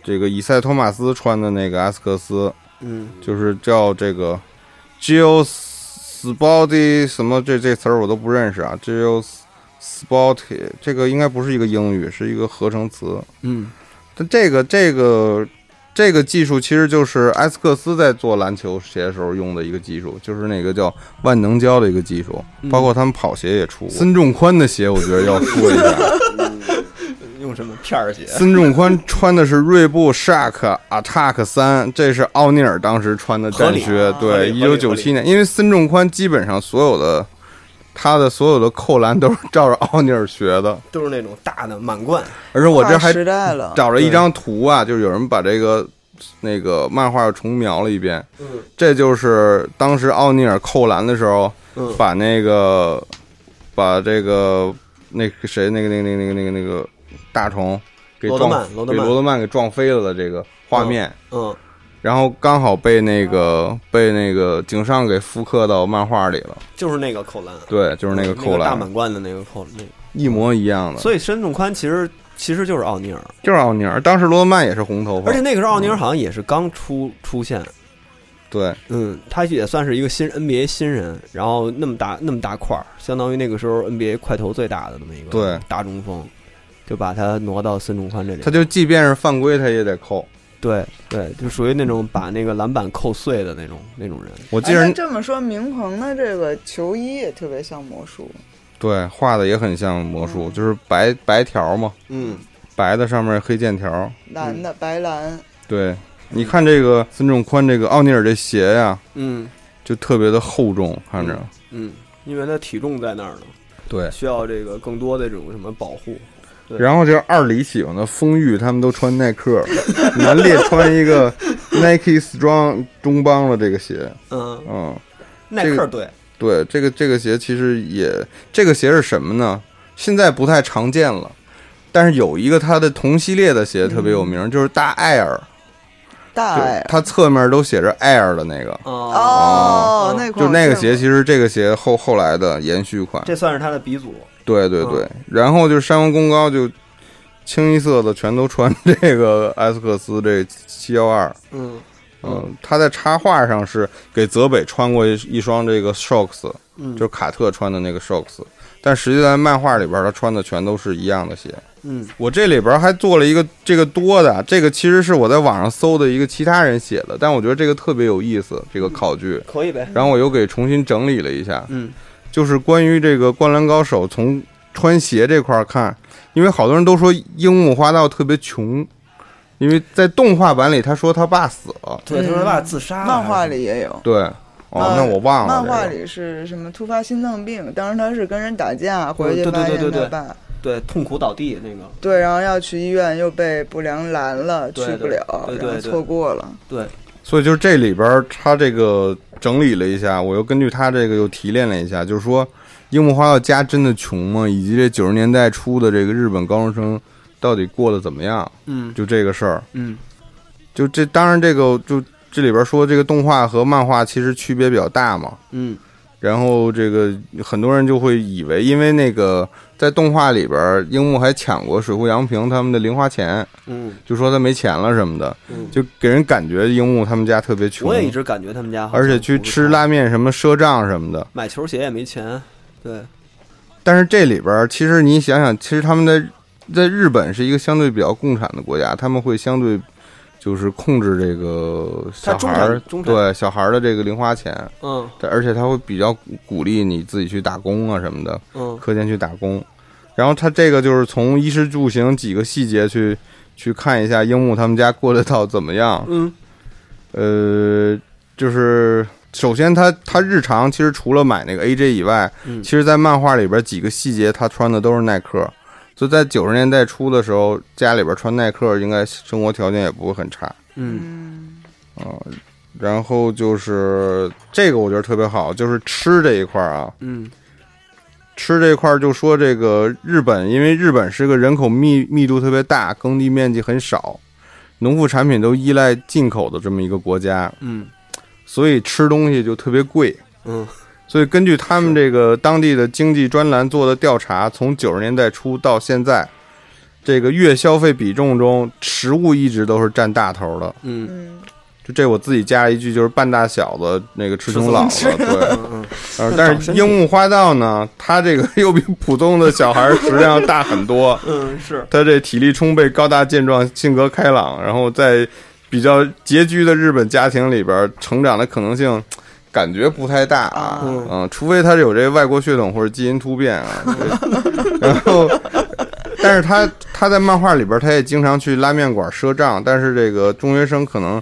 S4: 这个以赛托马斯穿的那个阿斯克斯。
S6: 嗯
S4: 就是叫这个 Geo Spotty 什么这这词儿我都不认识啊，Geo Spotty 这个应该不是一个英语，是一个合成词。
S6: 嗯
S4: 但这个这个这个技术其实就是埃斯克斯在做篮球鞋的时候用的一个技术，就是那个叫万能胶的一个技术，
S6: 嗯
S4: 包括他们跑鞋也出过。孙仲宽的鞋我觉得要说一 下，
S6: 用什么片儿鞋？
S4: 孙仲宽穿的是锐步 Shark Attack 三，这是奥尼尔当时穿的战靴。
S9: 合
S4: 对，
S9: 理
S4: 一
S9: 合
S4: 九
S9: 理
S4: 九七年，因为孙仲宽基本上所有的他的所有的扣篮都是照着奥尼尔学的，
S6: 都是那种大的满贯，
S4: 而且我这
S5: 跨
S4: 还
S5: 时代了，
S4: 找了一张图啊，就是有人把这个那个漫画重描了一遍。嗯，这就是当时奥尼尔扣篮的时候，
S6: 嗯
S4: 把那个把这个那个谁那个那个那个那个那个那个大虫给
S6: 罗
S4: 撞
S6: 德曼罗德
S4: 给
S6: 曼
S4: 罗德曼给撞飞了的这个画面。
S6: 嗯，
S4: 然后刚好被那个被那个井上给复刻到漫画里了，
S6: 就是那个扣篮，
S4: 对，就是那个扣
S6: 大
S4: 篮，
S6: 满贯的那个扣那个，
S4: 一模一样的，
S6: 所以申仲宽其实其实就是奥尼尔，
S4: 就是奥尼尔。当时罗德曼也是红头发
S6: 而且，那个时候奥
S4: 嗯
S6: 尼尔好像也是刚出出现，
S4: 对，
S6: 嗯，他也算是一个新 NBA 新人，然后那么大那么大块儿，相当于那个时候 NBA 块头最大的那么一个
S4: 对
S6: 大中锋，就把他挪到孙仲宽这里
S4: 他。就即便是犯规，他也得扣。
S6: 对对，就属于那种把那个篮板扣碎的那种那种人。
S4: 我记
S5: 哎，
S4: 着
S5: 那这么说，明鹏的这个球衣也特别像魔术，
S4: 对，画的也很像魔术，就是白白条嘛，
S6: 嗯，
S4: 白的上面黑线条。
S5: 蓝的、白蓝，
S4: 对，你看这个孙仲宽这个奥尼尔这鞋呀、
S6: 嗯
S4: 就特别的厚重，看着。
S6: 嗯，因为他体重在那儿呢，
S4: 对，
S6: 需要这个更多的这种什么保护。对
S4: 然后就是二李喜欢的丰裕，他们都穿耐克， 南烈穿一个 Nike Strong 中帮的这个鞋，
S6: 嗯，
S4: 嗯，
S6: 耐
S4: 这
S6: 克
S4: 个
S6: 队，
S4: 对，这个这个鞋其实也，这个鞋是什么呢？现在不太常见了，但是有一个它的同系列的鞋特别有名，就是大艾尔，
S5: 大
S4: 就
S5: 爱
S4: 它侧面都写着艾尔的那个，
S6: 哦，
S5: 哦
S4: 哦，
S5: 那款
S4: 就
S5: 我
S4: 那个
S5: 见
S4: 鞋
S5: 过
S4: 其实这个鞋后后来的延续款，
S6: 这算是他的鼻祖。
S4: 对对对，
S6: 嗯
S4: 然后就是山王公高就清一色的全都穿 这个埃斯克斯这七幺二，
S6: 嗯
S4: 嗯，他在插画上是给泽北穿过一一双这个 Shocks，
S6: 嗯
S4: 就是卡特穿的那个 Shocks，但实际在漫画里边他穿的全都是一样的鞋。
S6: 嗯
S4: 我这里边还做了一个这个多的，这个其实是我在网上搜的一个其他人写的，但我觉得这个特别有意思，这个考据。
S6: 可以呗。
S4: 然后我又给重新整理了一下，
S6: 嗯
S4: 就是关于这个《灌篮高手》从穿鞋这块儿看，因为好多人都说樱木花道特别穷，因为在动画版里他说他爸死了，
S6: 对，他说他爸自杀了。
S5: 漫画里也有。
S4: 对，哦，那我忘了
S5: 漫
S4: 这个。
S5: 画里是什么突发心脏病，当时他是跟人打架，回去
S6: 对对
S5: 发
S6: 对对
S5: 现
S6: 对
S5: 他爸
S6: 对痛苦倒地那个，
S5: 对，然后要去医院又被不良拦了，去
S6: 对
S5: 不
S6: 对
S5: 了，
S6: 对对
S5: 然后
S6: 对
S5: 错过了。
S6: 对，
S4: 所以就是这里边儿他这个整理了一下，我又根据他这个又提炼了一下，就是说樱木花道家真的穷吗？以及这九十年代初的这个日本高中生到底过得怎么样？
S6: 嗯
S4: 就这个事儿，
S6: 嗯
S4: 就这当然这个就这里边儿说这个动画和漫画其实区别比较大嘛。
S6: 嗯
S4: 然后这个很多人就会以为，因为那个在动画里边儿，樱木还抢过水户洋平他们的零花钱，
S6: 嗯，
S4: 就说他没钱了什么的，
S6: 嗯
S4: 就给人感觉樱木他们家特别穷。
S6: 我也一直感觉他们家好像
S4: 而且去
S6: 不是
S4: 吃
S6: 他
S4: 拉面什么赊账什么的。
S6: 买球鞋也没钱，对，
S4: 但是这里边儿其实你想想，其实他们在在日本是一个相对比较共产的国家，他们会相对就是控制这个小孩
S6: 他
S4: 儿
S6: 中产中产
S4: 对小孩儿的这个零花钱，
S6: 嗯
S4: 对而且他会比较鼓励你自己去打工啊什么的，
S6: 嗯
S4: 课间去打工。然后他这个就是从衣食住行几个细节去去看一下樱木他们家过得到怎么样。
S6: 嗯
S4: 呃，就是首先他他日常其实除了买那个 AJ 以外，
S6: 嗯
S4: 其实在漫画里边几个细节他穿的都是耐克，就在九十年代初的时候，家里边穿耐克，应该生活条件也不会很差。
S6: 嗯
S5: 嗯，
S4: 然后就是这个，我觉得特别好，就是吃这一块儿啊，
S6: 嗯
S4: 吃这一块儿就说这个日本，因为日本是个人口密密度特别大、耕地面积很少、农副产品都依赖进口的这么一个国家，
S6: 嗯
S4: 所以吃东西就特别贵。
S6: 嗯
S4: 所以根据他们这个当地的经济专栏做的调查，从九十年代初到现在，这个月消费比重中，食物一直都是占大头的。
S6: 嗯
S5: 嗯
S4: 就这我自己加一句，就是半大小子那个吃穷老了，对。
S6: 嗯
S4: 呃，但是樱木花道呢，他这个 又比普通的小孩食量大很多，
S6: 嗯，是
S4: 他这体力充沛、高大健壮、性格开朗，然后在比较拮据的日本家庭里边成长的可能性。感觉不太大啊，
S6: 嗯
S4: 嗯，除非他是有这外国血统或者基因突变啊， 对然后，但是他他在漫画里边，他也经常去拉面馆赊账，但是这个中学生可能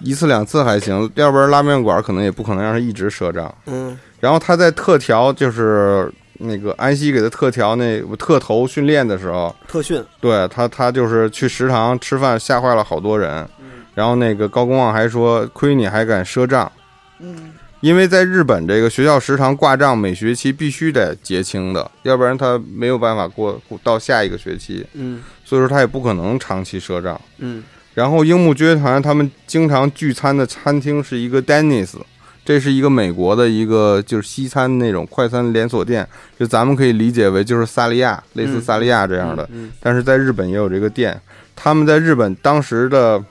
S4: 一次两次还行，要不然拉面馆可能也不可能让他一直赊账，
S6: 嗯
S4: 然后他在特调，就是那个安西给他特调那特头训练的时候，
S6: 特训，
S4: 对他他就是去食堂吃饭，吓坏了好多人。然后那个高公望还说：“亏你还敢赊账，
S5: 嗯
S4: 因为在日本这个学校食堂挂账每学期必须得结清的，要不然他没有办法过过到下一个学期，
S6: 嗯
S4: 所以说他也不可能长期赊账。”
S6: 嗯
S4: 然后樱木军团他们经常聚餐的餐厅是一个 Dennis，这是一个美国的一个就是西餐那种快餐连锁店，就咱们可以理解为就是萨莉亚，类似萨莉亚这样的，
S6: 嗯
S4: 但是在日本也有这个店。他们在日本当时的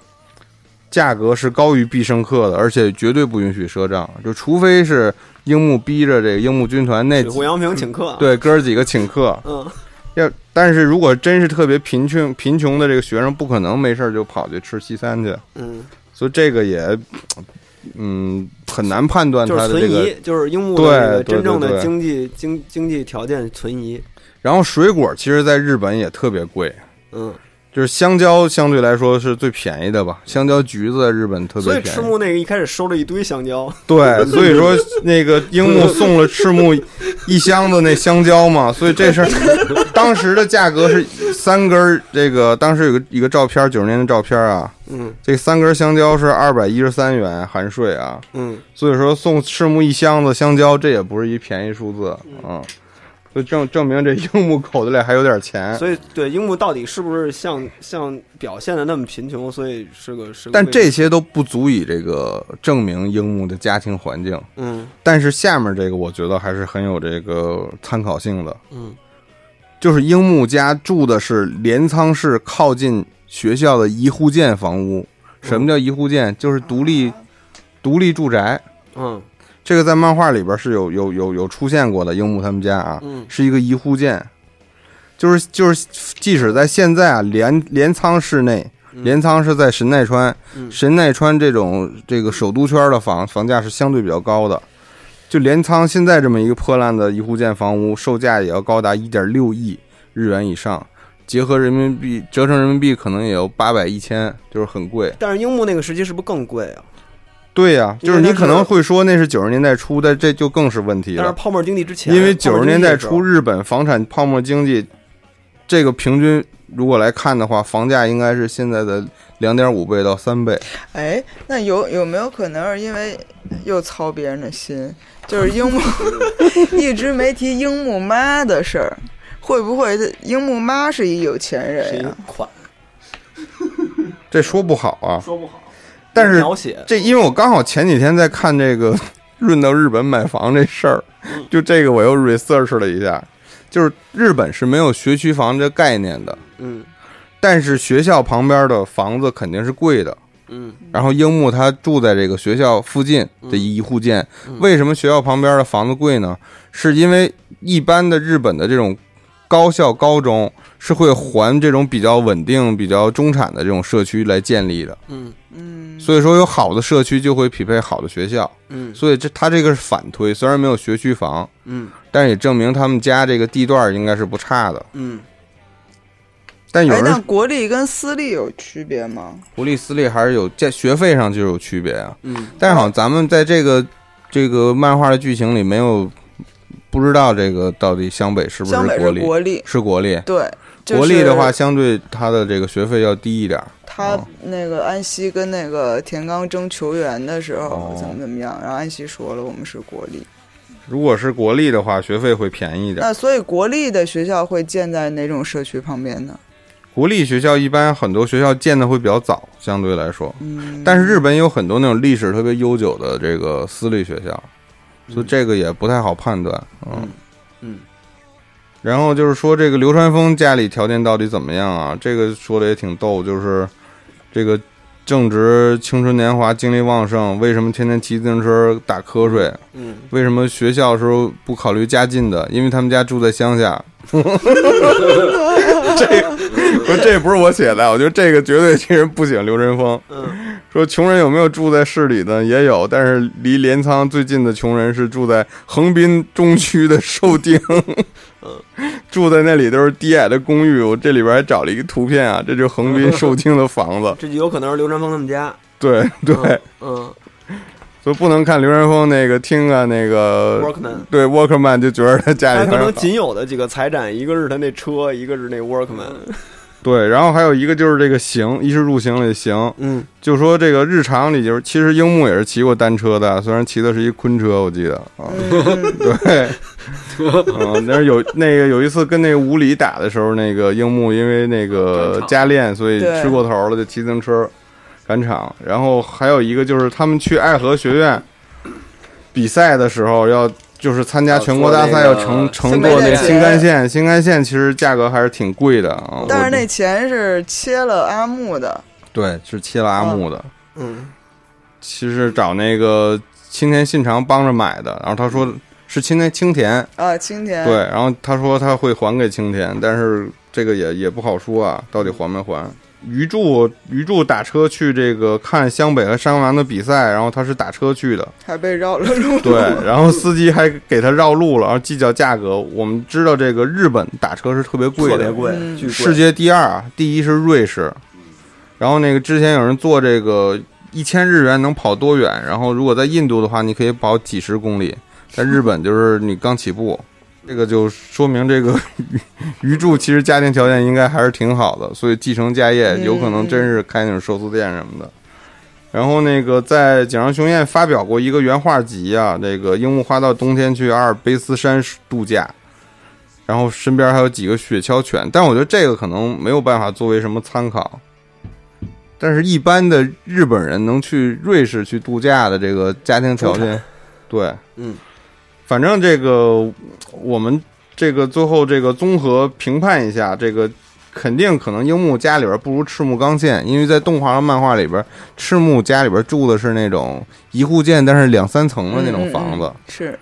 S4: 价格是高于必胜客的，而且绝对不允许赊账，就除非是樱木逼着这个樱木军团那
S6: 水户洋平请客，，
S4: 对哥儿几个请客，
S6: 嗯
S4: 要，但是如果真是特别贫穷贫穷的这个学生，不可能没事儿就跑去吃西餐去，
S6: 嗯，
S4: 所以这个也，嗯，很难判断
S6: 就
S4: 他
S6: 是
S4: 的这
S6: 存
S4: 个。
S6: 疑，就是樱木的这个
S4: 对对
S6: 真正的
S4: 对对
S6: 经济经经济条件存疑，
S4: 然后水果其实在日本也特别贵，
S6: 嗯，
S4: 就是香蕉相对来说是最便宜的吧，香蕉、橘子在日本特
S6: 所
S4: 别
S6: 以
S4: 便
S6: 赤
S4: 宜。
S6: 木那个一开始收了一堆香 蕉，
S4: 对，所 以说那个樱木送了赤木一箱子那香蕉嘛，所以 这事儿当时的价格是三根儿。这个当时有个一个照片，九十年的照片啊，
S6: 嗯
S4: 这三根香蕉是二百一十三元含税啊，
S6: 嗯
S4: 所以说送赤木一箱子香蕉，这也不是一便宜数字嗯，就证证明这樱木口袋里还有点钱。
S6: 所以对樱木到底是不是像像表现的那么贫穷，所以是个是个
S4: 但
S6: 未
S4: 这些都不足以这个证明樱木的家庭环境，
S6: 嗯
S4: 但是下面这个我觉得还是很有这个参考性的，
S6: 嗯
S4: 就是樱木家住的是镰仓市靠近学校的一户建房屋。什么叫一户建？就是独立独立住宅。
S6: 嗯
S4: 这个在漫画里边是有有有有出现过的，樱木他们家啊，
S6: 嗯
S4: 是一个一户建，就是就是，即使在现在啊，镰镰仓市内，
S6: 嗯
S4: 镰仓是在神奈川，
S6: 嗯
S4: 神奈川这种这个首都圈的房房价是相对比较高的，就镰仓现在这么一个破烂的一户建房屋，售价也要高达一点六亿日元以上，结合人民币折成人民币可能也有八百一千，就是很贵。
S6: 但是樱木那个时期是不是更贵啊？
S4: 对呀、就是
S6: 因为
S4: 你
S6: 它
S4: 可能
S6: 是
S4: 会说那是九十年代初，但这就更是问题
S6: 但是
S4: 了。
S6: 泡沫经济之前，
S4: 因为
S6: 泡沫
S4: 九十
S6: 经济
S4: 年代
S6: 的时候
S4: 初日本房产泡沫经济，这个平均如果来看的话，房价应该是现在的两点五倍到三倍。
S5: 哎，那有有没有可能是因为又操别人的心，就是樱木 一直没提樱木妈的事儿，会不会樱木妈是一有钱
S9: 是
S5: 人啊
S9: 一
S5: 呀、
S9: 个款，
S4: 这说不好啊，
S6: 说不好，
S4: 但是
S6: 描写
S4: 这因为我刚好前几天在看这个 润到日本买房这事儿，
S6: 嗯
S4: 就这个我又 research 了一下，就是日本是没有学区房这概念的，
S6: 嗯
S4: 但是学校旁边的房子肯定是贵的。
S6: 嗯
S4: 然后樱木他住在这个学校附近的一户建，
S6: 嗯
S4: 为什么学校旁边的房子贵呢？是因为一般的日本的这种高校高中是会还这种比较稳定、比较中产的这种社区来建立的，
S6: 嗯
S5: 嗯，
S4: 所以说有好的社区就会匹配好的学校，
S6: 嗯
S4: 所以这他这个是反推，虽然没有学区房，
S6: 嗯
S4: 但也证明他们家这个地段应该是不差的。
S6: 嗯，
S4: 但有
S5: 哎，那
S4: 人
S5: 国立跟私立有区别吗？
S4: 福利私立还是有在学费上就有区别啊，
S6: 嗯，
S4: 但是好像咱们在这个这个漫画的剧情里没有不知道这个到底湘北是不是
S5: 湘北
S4: 国立
S5: 是国立，
S4: 是国立，
S5: 对，就是
S4: 国立的话，相对它的这个学费要低一点儿。
S5: 他
S4: 哦
S5: 那个安西跟那个田刚争球员的时候
S4: 哦
S5: 怎么怎么样，然后安西说了我们是国立，
S4: 如果是国立的话，学费会便宜一点儿。
S5: 那所以国立的学校会建在哪种社区旁边呢？
S4: 国立学校一般很多学校建的会比较早，相对来说，
S5: 嗯，
S4: 但是日本有很多那种历史特别悠久的这个私立学校，所以这个也不太好判断。嗯
S6: 嗯。
S4: 然后就是说这个流川枫家里条件到底怎么样啊？这个说的也挺逗，就是这个正值青春年华、精力旺盛，为什么天天骑自行车打瞌睡？
S6: 嗯，
S4: 为什么学校的时候不考虑家近的？因为他们家住在乡下。这不是这不是我写的，我觉得这个绝对这人不喜欢刘春峰。
S6: 嗯，
S4: 说穷人有没有住在市里的？也有，但是离镰仓最近的穷人是住在横滨中区的寿町， 住在那里都是低矮的公寓。我这里边还找了一个图片啊，这就是横滨寿町的房子。
S6: 这就有可能是刘传峰他们家。
S4: 对 对，
S6: 嗯
S4: 所以不能看刘春峰那个听啊那个
S6: ，Workman，
S4: 对 Workman 就觉得他家
S6: 他
S4: 里
S6: 可
S4: 哎好
S6: 能仅有的几个财产，一个是他那车，一个是那 Workman。
S4: 对，然后还有一个就是这个行，衣食住行里的行，
S6: 嗯，
S4: 就说这个日常里就是，其实樱木也是骑过单车的，虽然骑的是一昆车，我记得啊， 对，嗯，但是有那个有一次跟那个吴里打的时候，那个樱木因为那个加练，所以
S5: 对
S4: 吃过头了，就骑自行车赶场。然后还有一个就是他们去爱河学院比赛的时候要。就是参加全国大赛
S5: 哦
S4: 要
S7: 要坐那个
S4: 乘乘
S5: 新
S4: 坐
S5: 干
S4: 那个
S5: 线
S4: 新干线，新干线其实价格还是挺贵的啊。
S5: 但
S4: 我
S5: 是那钱是切了阿木的，
S4: 对，是切了阿木的。
S6: 嗯，
S4: 其实找那个青田信长帮着买的，然后他
S6: 嗯
S4: 说是青田青田，
S5: 啊，青
S6: 哎
S5: 田
S4: 对，然后他说他会还给青田，但是这个也也不好说啊，到底还没还。鱼柱鱼柱打车去这个看湘北和山王的比赛，然后他是打车去的，
S5: 还被绕了路，
S4: 对，然后司机还给他绕路了，然后计较价格。我们知道这个日本打车是特别贵的，
S6: 特别贵，
S5: 嗯
S6: 巨贵。
S4: 世界第二，啊，第一是瑞士。然后那个之前有人做这个一千日元能跑多远？然后如果在印度的话，你可以跑几十公里，在日本就是你刚起步。 这个就说明这个 鱼柱其实家庭条件应该还是挺好的，所以继承家业
S6: 嗯
S4: 有可能真是开那种寿司店什么的。然后那个在井上雄彦发表过一个原画集啊，这个樱木花道冬天去阿尔卑斯山度假，然后身边还有几个雪橇犬，但我觉得这个可能没有办法作为什么参考。但是，一般的日本人能去瑞士去度假的这个家庭条
S6: 中
S4: 件，对，
S6: 嗯，
S4: 反正这个我们这个最后这个综合评判一下，这个肯定可能樱木家里边不如赤木刚宪，因为在动画和漫画里边，赤木家里边住的是那种一户建，但是两三层的那
S6: 嗯
S4: 种房子，
S5: 是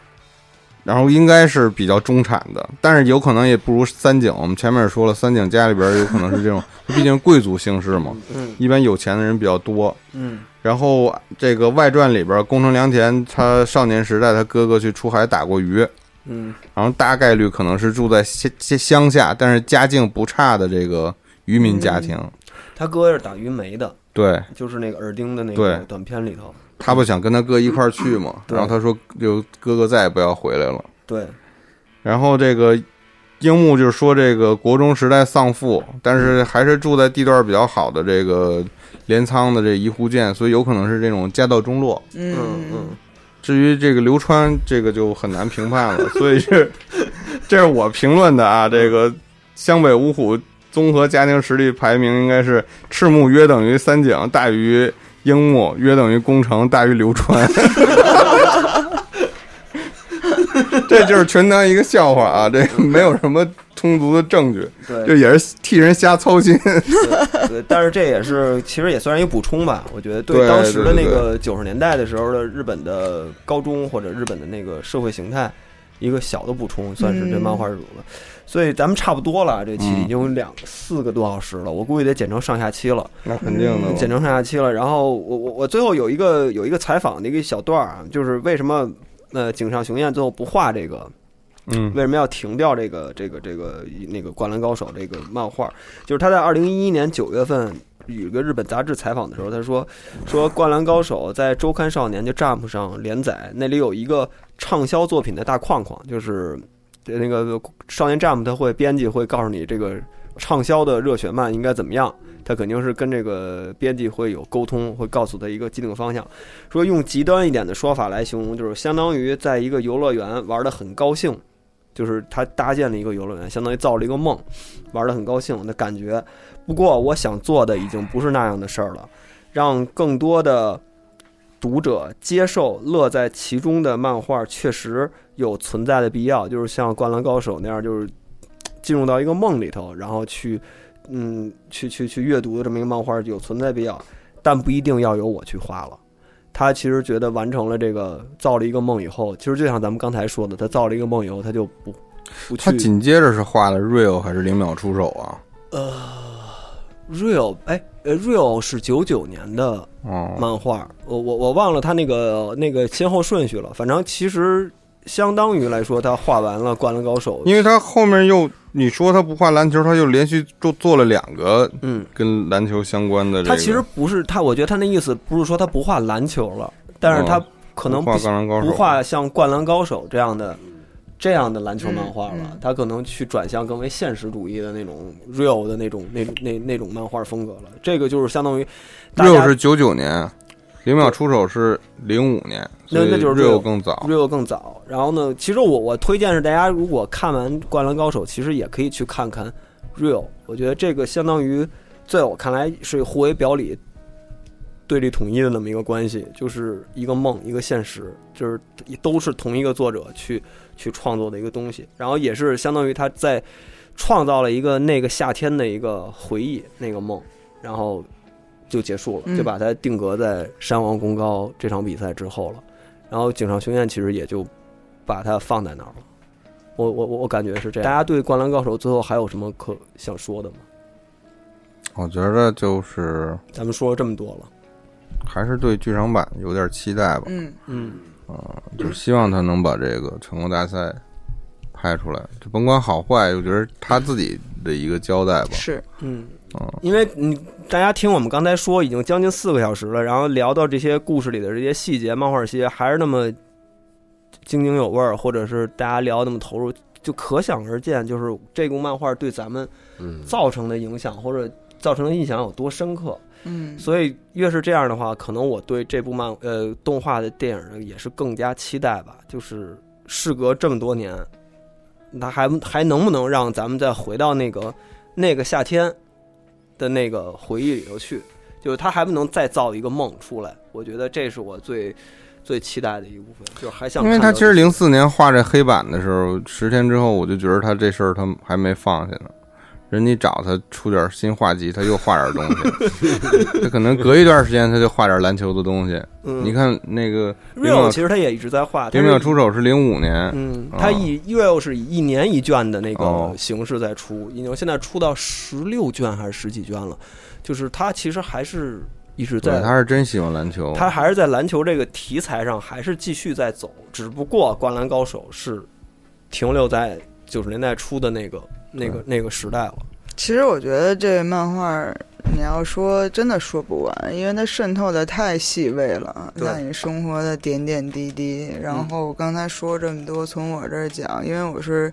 S4: 然后应该是比较中产的，但是有可能也不如三井。我们前面也说了，三井家里边有可能是这种， 毕竟贵族姓氏嘛，
S6: 嗯
S4: 一般有钱的人比较多。
S6: 嗯
S4: 然后这个外传里边，宫城良田他少年时代他哥哥去出海打过鱼，
S6: 嗯
S4: 然后大概率可能是住在乡乡下，但是家境不差的这个渔民家庭。
S6: 嗯他哥是打鱼梅的，
S4: 对
S6: 就是那个耳钉的那个
S4: 对
S6: 短片里头。
S4: 他不想跟他哥一块儿去嘛，
S6: 嗯对
S4: 然后他说就哥哥再也不要回来了。
S6: 对，
S4: 然后这个樱木就是说这个国中时代丧父，但是还是住在地段比较好的这个镰仓的这一户建，所以有可能是这种家道中落。
S6: 嗯
S5: 嗯
S6: 嗯，
S4: 至于这个流川，这个就很难评 判了，所以是这是我评论的啊。这个湘北五虎综合家庭实力排名应该是赤木约等于三井，大于樱木，约等于宫城，大于流川。 这就是全当一个笑话啊，这个没有什么充足的证据，就
S6: 对
S4: 也是替人瞎操心。
S6: 对，但是这也是其实也算是一个补充吧。我觉得对
S4: 对
S6: 当时的那
S4: 对对
S6: 个九十年代的时候的日本的高中或者日本的那个社会形态一个小的补充，算是对漫画这种
S4: 嗯
S6: 了。所以咱们差不多了，这期已经有两四个多小时了，我估计得剪成上下期了。
S4: 那肯定
S7: 嗯
S4: 的
S6: 剪
S4: 了，
S6: 成嗯上下期了。然后我我我最后有一个有一个采访的一个小段儿啊，就是为什么呃井上雄彦最后不画这个，
S4: 嗯
S6: 为什么要停掉这个这个这个那个《灌篮高手》这个漫画？就是他在二零一一年九月份。有一个日本杂志采访的时候，他说说《灌篮高手》在周刊少年就 Jump 上连载，那里有一个畅销作品的大框框，就是呃那个少年 Jump 他会编辑会告诉你这个畅销的热血漫应该怎么样，他肯定是跟这个编辑会有沟通，会告诉他一个既定方向。说用极端一点的说法来形容，就是相当于在一个游乐园玩的很高兴，就是他搭建了一个游乐园，相当于造了一个梦，玩的很高兴的感觉。不过我想做的已经不是那样的事儿了，让更多的。读者接受乐在其中的漫画，确实有存在的必要。就是像《灌篮高手》那样，就是进入到一个梦里头，然后去，嗯，去去去阅读的这么一个漫画有存在必要，但不一定要由我去画了。他其实觉得完成了这个，造了一个梦以后，其实就像咱们刚才说的，他造了一个梦以后，他就不不
S4: 他
S6: 去
S4: 紧接着是画了 real 还是零秒出手啊？
S6: real 哎呃 real 是九九年的
S4: 哦，
S6: 漫画，我我我忘了他那个那个先后顺序了。反正其实相当于来说，他画完了《灌篮高手》，
S4: 因为他后面又你说他不画篮球，他又连续做做了两个
S6: 嗯，
S4: 跟篮球相关的这个。
S6: 他其实不是他，我觉得他那意思不是说他不画篮球了，但是他
S4: 哦
S6: 可能
S4: 不
S6: 不
S4: 画灌篮高手，
S6: 不画像《灌篮高手》这样的这样的篮球漫画
S5: 嗯
S6: 了
S5: 嗯，
S6: 他可能去转向更为现实主义的那种 real 的那种那种那那种漫画风格了。这个就是相当于大
S4: real
S6: 家
S4: 是九九年，零秒出手是零五年，
S6: 那
S4: 所以
S6: 那就是嗯
S4: real
S6: real
S4: 更早。
S6: real 更早。然后呢，其实我我推荐是大家如果看完《灌篮高手》，其实也可以去看看 real。我觉得这个相当于在我看来是互为表里、对立统一的那么一个关系，就是一个梦，一个现实，就是都是同一个作者去去创作的一个东西。然后也是相当于他在创造了一个那个夏天的一个回忆，那个梦，然后。就结束了，
S5: 嗯
S6: 就把它定格在山王功高这场比赛之后了。然后井上雄彦其实也就把它放在那儿了。我我我我感觉是这样。大家对《灌篮高手》最后还有什么可想说的吗？
S4: 我觉得就是
S6: 咱们说了这么多了，
S4: 还是对剧场版有点期待吧，
S5: 嗯，
S6: 嗯，
S4: 就是希望他能把这个全国大赛拍出来，就甭管好坏，我觉得他自己的一个交代吧。
S5: 是
S6: 嗯
S4: 哦，
S6: 因为你大家听我们刚才说已经将近四个小时了，然后聊到这些故事里的这些细节、漫画细节，还是那么津津有味儿，或者是大家聊得那么投入，就可想而知，就是这部漫画对咱们
S7: 嗯，
S6: 造成的影响或者造成的印象有多深刻。
S5: 嗯，
S6: 所以越是这样的话，可能我对这部漫呃动画的电影也是更加期待吧。就是事隔这么多年，那还还能不能让咱们再回到那个那个夏天的那个回忆里头去？就是他还不能再造一个梦出来，我觉得这是我最最期待的一部分，就是还想
S4: 因为
S6: 看
S4: 他
S6: 到
S4: 其
S6: 这
S4: 实零四年画这黑板的时候，十天之后我就觉得他这事儿他还没放下呢。人家找他出点新画集，他又画点东 西。他可能隔一段时间他就画点篮球的东西。
S6: 嗯
S4: 你看那个零
S6: real
S4: 秒
S6: 其实他也一直在画，
S4: 零
S6: 但
S4: 秒
S6: 是
S4: 出手是零五年，
S6: 嗯，
S4: 啊
S6: 它以 real 是以一年一卷的那
S4: 哦
S6: 个形式在出，因为现在出到十六卷还是十几卷了，就是它其实还是一直
S4: 对，
S6: 在，
S4: 他是真喜欢篮球。
S6: 它还是在篮球这个题材上还是继续在走，只不过《灌篮高手》是停留在九十年代初的那个那个那个时代了。
S5: 其实我觉得这漫画儿你要说真的说不完，因为它渗透的太细微了，
S6: 对
S5: 在你生活的点点滴滴。
S4: 嗯
S5: 然后我刚才说这么多，从我这儿讲，因为我是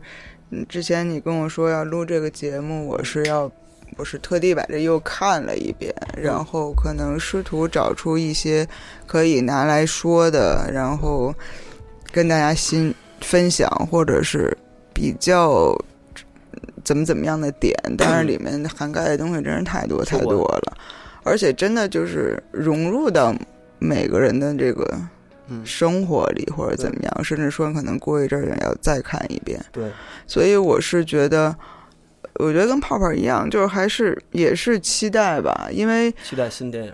S5: 嗯之前你跟我说要录这个节目，我是要我是特地把这又看了一遍，
S6: 嗯
S5: 然后可能试图找出一些可以拿来说的，然后跟大家新分享或者是比较怎么怎么样的点， 但是里面涵盖的东西真是太多太多了，
S6: 嗯
S5: 而且真的就是融入到每个人的这个
S6: 嗯
S5: 生活里或者怎么样，甚至说可能过一阵儿也要再看一遍。
S6: 对，
S5: 所以我是觉得，我觉得跟泡泡一样，就是还是也是期待吧，因为
S6: 期待新电影，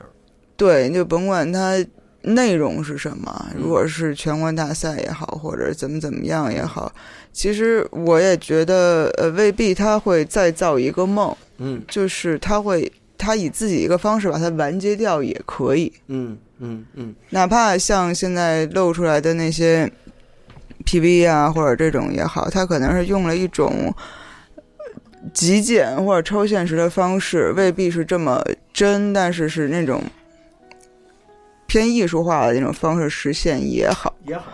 S5: 对，你就甭管它内容是什么，
S6: 嗯
S5: 如果是全国大赛也好，或者怎么怎么样也好，其实我也觉得，呃，未必他会再造一个梦，
S6: 嗯
S5: 就是他会他以自己一个方式把它完结掉也可以，
S6: 嗯嗯嗯，
S5: 哪怕像现在露出来的那些 PV 啊，或者这种也好，它可能是用了一种极简或者超现实的方式，未必是这么真，但是是那种偏艺术化的那种方式实现也好。
S6: 也好，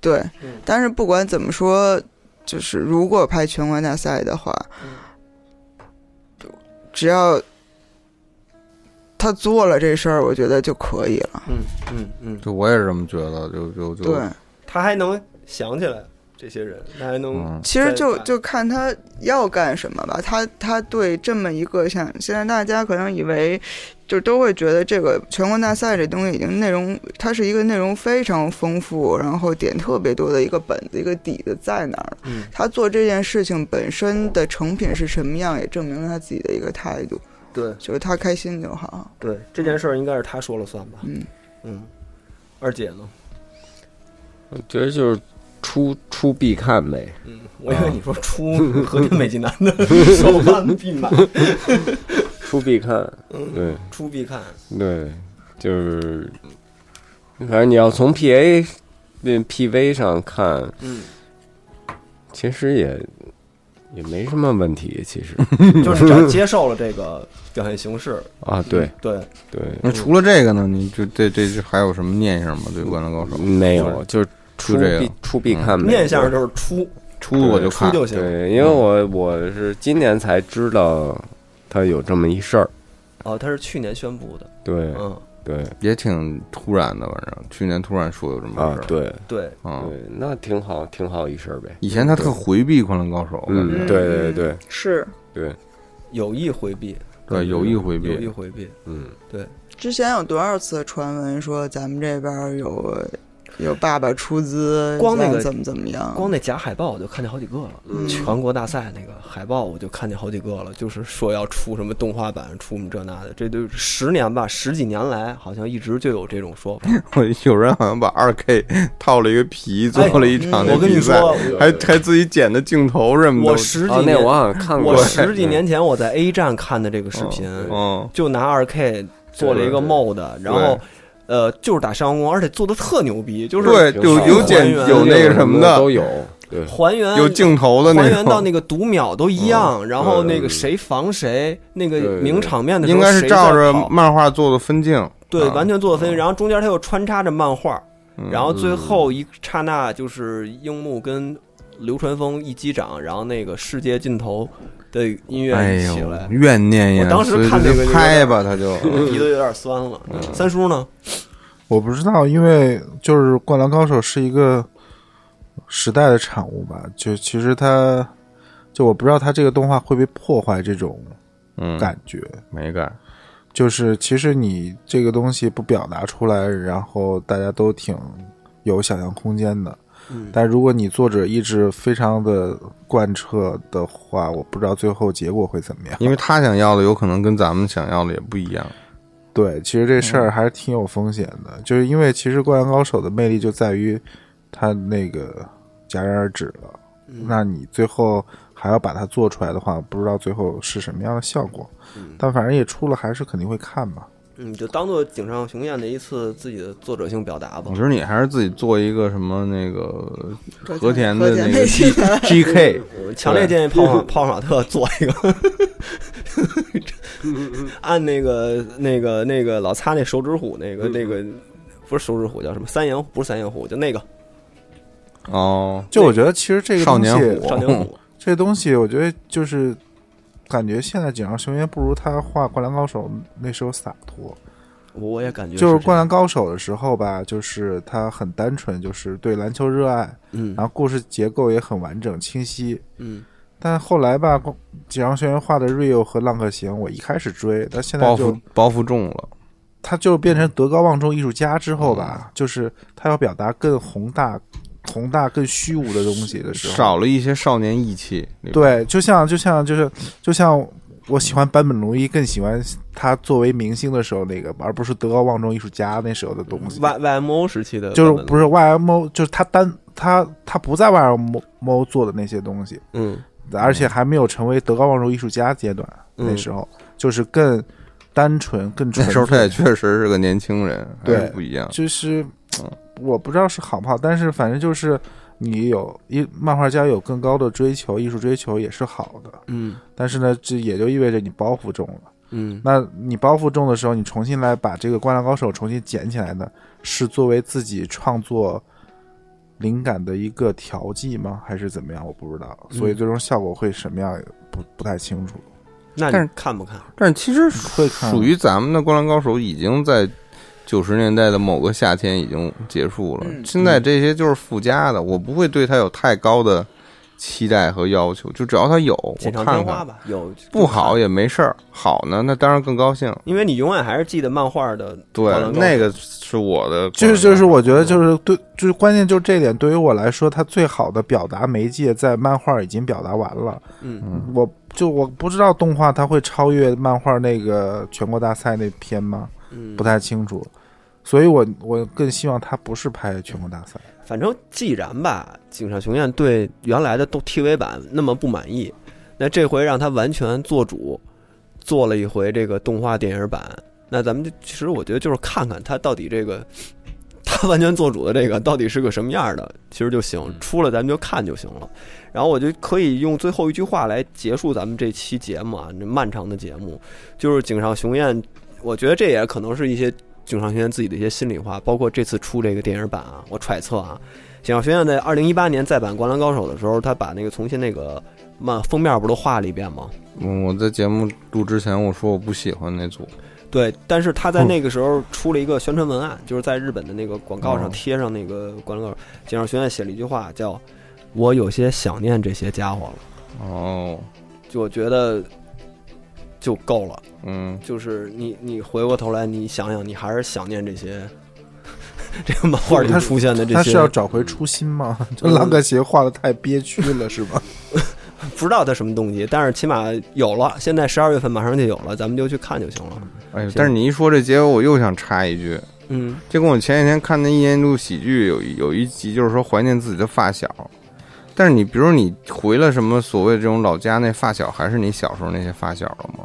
S5: 对
S6: 嗯，
S5: 但是不
S6: 嗯
S5: 管怎么说，就是如果拍全国大赛的话，只要他做了这事儿，我觉得就可以了。
S6: 嗯嗯嗯，
S4: 就我也是这么觉得，就就就
S5: 对，
S6: 他还能想起来这些人，他还能
S4: 嗯
S5: 其实就
S6: 在
S5: 就看他要干什么吧。他他对这么一个像现在大家可能以为，就都会觉得这个全国大赛这东西已经内容，它是一个内容非常丰富，然后点特别多的一个本子一个底子在那儿。
S6: 嗯
S5: 他做这件事情本身的成品是什么样，也证明了他自己的一个态度，
S6: 对
S5: 就是他开心就好。
S6: 对这件事儿应该是他说了算吧？
S5: 嗯，
S6: 嗯，二姐呢？
S7: 我觉得就是出出必看呗。
S6: 嗯，我
S4: 啊
S6: 以为你说出和田美纪男的 手办必买，
S7: 出必看，
S6: 嗯
S7: 对
S6: 出必看。
S7: 对，就是，反正你要从 P A 那 P V 上看，
S6: 嗯，
S7: 其实也也没什么问题。其实
S4: 嗯
S6: 就是只要接受了这个表现形式，
S7: 啊，对
S6: 对，
S7: 对，
S4: 那
S6: 嗯
S4: 除了这个呢，你就这这这还有什么念想吗？对《灌篮高
S6: 嗯
S4: 手》
S7: 没有，就是出
S4: 就这
S7: 必
S4: 个
S7: 出必看呗。
S6: 面相就是出
S4: 嗯出我就
S6: 出
S4: 看，
S6: 就行。
S7: 对，因为我我是今年才知道他有这么一事儿。
S6: 哦，他是去年宣布的，
S7: 对
S6: 嗯，
S7: 对
S4: 也挺突然的，反正去年突然说有这么
S7: 啊
S4: 个事，儿
S7: 对
S6: 对，
S4: 啊。
S7: 对，那挺好，挺好一事儿呗。
S4: 以前他特回避《灌篮高手》，感觉
S7: 嗯， 对对对
S5: 是
S7: 对，
S6: 有意回避，
S4: 对有意回
S6: 有意
S4: 避，
S6: 回避，
S7: 嗯，
S6: 对，
S5: 之前有多少次传闻说咱们这边儿有有爸爸出资，
S6: 光那个
S5: 怎么怎么样？
S6: 光那假海报我就看见好几个了，全国大赛那个海报我就看见好几个了，就是说要出什么动画版，出什么这那的，这都十年吧，十几年来好像一直就有这种说法。
S4: 有人好像把二 K 套了一个皮，做了一
S6: 哎
S4: 场
S6: 嗯我
S4: 那
S6: 跟你
S4: 比赛，
S6: 说，
S4: 还还自己剪的镜头什么的。
S6: 我十几
S7: 啊，那
S6: 年，
S7: 我好像看过，
S6: 我
S4: 哎
S6: 十几年前我在 A 站看的这个视频，
S4: 嗯，
S6: 就拿二 K 做了一个
S7: 对对
S6: mod，然后
S4: 对
S6: 呃就是打上工，而且做的特牛逼，就是
S4: 对，
S7: 挺
S4: 有
S7: 好
S4: 有
S7: 的
S4: 剪
S6: 还原
S4: 有那个什么的，
S7: 都有，对，
S6: 还原
S4: 有镜头的
S6: 嗯还
S4: 那
S6: 原到
S4: 种，哦
S6: 那个读秒都一样，然后那个
S7: 嗯
S6: 谁防谁，那个
S7: 对对
S6: 名场面的时
S4: 应
S6: 候
S4: 该是
S6: 谁
S4: 照
S6: 在
S4: 着
S6: 跑
S4: 漫画做的分镜。
S6: 对，
S4: 啊
S6: 完全做分析，然后中间他又穿插着漫画，
S4: 嗯
S6: 然后最后一刹那就是樱木跟流川枫一击掌，然后那个世界尽头的音乐
S4: 哎
S6: 一起
S4: 呦
S6: 来，，
S4: 怨念呀！
S6: 我当时
S4: 所以
S6: 看
S4: 他
S6: 那个
S4: 就
S6: 就
S4: 拍
S6: 有点
S4: 吧，他就
S6: 鼻子有点酸了。三叔呢？
S8: 我不知道，因为就是《灌篮高手》是一个时代的产物吧，就其实它，就我不知道它这个动画会不会破坏这种
S4: 嗯，
S8: 感觉，
S4: 没干，
S8: 就是其实你这个东西不表达出来，然后大家都挺有想象空间的。但如果你作者意志非常的贯彻的话，我不知道最后结果会怎么 样。
S4: 因为他想要的有可能跟咱们想要的也不一样。
S8: 对，其实这事儿还是挺有风险的，就是因为其实《灌篮高手》的魅力就在于它那个戛然而止了。那你最后还要把它做出来的话，不知道最后是什么样的效果。但反正也出了，还是肯定会看嘛。
S6: 嗯，就当做井上雄彦的一次自己的作者性表达吧
S4: 我。觉得你还是自己做一个什么那个和田的
S5: 和田
S4: 那 个
S5: 那
S4: G
S5: 些
S4: G K，
S6: 我强烈建议泡泡泡马特做一个，按那个那个那个老擦那手指虎那个那个不是手指虎叫什么三眼虎不是三眼虎就那个
S4: 哦，
S8: 就我觉得其实这个
S4: 少
S8: 东
S4: 年
S8: 西
S4: 虎，
S6: 少年虎。
S8: 这东西我觉得就是感觉现在井上雄彦不如他画《灌篮高手》那时候洒脱。
S6: 我也感觉
S8: 就是《
S6: 这
S8: 灌
S6: 样
S8: 篮高手》的时候吧，就是他很单纯，就是对篮球热爱。
S6: 嗯
S8: 然后故事结构也很完整清晰。
S6: 嗯
S8: 但后来吧，光锦上学院画的《瑞 i 和《浪客行》，我一开始追，但现
S4: 包
S8: 在就
S4: 袱包袱重了，
S8: 他就变成德高望重艺术家之后
S6: 嗯
S8: 吧，就是他要表达更宏大、宏大、更虚无的东西的时候，
S4: 少了一些少年义气。里边，
S8: 对，就像就像就是就像我喜欢坂本龙一，更喜欢他作为明星的时候那个，而不是德高望重艺术家那时候的东西。
S6: ，Y Y M O 时期的
S8: 就是
S6: 版本
S8: 不是 YMO，就是他单他他不在 YMO 做的那些东西，
S6: 嗯
S8: 而且还没有成为德高望重艺术家阶段，
S6: 嗯
S8: 那时候就是更单纯、更
S4: 那
S8: 纯
S4: 时候他
S8: 粹
S4: 也确实是个年轻人，还是
S8: 对
S4: 不一样。
S8: 就是
S4: 嗯
S8: 我不知道是好不好，但是反正就是你有一漫画家有更高的追求，艺术追求也是好的，
S6: 嗯
S8: 但是呢，这也就意味着你包袱重了。
S6: 嗯
S8: 那你包袱重的时候，你重新来把这个《灌篮高手》重新捡起来呢，是作为自己创作灵感的一个调剂吗？还是怎么样？我不知道，所以最终效果会什么样也不不太清楚。
S3: 那
S4: 但
S3: 你
S4: 是
S3: 看不看？
S4: 但是其实
S8: 会看
S4: 属于咱们的《灌篮高手》已经在九十年代的某个夏天已经结束了，
S10: 嗯
S4: 现在这些就是附加的，我不会对它有太高的期待和要求，就只要它有，我
S3: 锦上添
S4: 看
S3: 花
S4: 看。
S3: 吧，有
S4: 不好，也没事儿，好呢，那当然更高兴。
S3: 因为你永远还是记得漫画的
S4: 对
S3: 灌篮，高手
S4: 那个是我的，
S8: 就是就是，我觉
S3: 嗯
S8: 得就是对，就是关键就是这点，对于我来说，它最好的表达媒介在漫画已经表达完了。
S3: 嗯，
S8: 我就我不知道动画它会超越漫画那个全国大赛那篇吗？
S3: 嗯
S8: 不太清楚，所以我我更希望它不是拍全国大赛。
S3: 反正既然吧，井上雄彦对原来的动 TV 版那么不满意，那这回让他完全做主，做了一回这个动画电影版。那咱们就其实我觉得就是看看他到底这个他完全做主的这个到底是个什么样的，其实就行。出了咱们就看就行了。然后我就可以用最后一句话来结束咱们这期节目啊，这漫长的节目，就是井上雄彦，我觉得这也可能是一些井上雄彦自己的一些心里话，包括这次出这个电影版啊，我揣测啊，井上雄彦在二零一八年再版《灌篮高手》的时候，他把那个重新那个漫封面不都画了一遍吗？
S4: 嗯我在节目录之前我说我不喜欢那组，
S3: 对，但是他在那个时候出了一个宣传文案，就是在日本的那个广告上
S4: 哦
S3: 贴上那个《灌篮高手》，井上雄彦写了一句话叫“我有些想念这些家伙了
S4: 哦，”，
S3: 就我觉得就够了。
S4: 嗯，
S3: 就是你你回过头来，你想想，你还是想念这些 这个漫画里
S8: 他
S3: 出现的这
S8: 它
S3: 些。嗯
S8: 是要找回初心吗？ 就浪个鞋画的太憋屈了是吗？
S3: 不知道他什么动机，但是起码有了。现在十二月份马上就有了，咱们就去看就行了。
S4: 哎，但是你一说这结尾，我又想插一句，
S3: 嗯，
S4: 这跟我前几天看那《一年一度喜剧》有一有一集，就是说怀念自己的发小。但是你，比如你回了什么所谓这种老家那发小，还是你小时候那些发小了吗？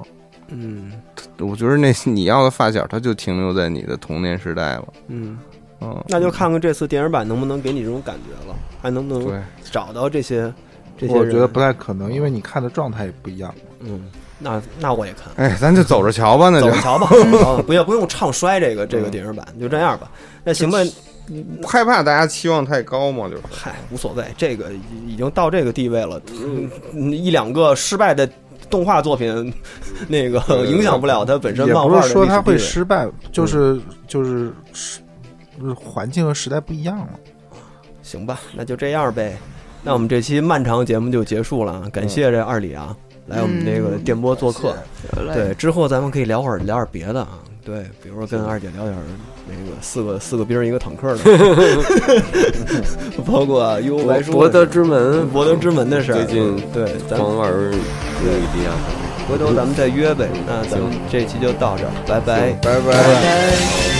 S3: 嗯
S4: 我觉得那你要的发小，他就停留在你的童年时代了。
S3: 嗯，
S4: 嗯，
S3: 那就看看这次电影版能不能给你这种感觉了，还能不能
S4: 对，
S3: 找到这些这些人。
S8: 我觉得不太可能，因为你看的状态也不一样。
S3: 嗯，那那我也看，
S4: 哎，咱就走着瞧吧，那
S3: 走
S4: 就
S3: 着瞧吧，走着瞧吧不要不用唱衰这个这个电影版，就这样吧。那行吧，
S4: 不害怕大家期望太高嘛，就是
S3: 嗨，无所谓，这个已已经到这个地位了，嗯一两个失败的动画作品，那个
S4: 对对
S3: 影响不了它本身
S8: 也
S3: 呃漫
S8: 不
S3: 画的
S8: 是说
S3: 历史
S8: 它
S3: 地
S8: 会
S3: 位。嗯
S8: 失败，就是就是是环境和时代不一样了。
S3: 行吧，那就这样呗。那我们这期漫长节目就结束了，啊，感谢这二李啊，来我们这个电波做客。对，之后咱们可以聊会儿聊点别的啊。对，比如说跟二姐聊点儿那个四个四个兵儿一个坦克的，包括幽白书的
S6: 博德
S3: 事
S6: 之门，
S3: 博德之门的事儿。
S6: 最近
S3: 对，咱们
S6: 狂玩儿路易迪亚。
S3: 回头咱们再约呗。那咱们这期就到这儿，拜拜。
S4: 拜拜。
S10: 对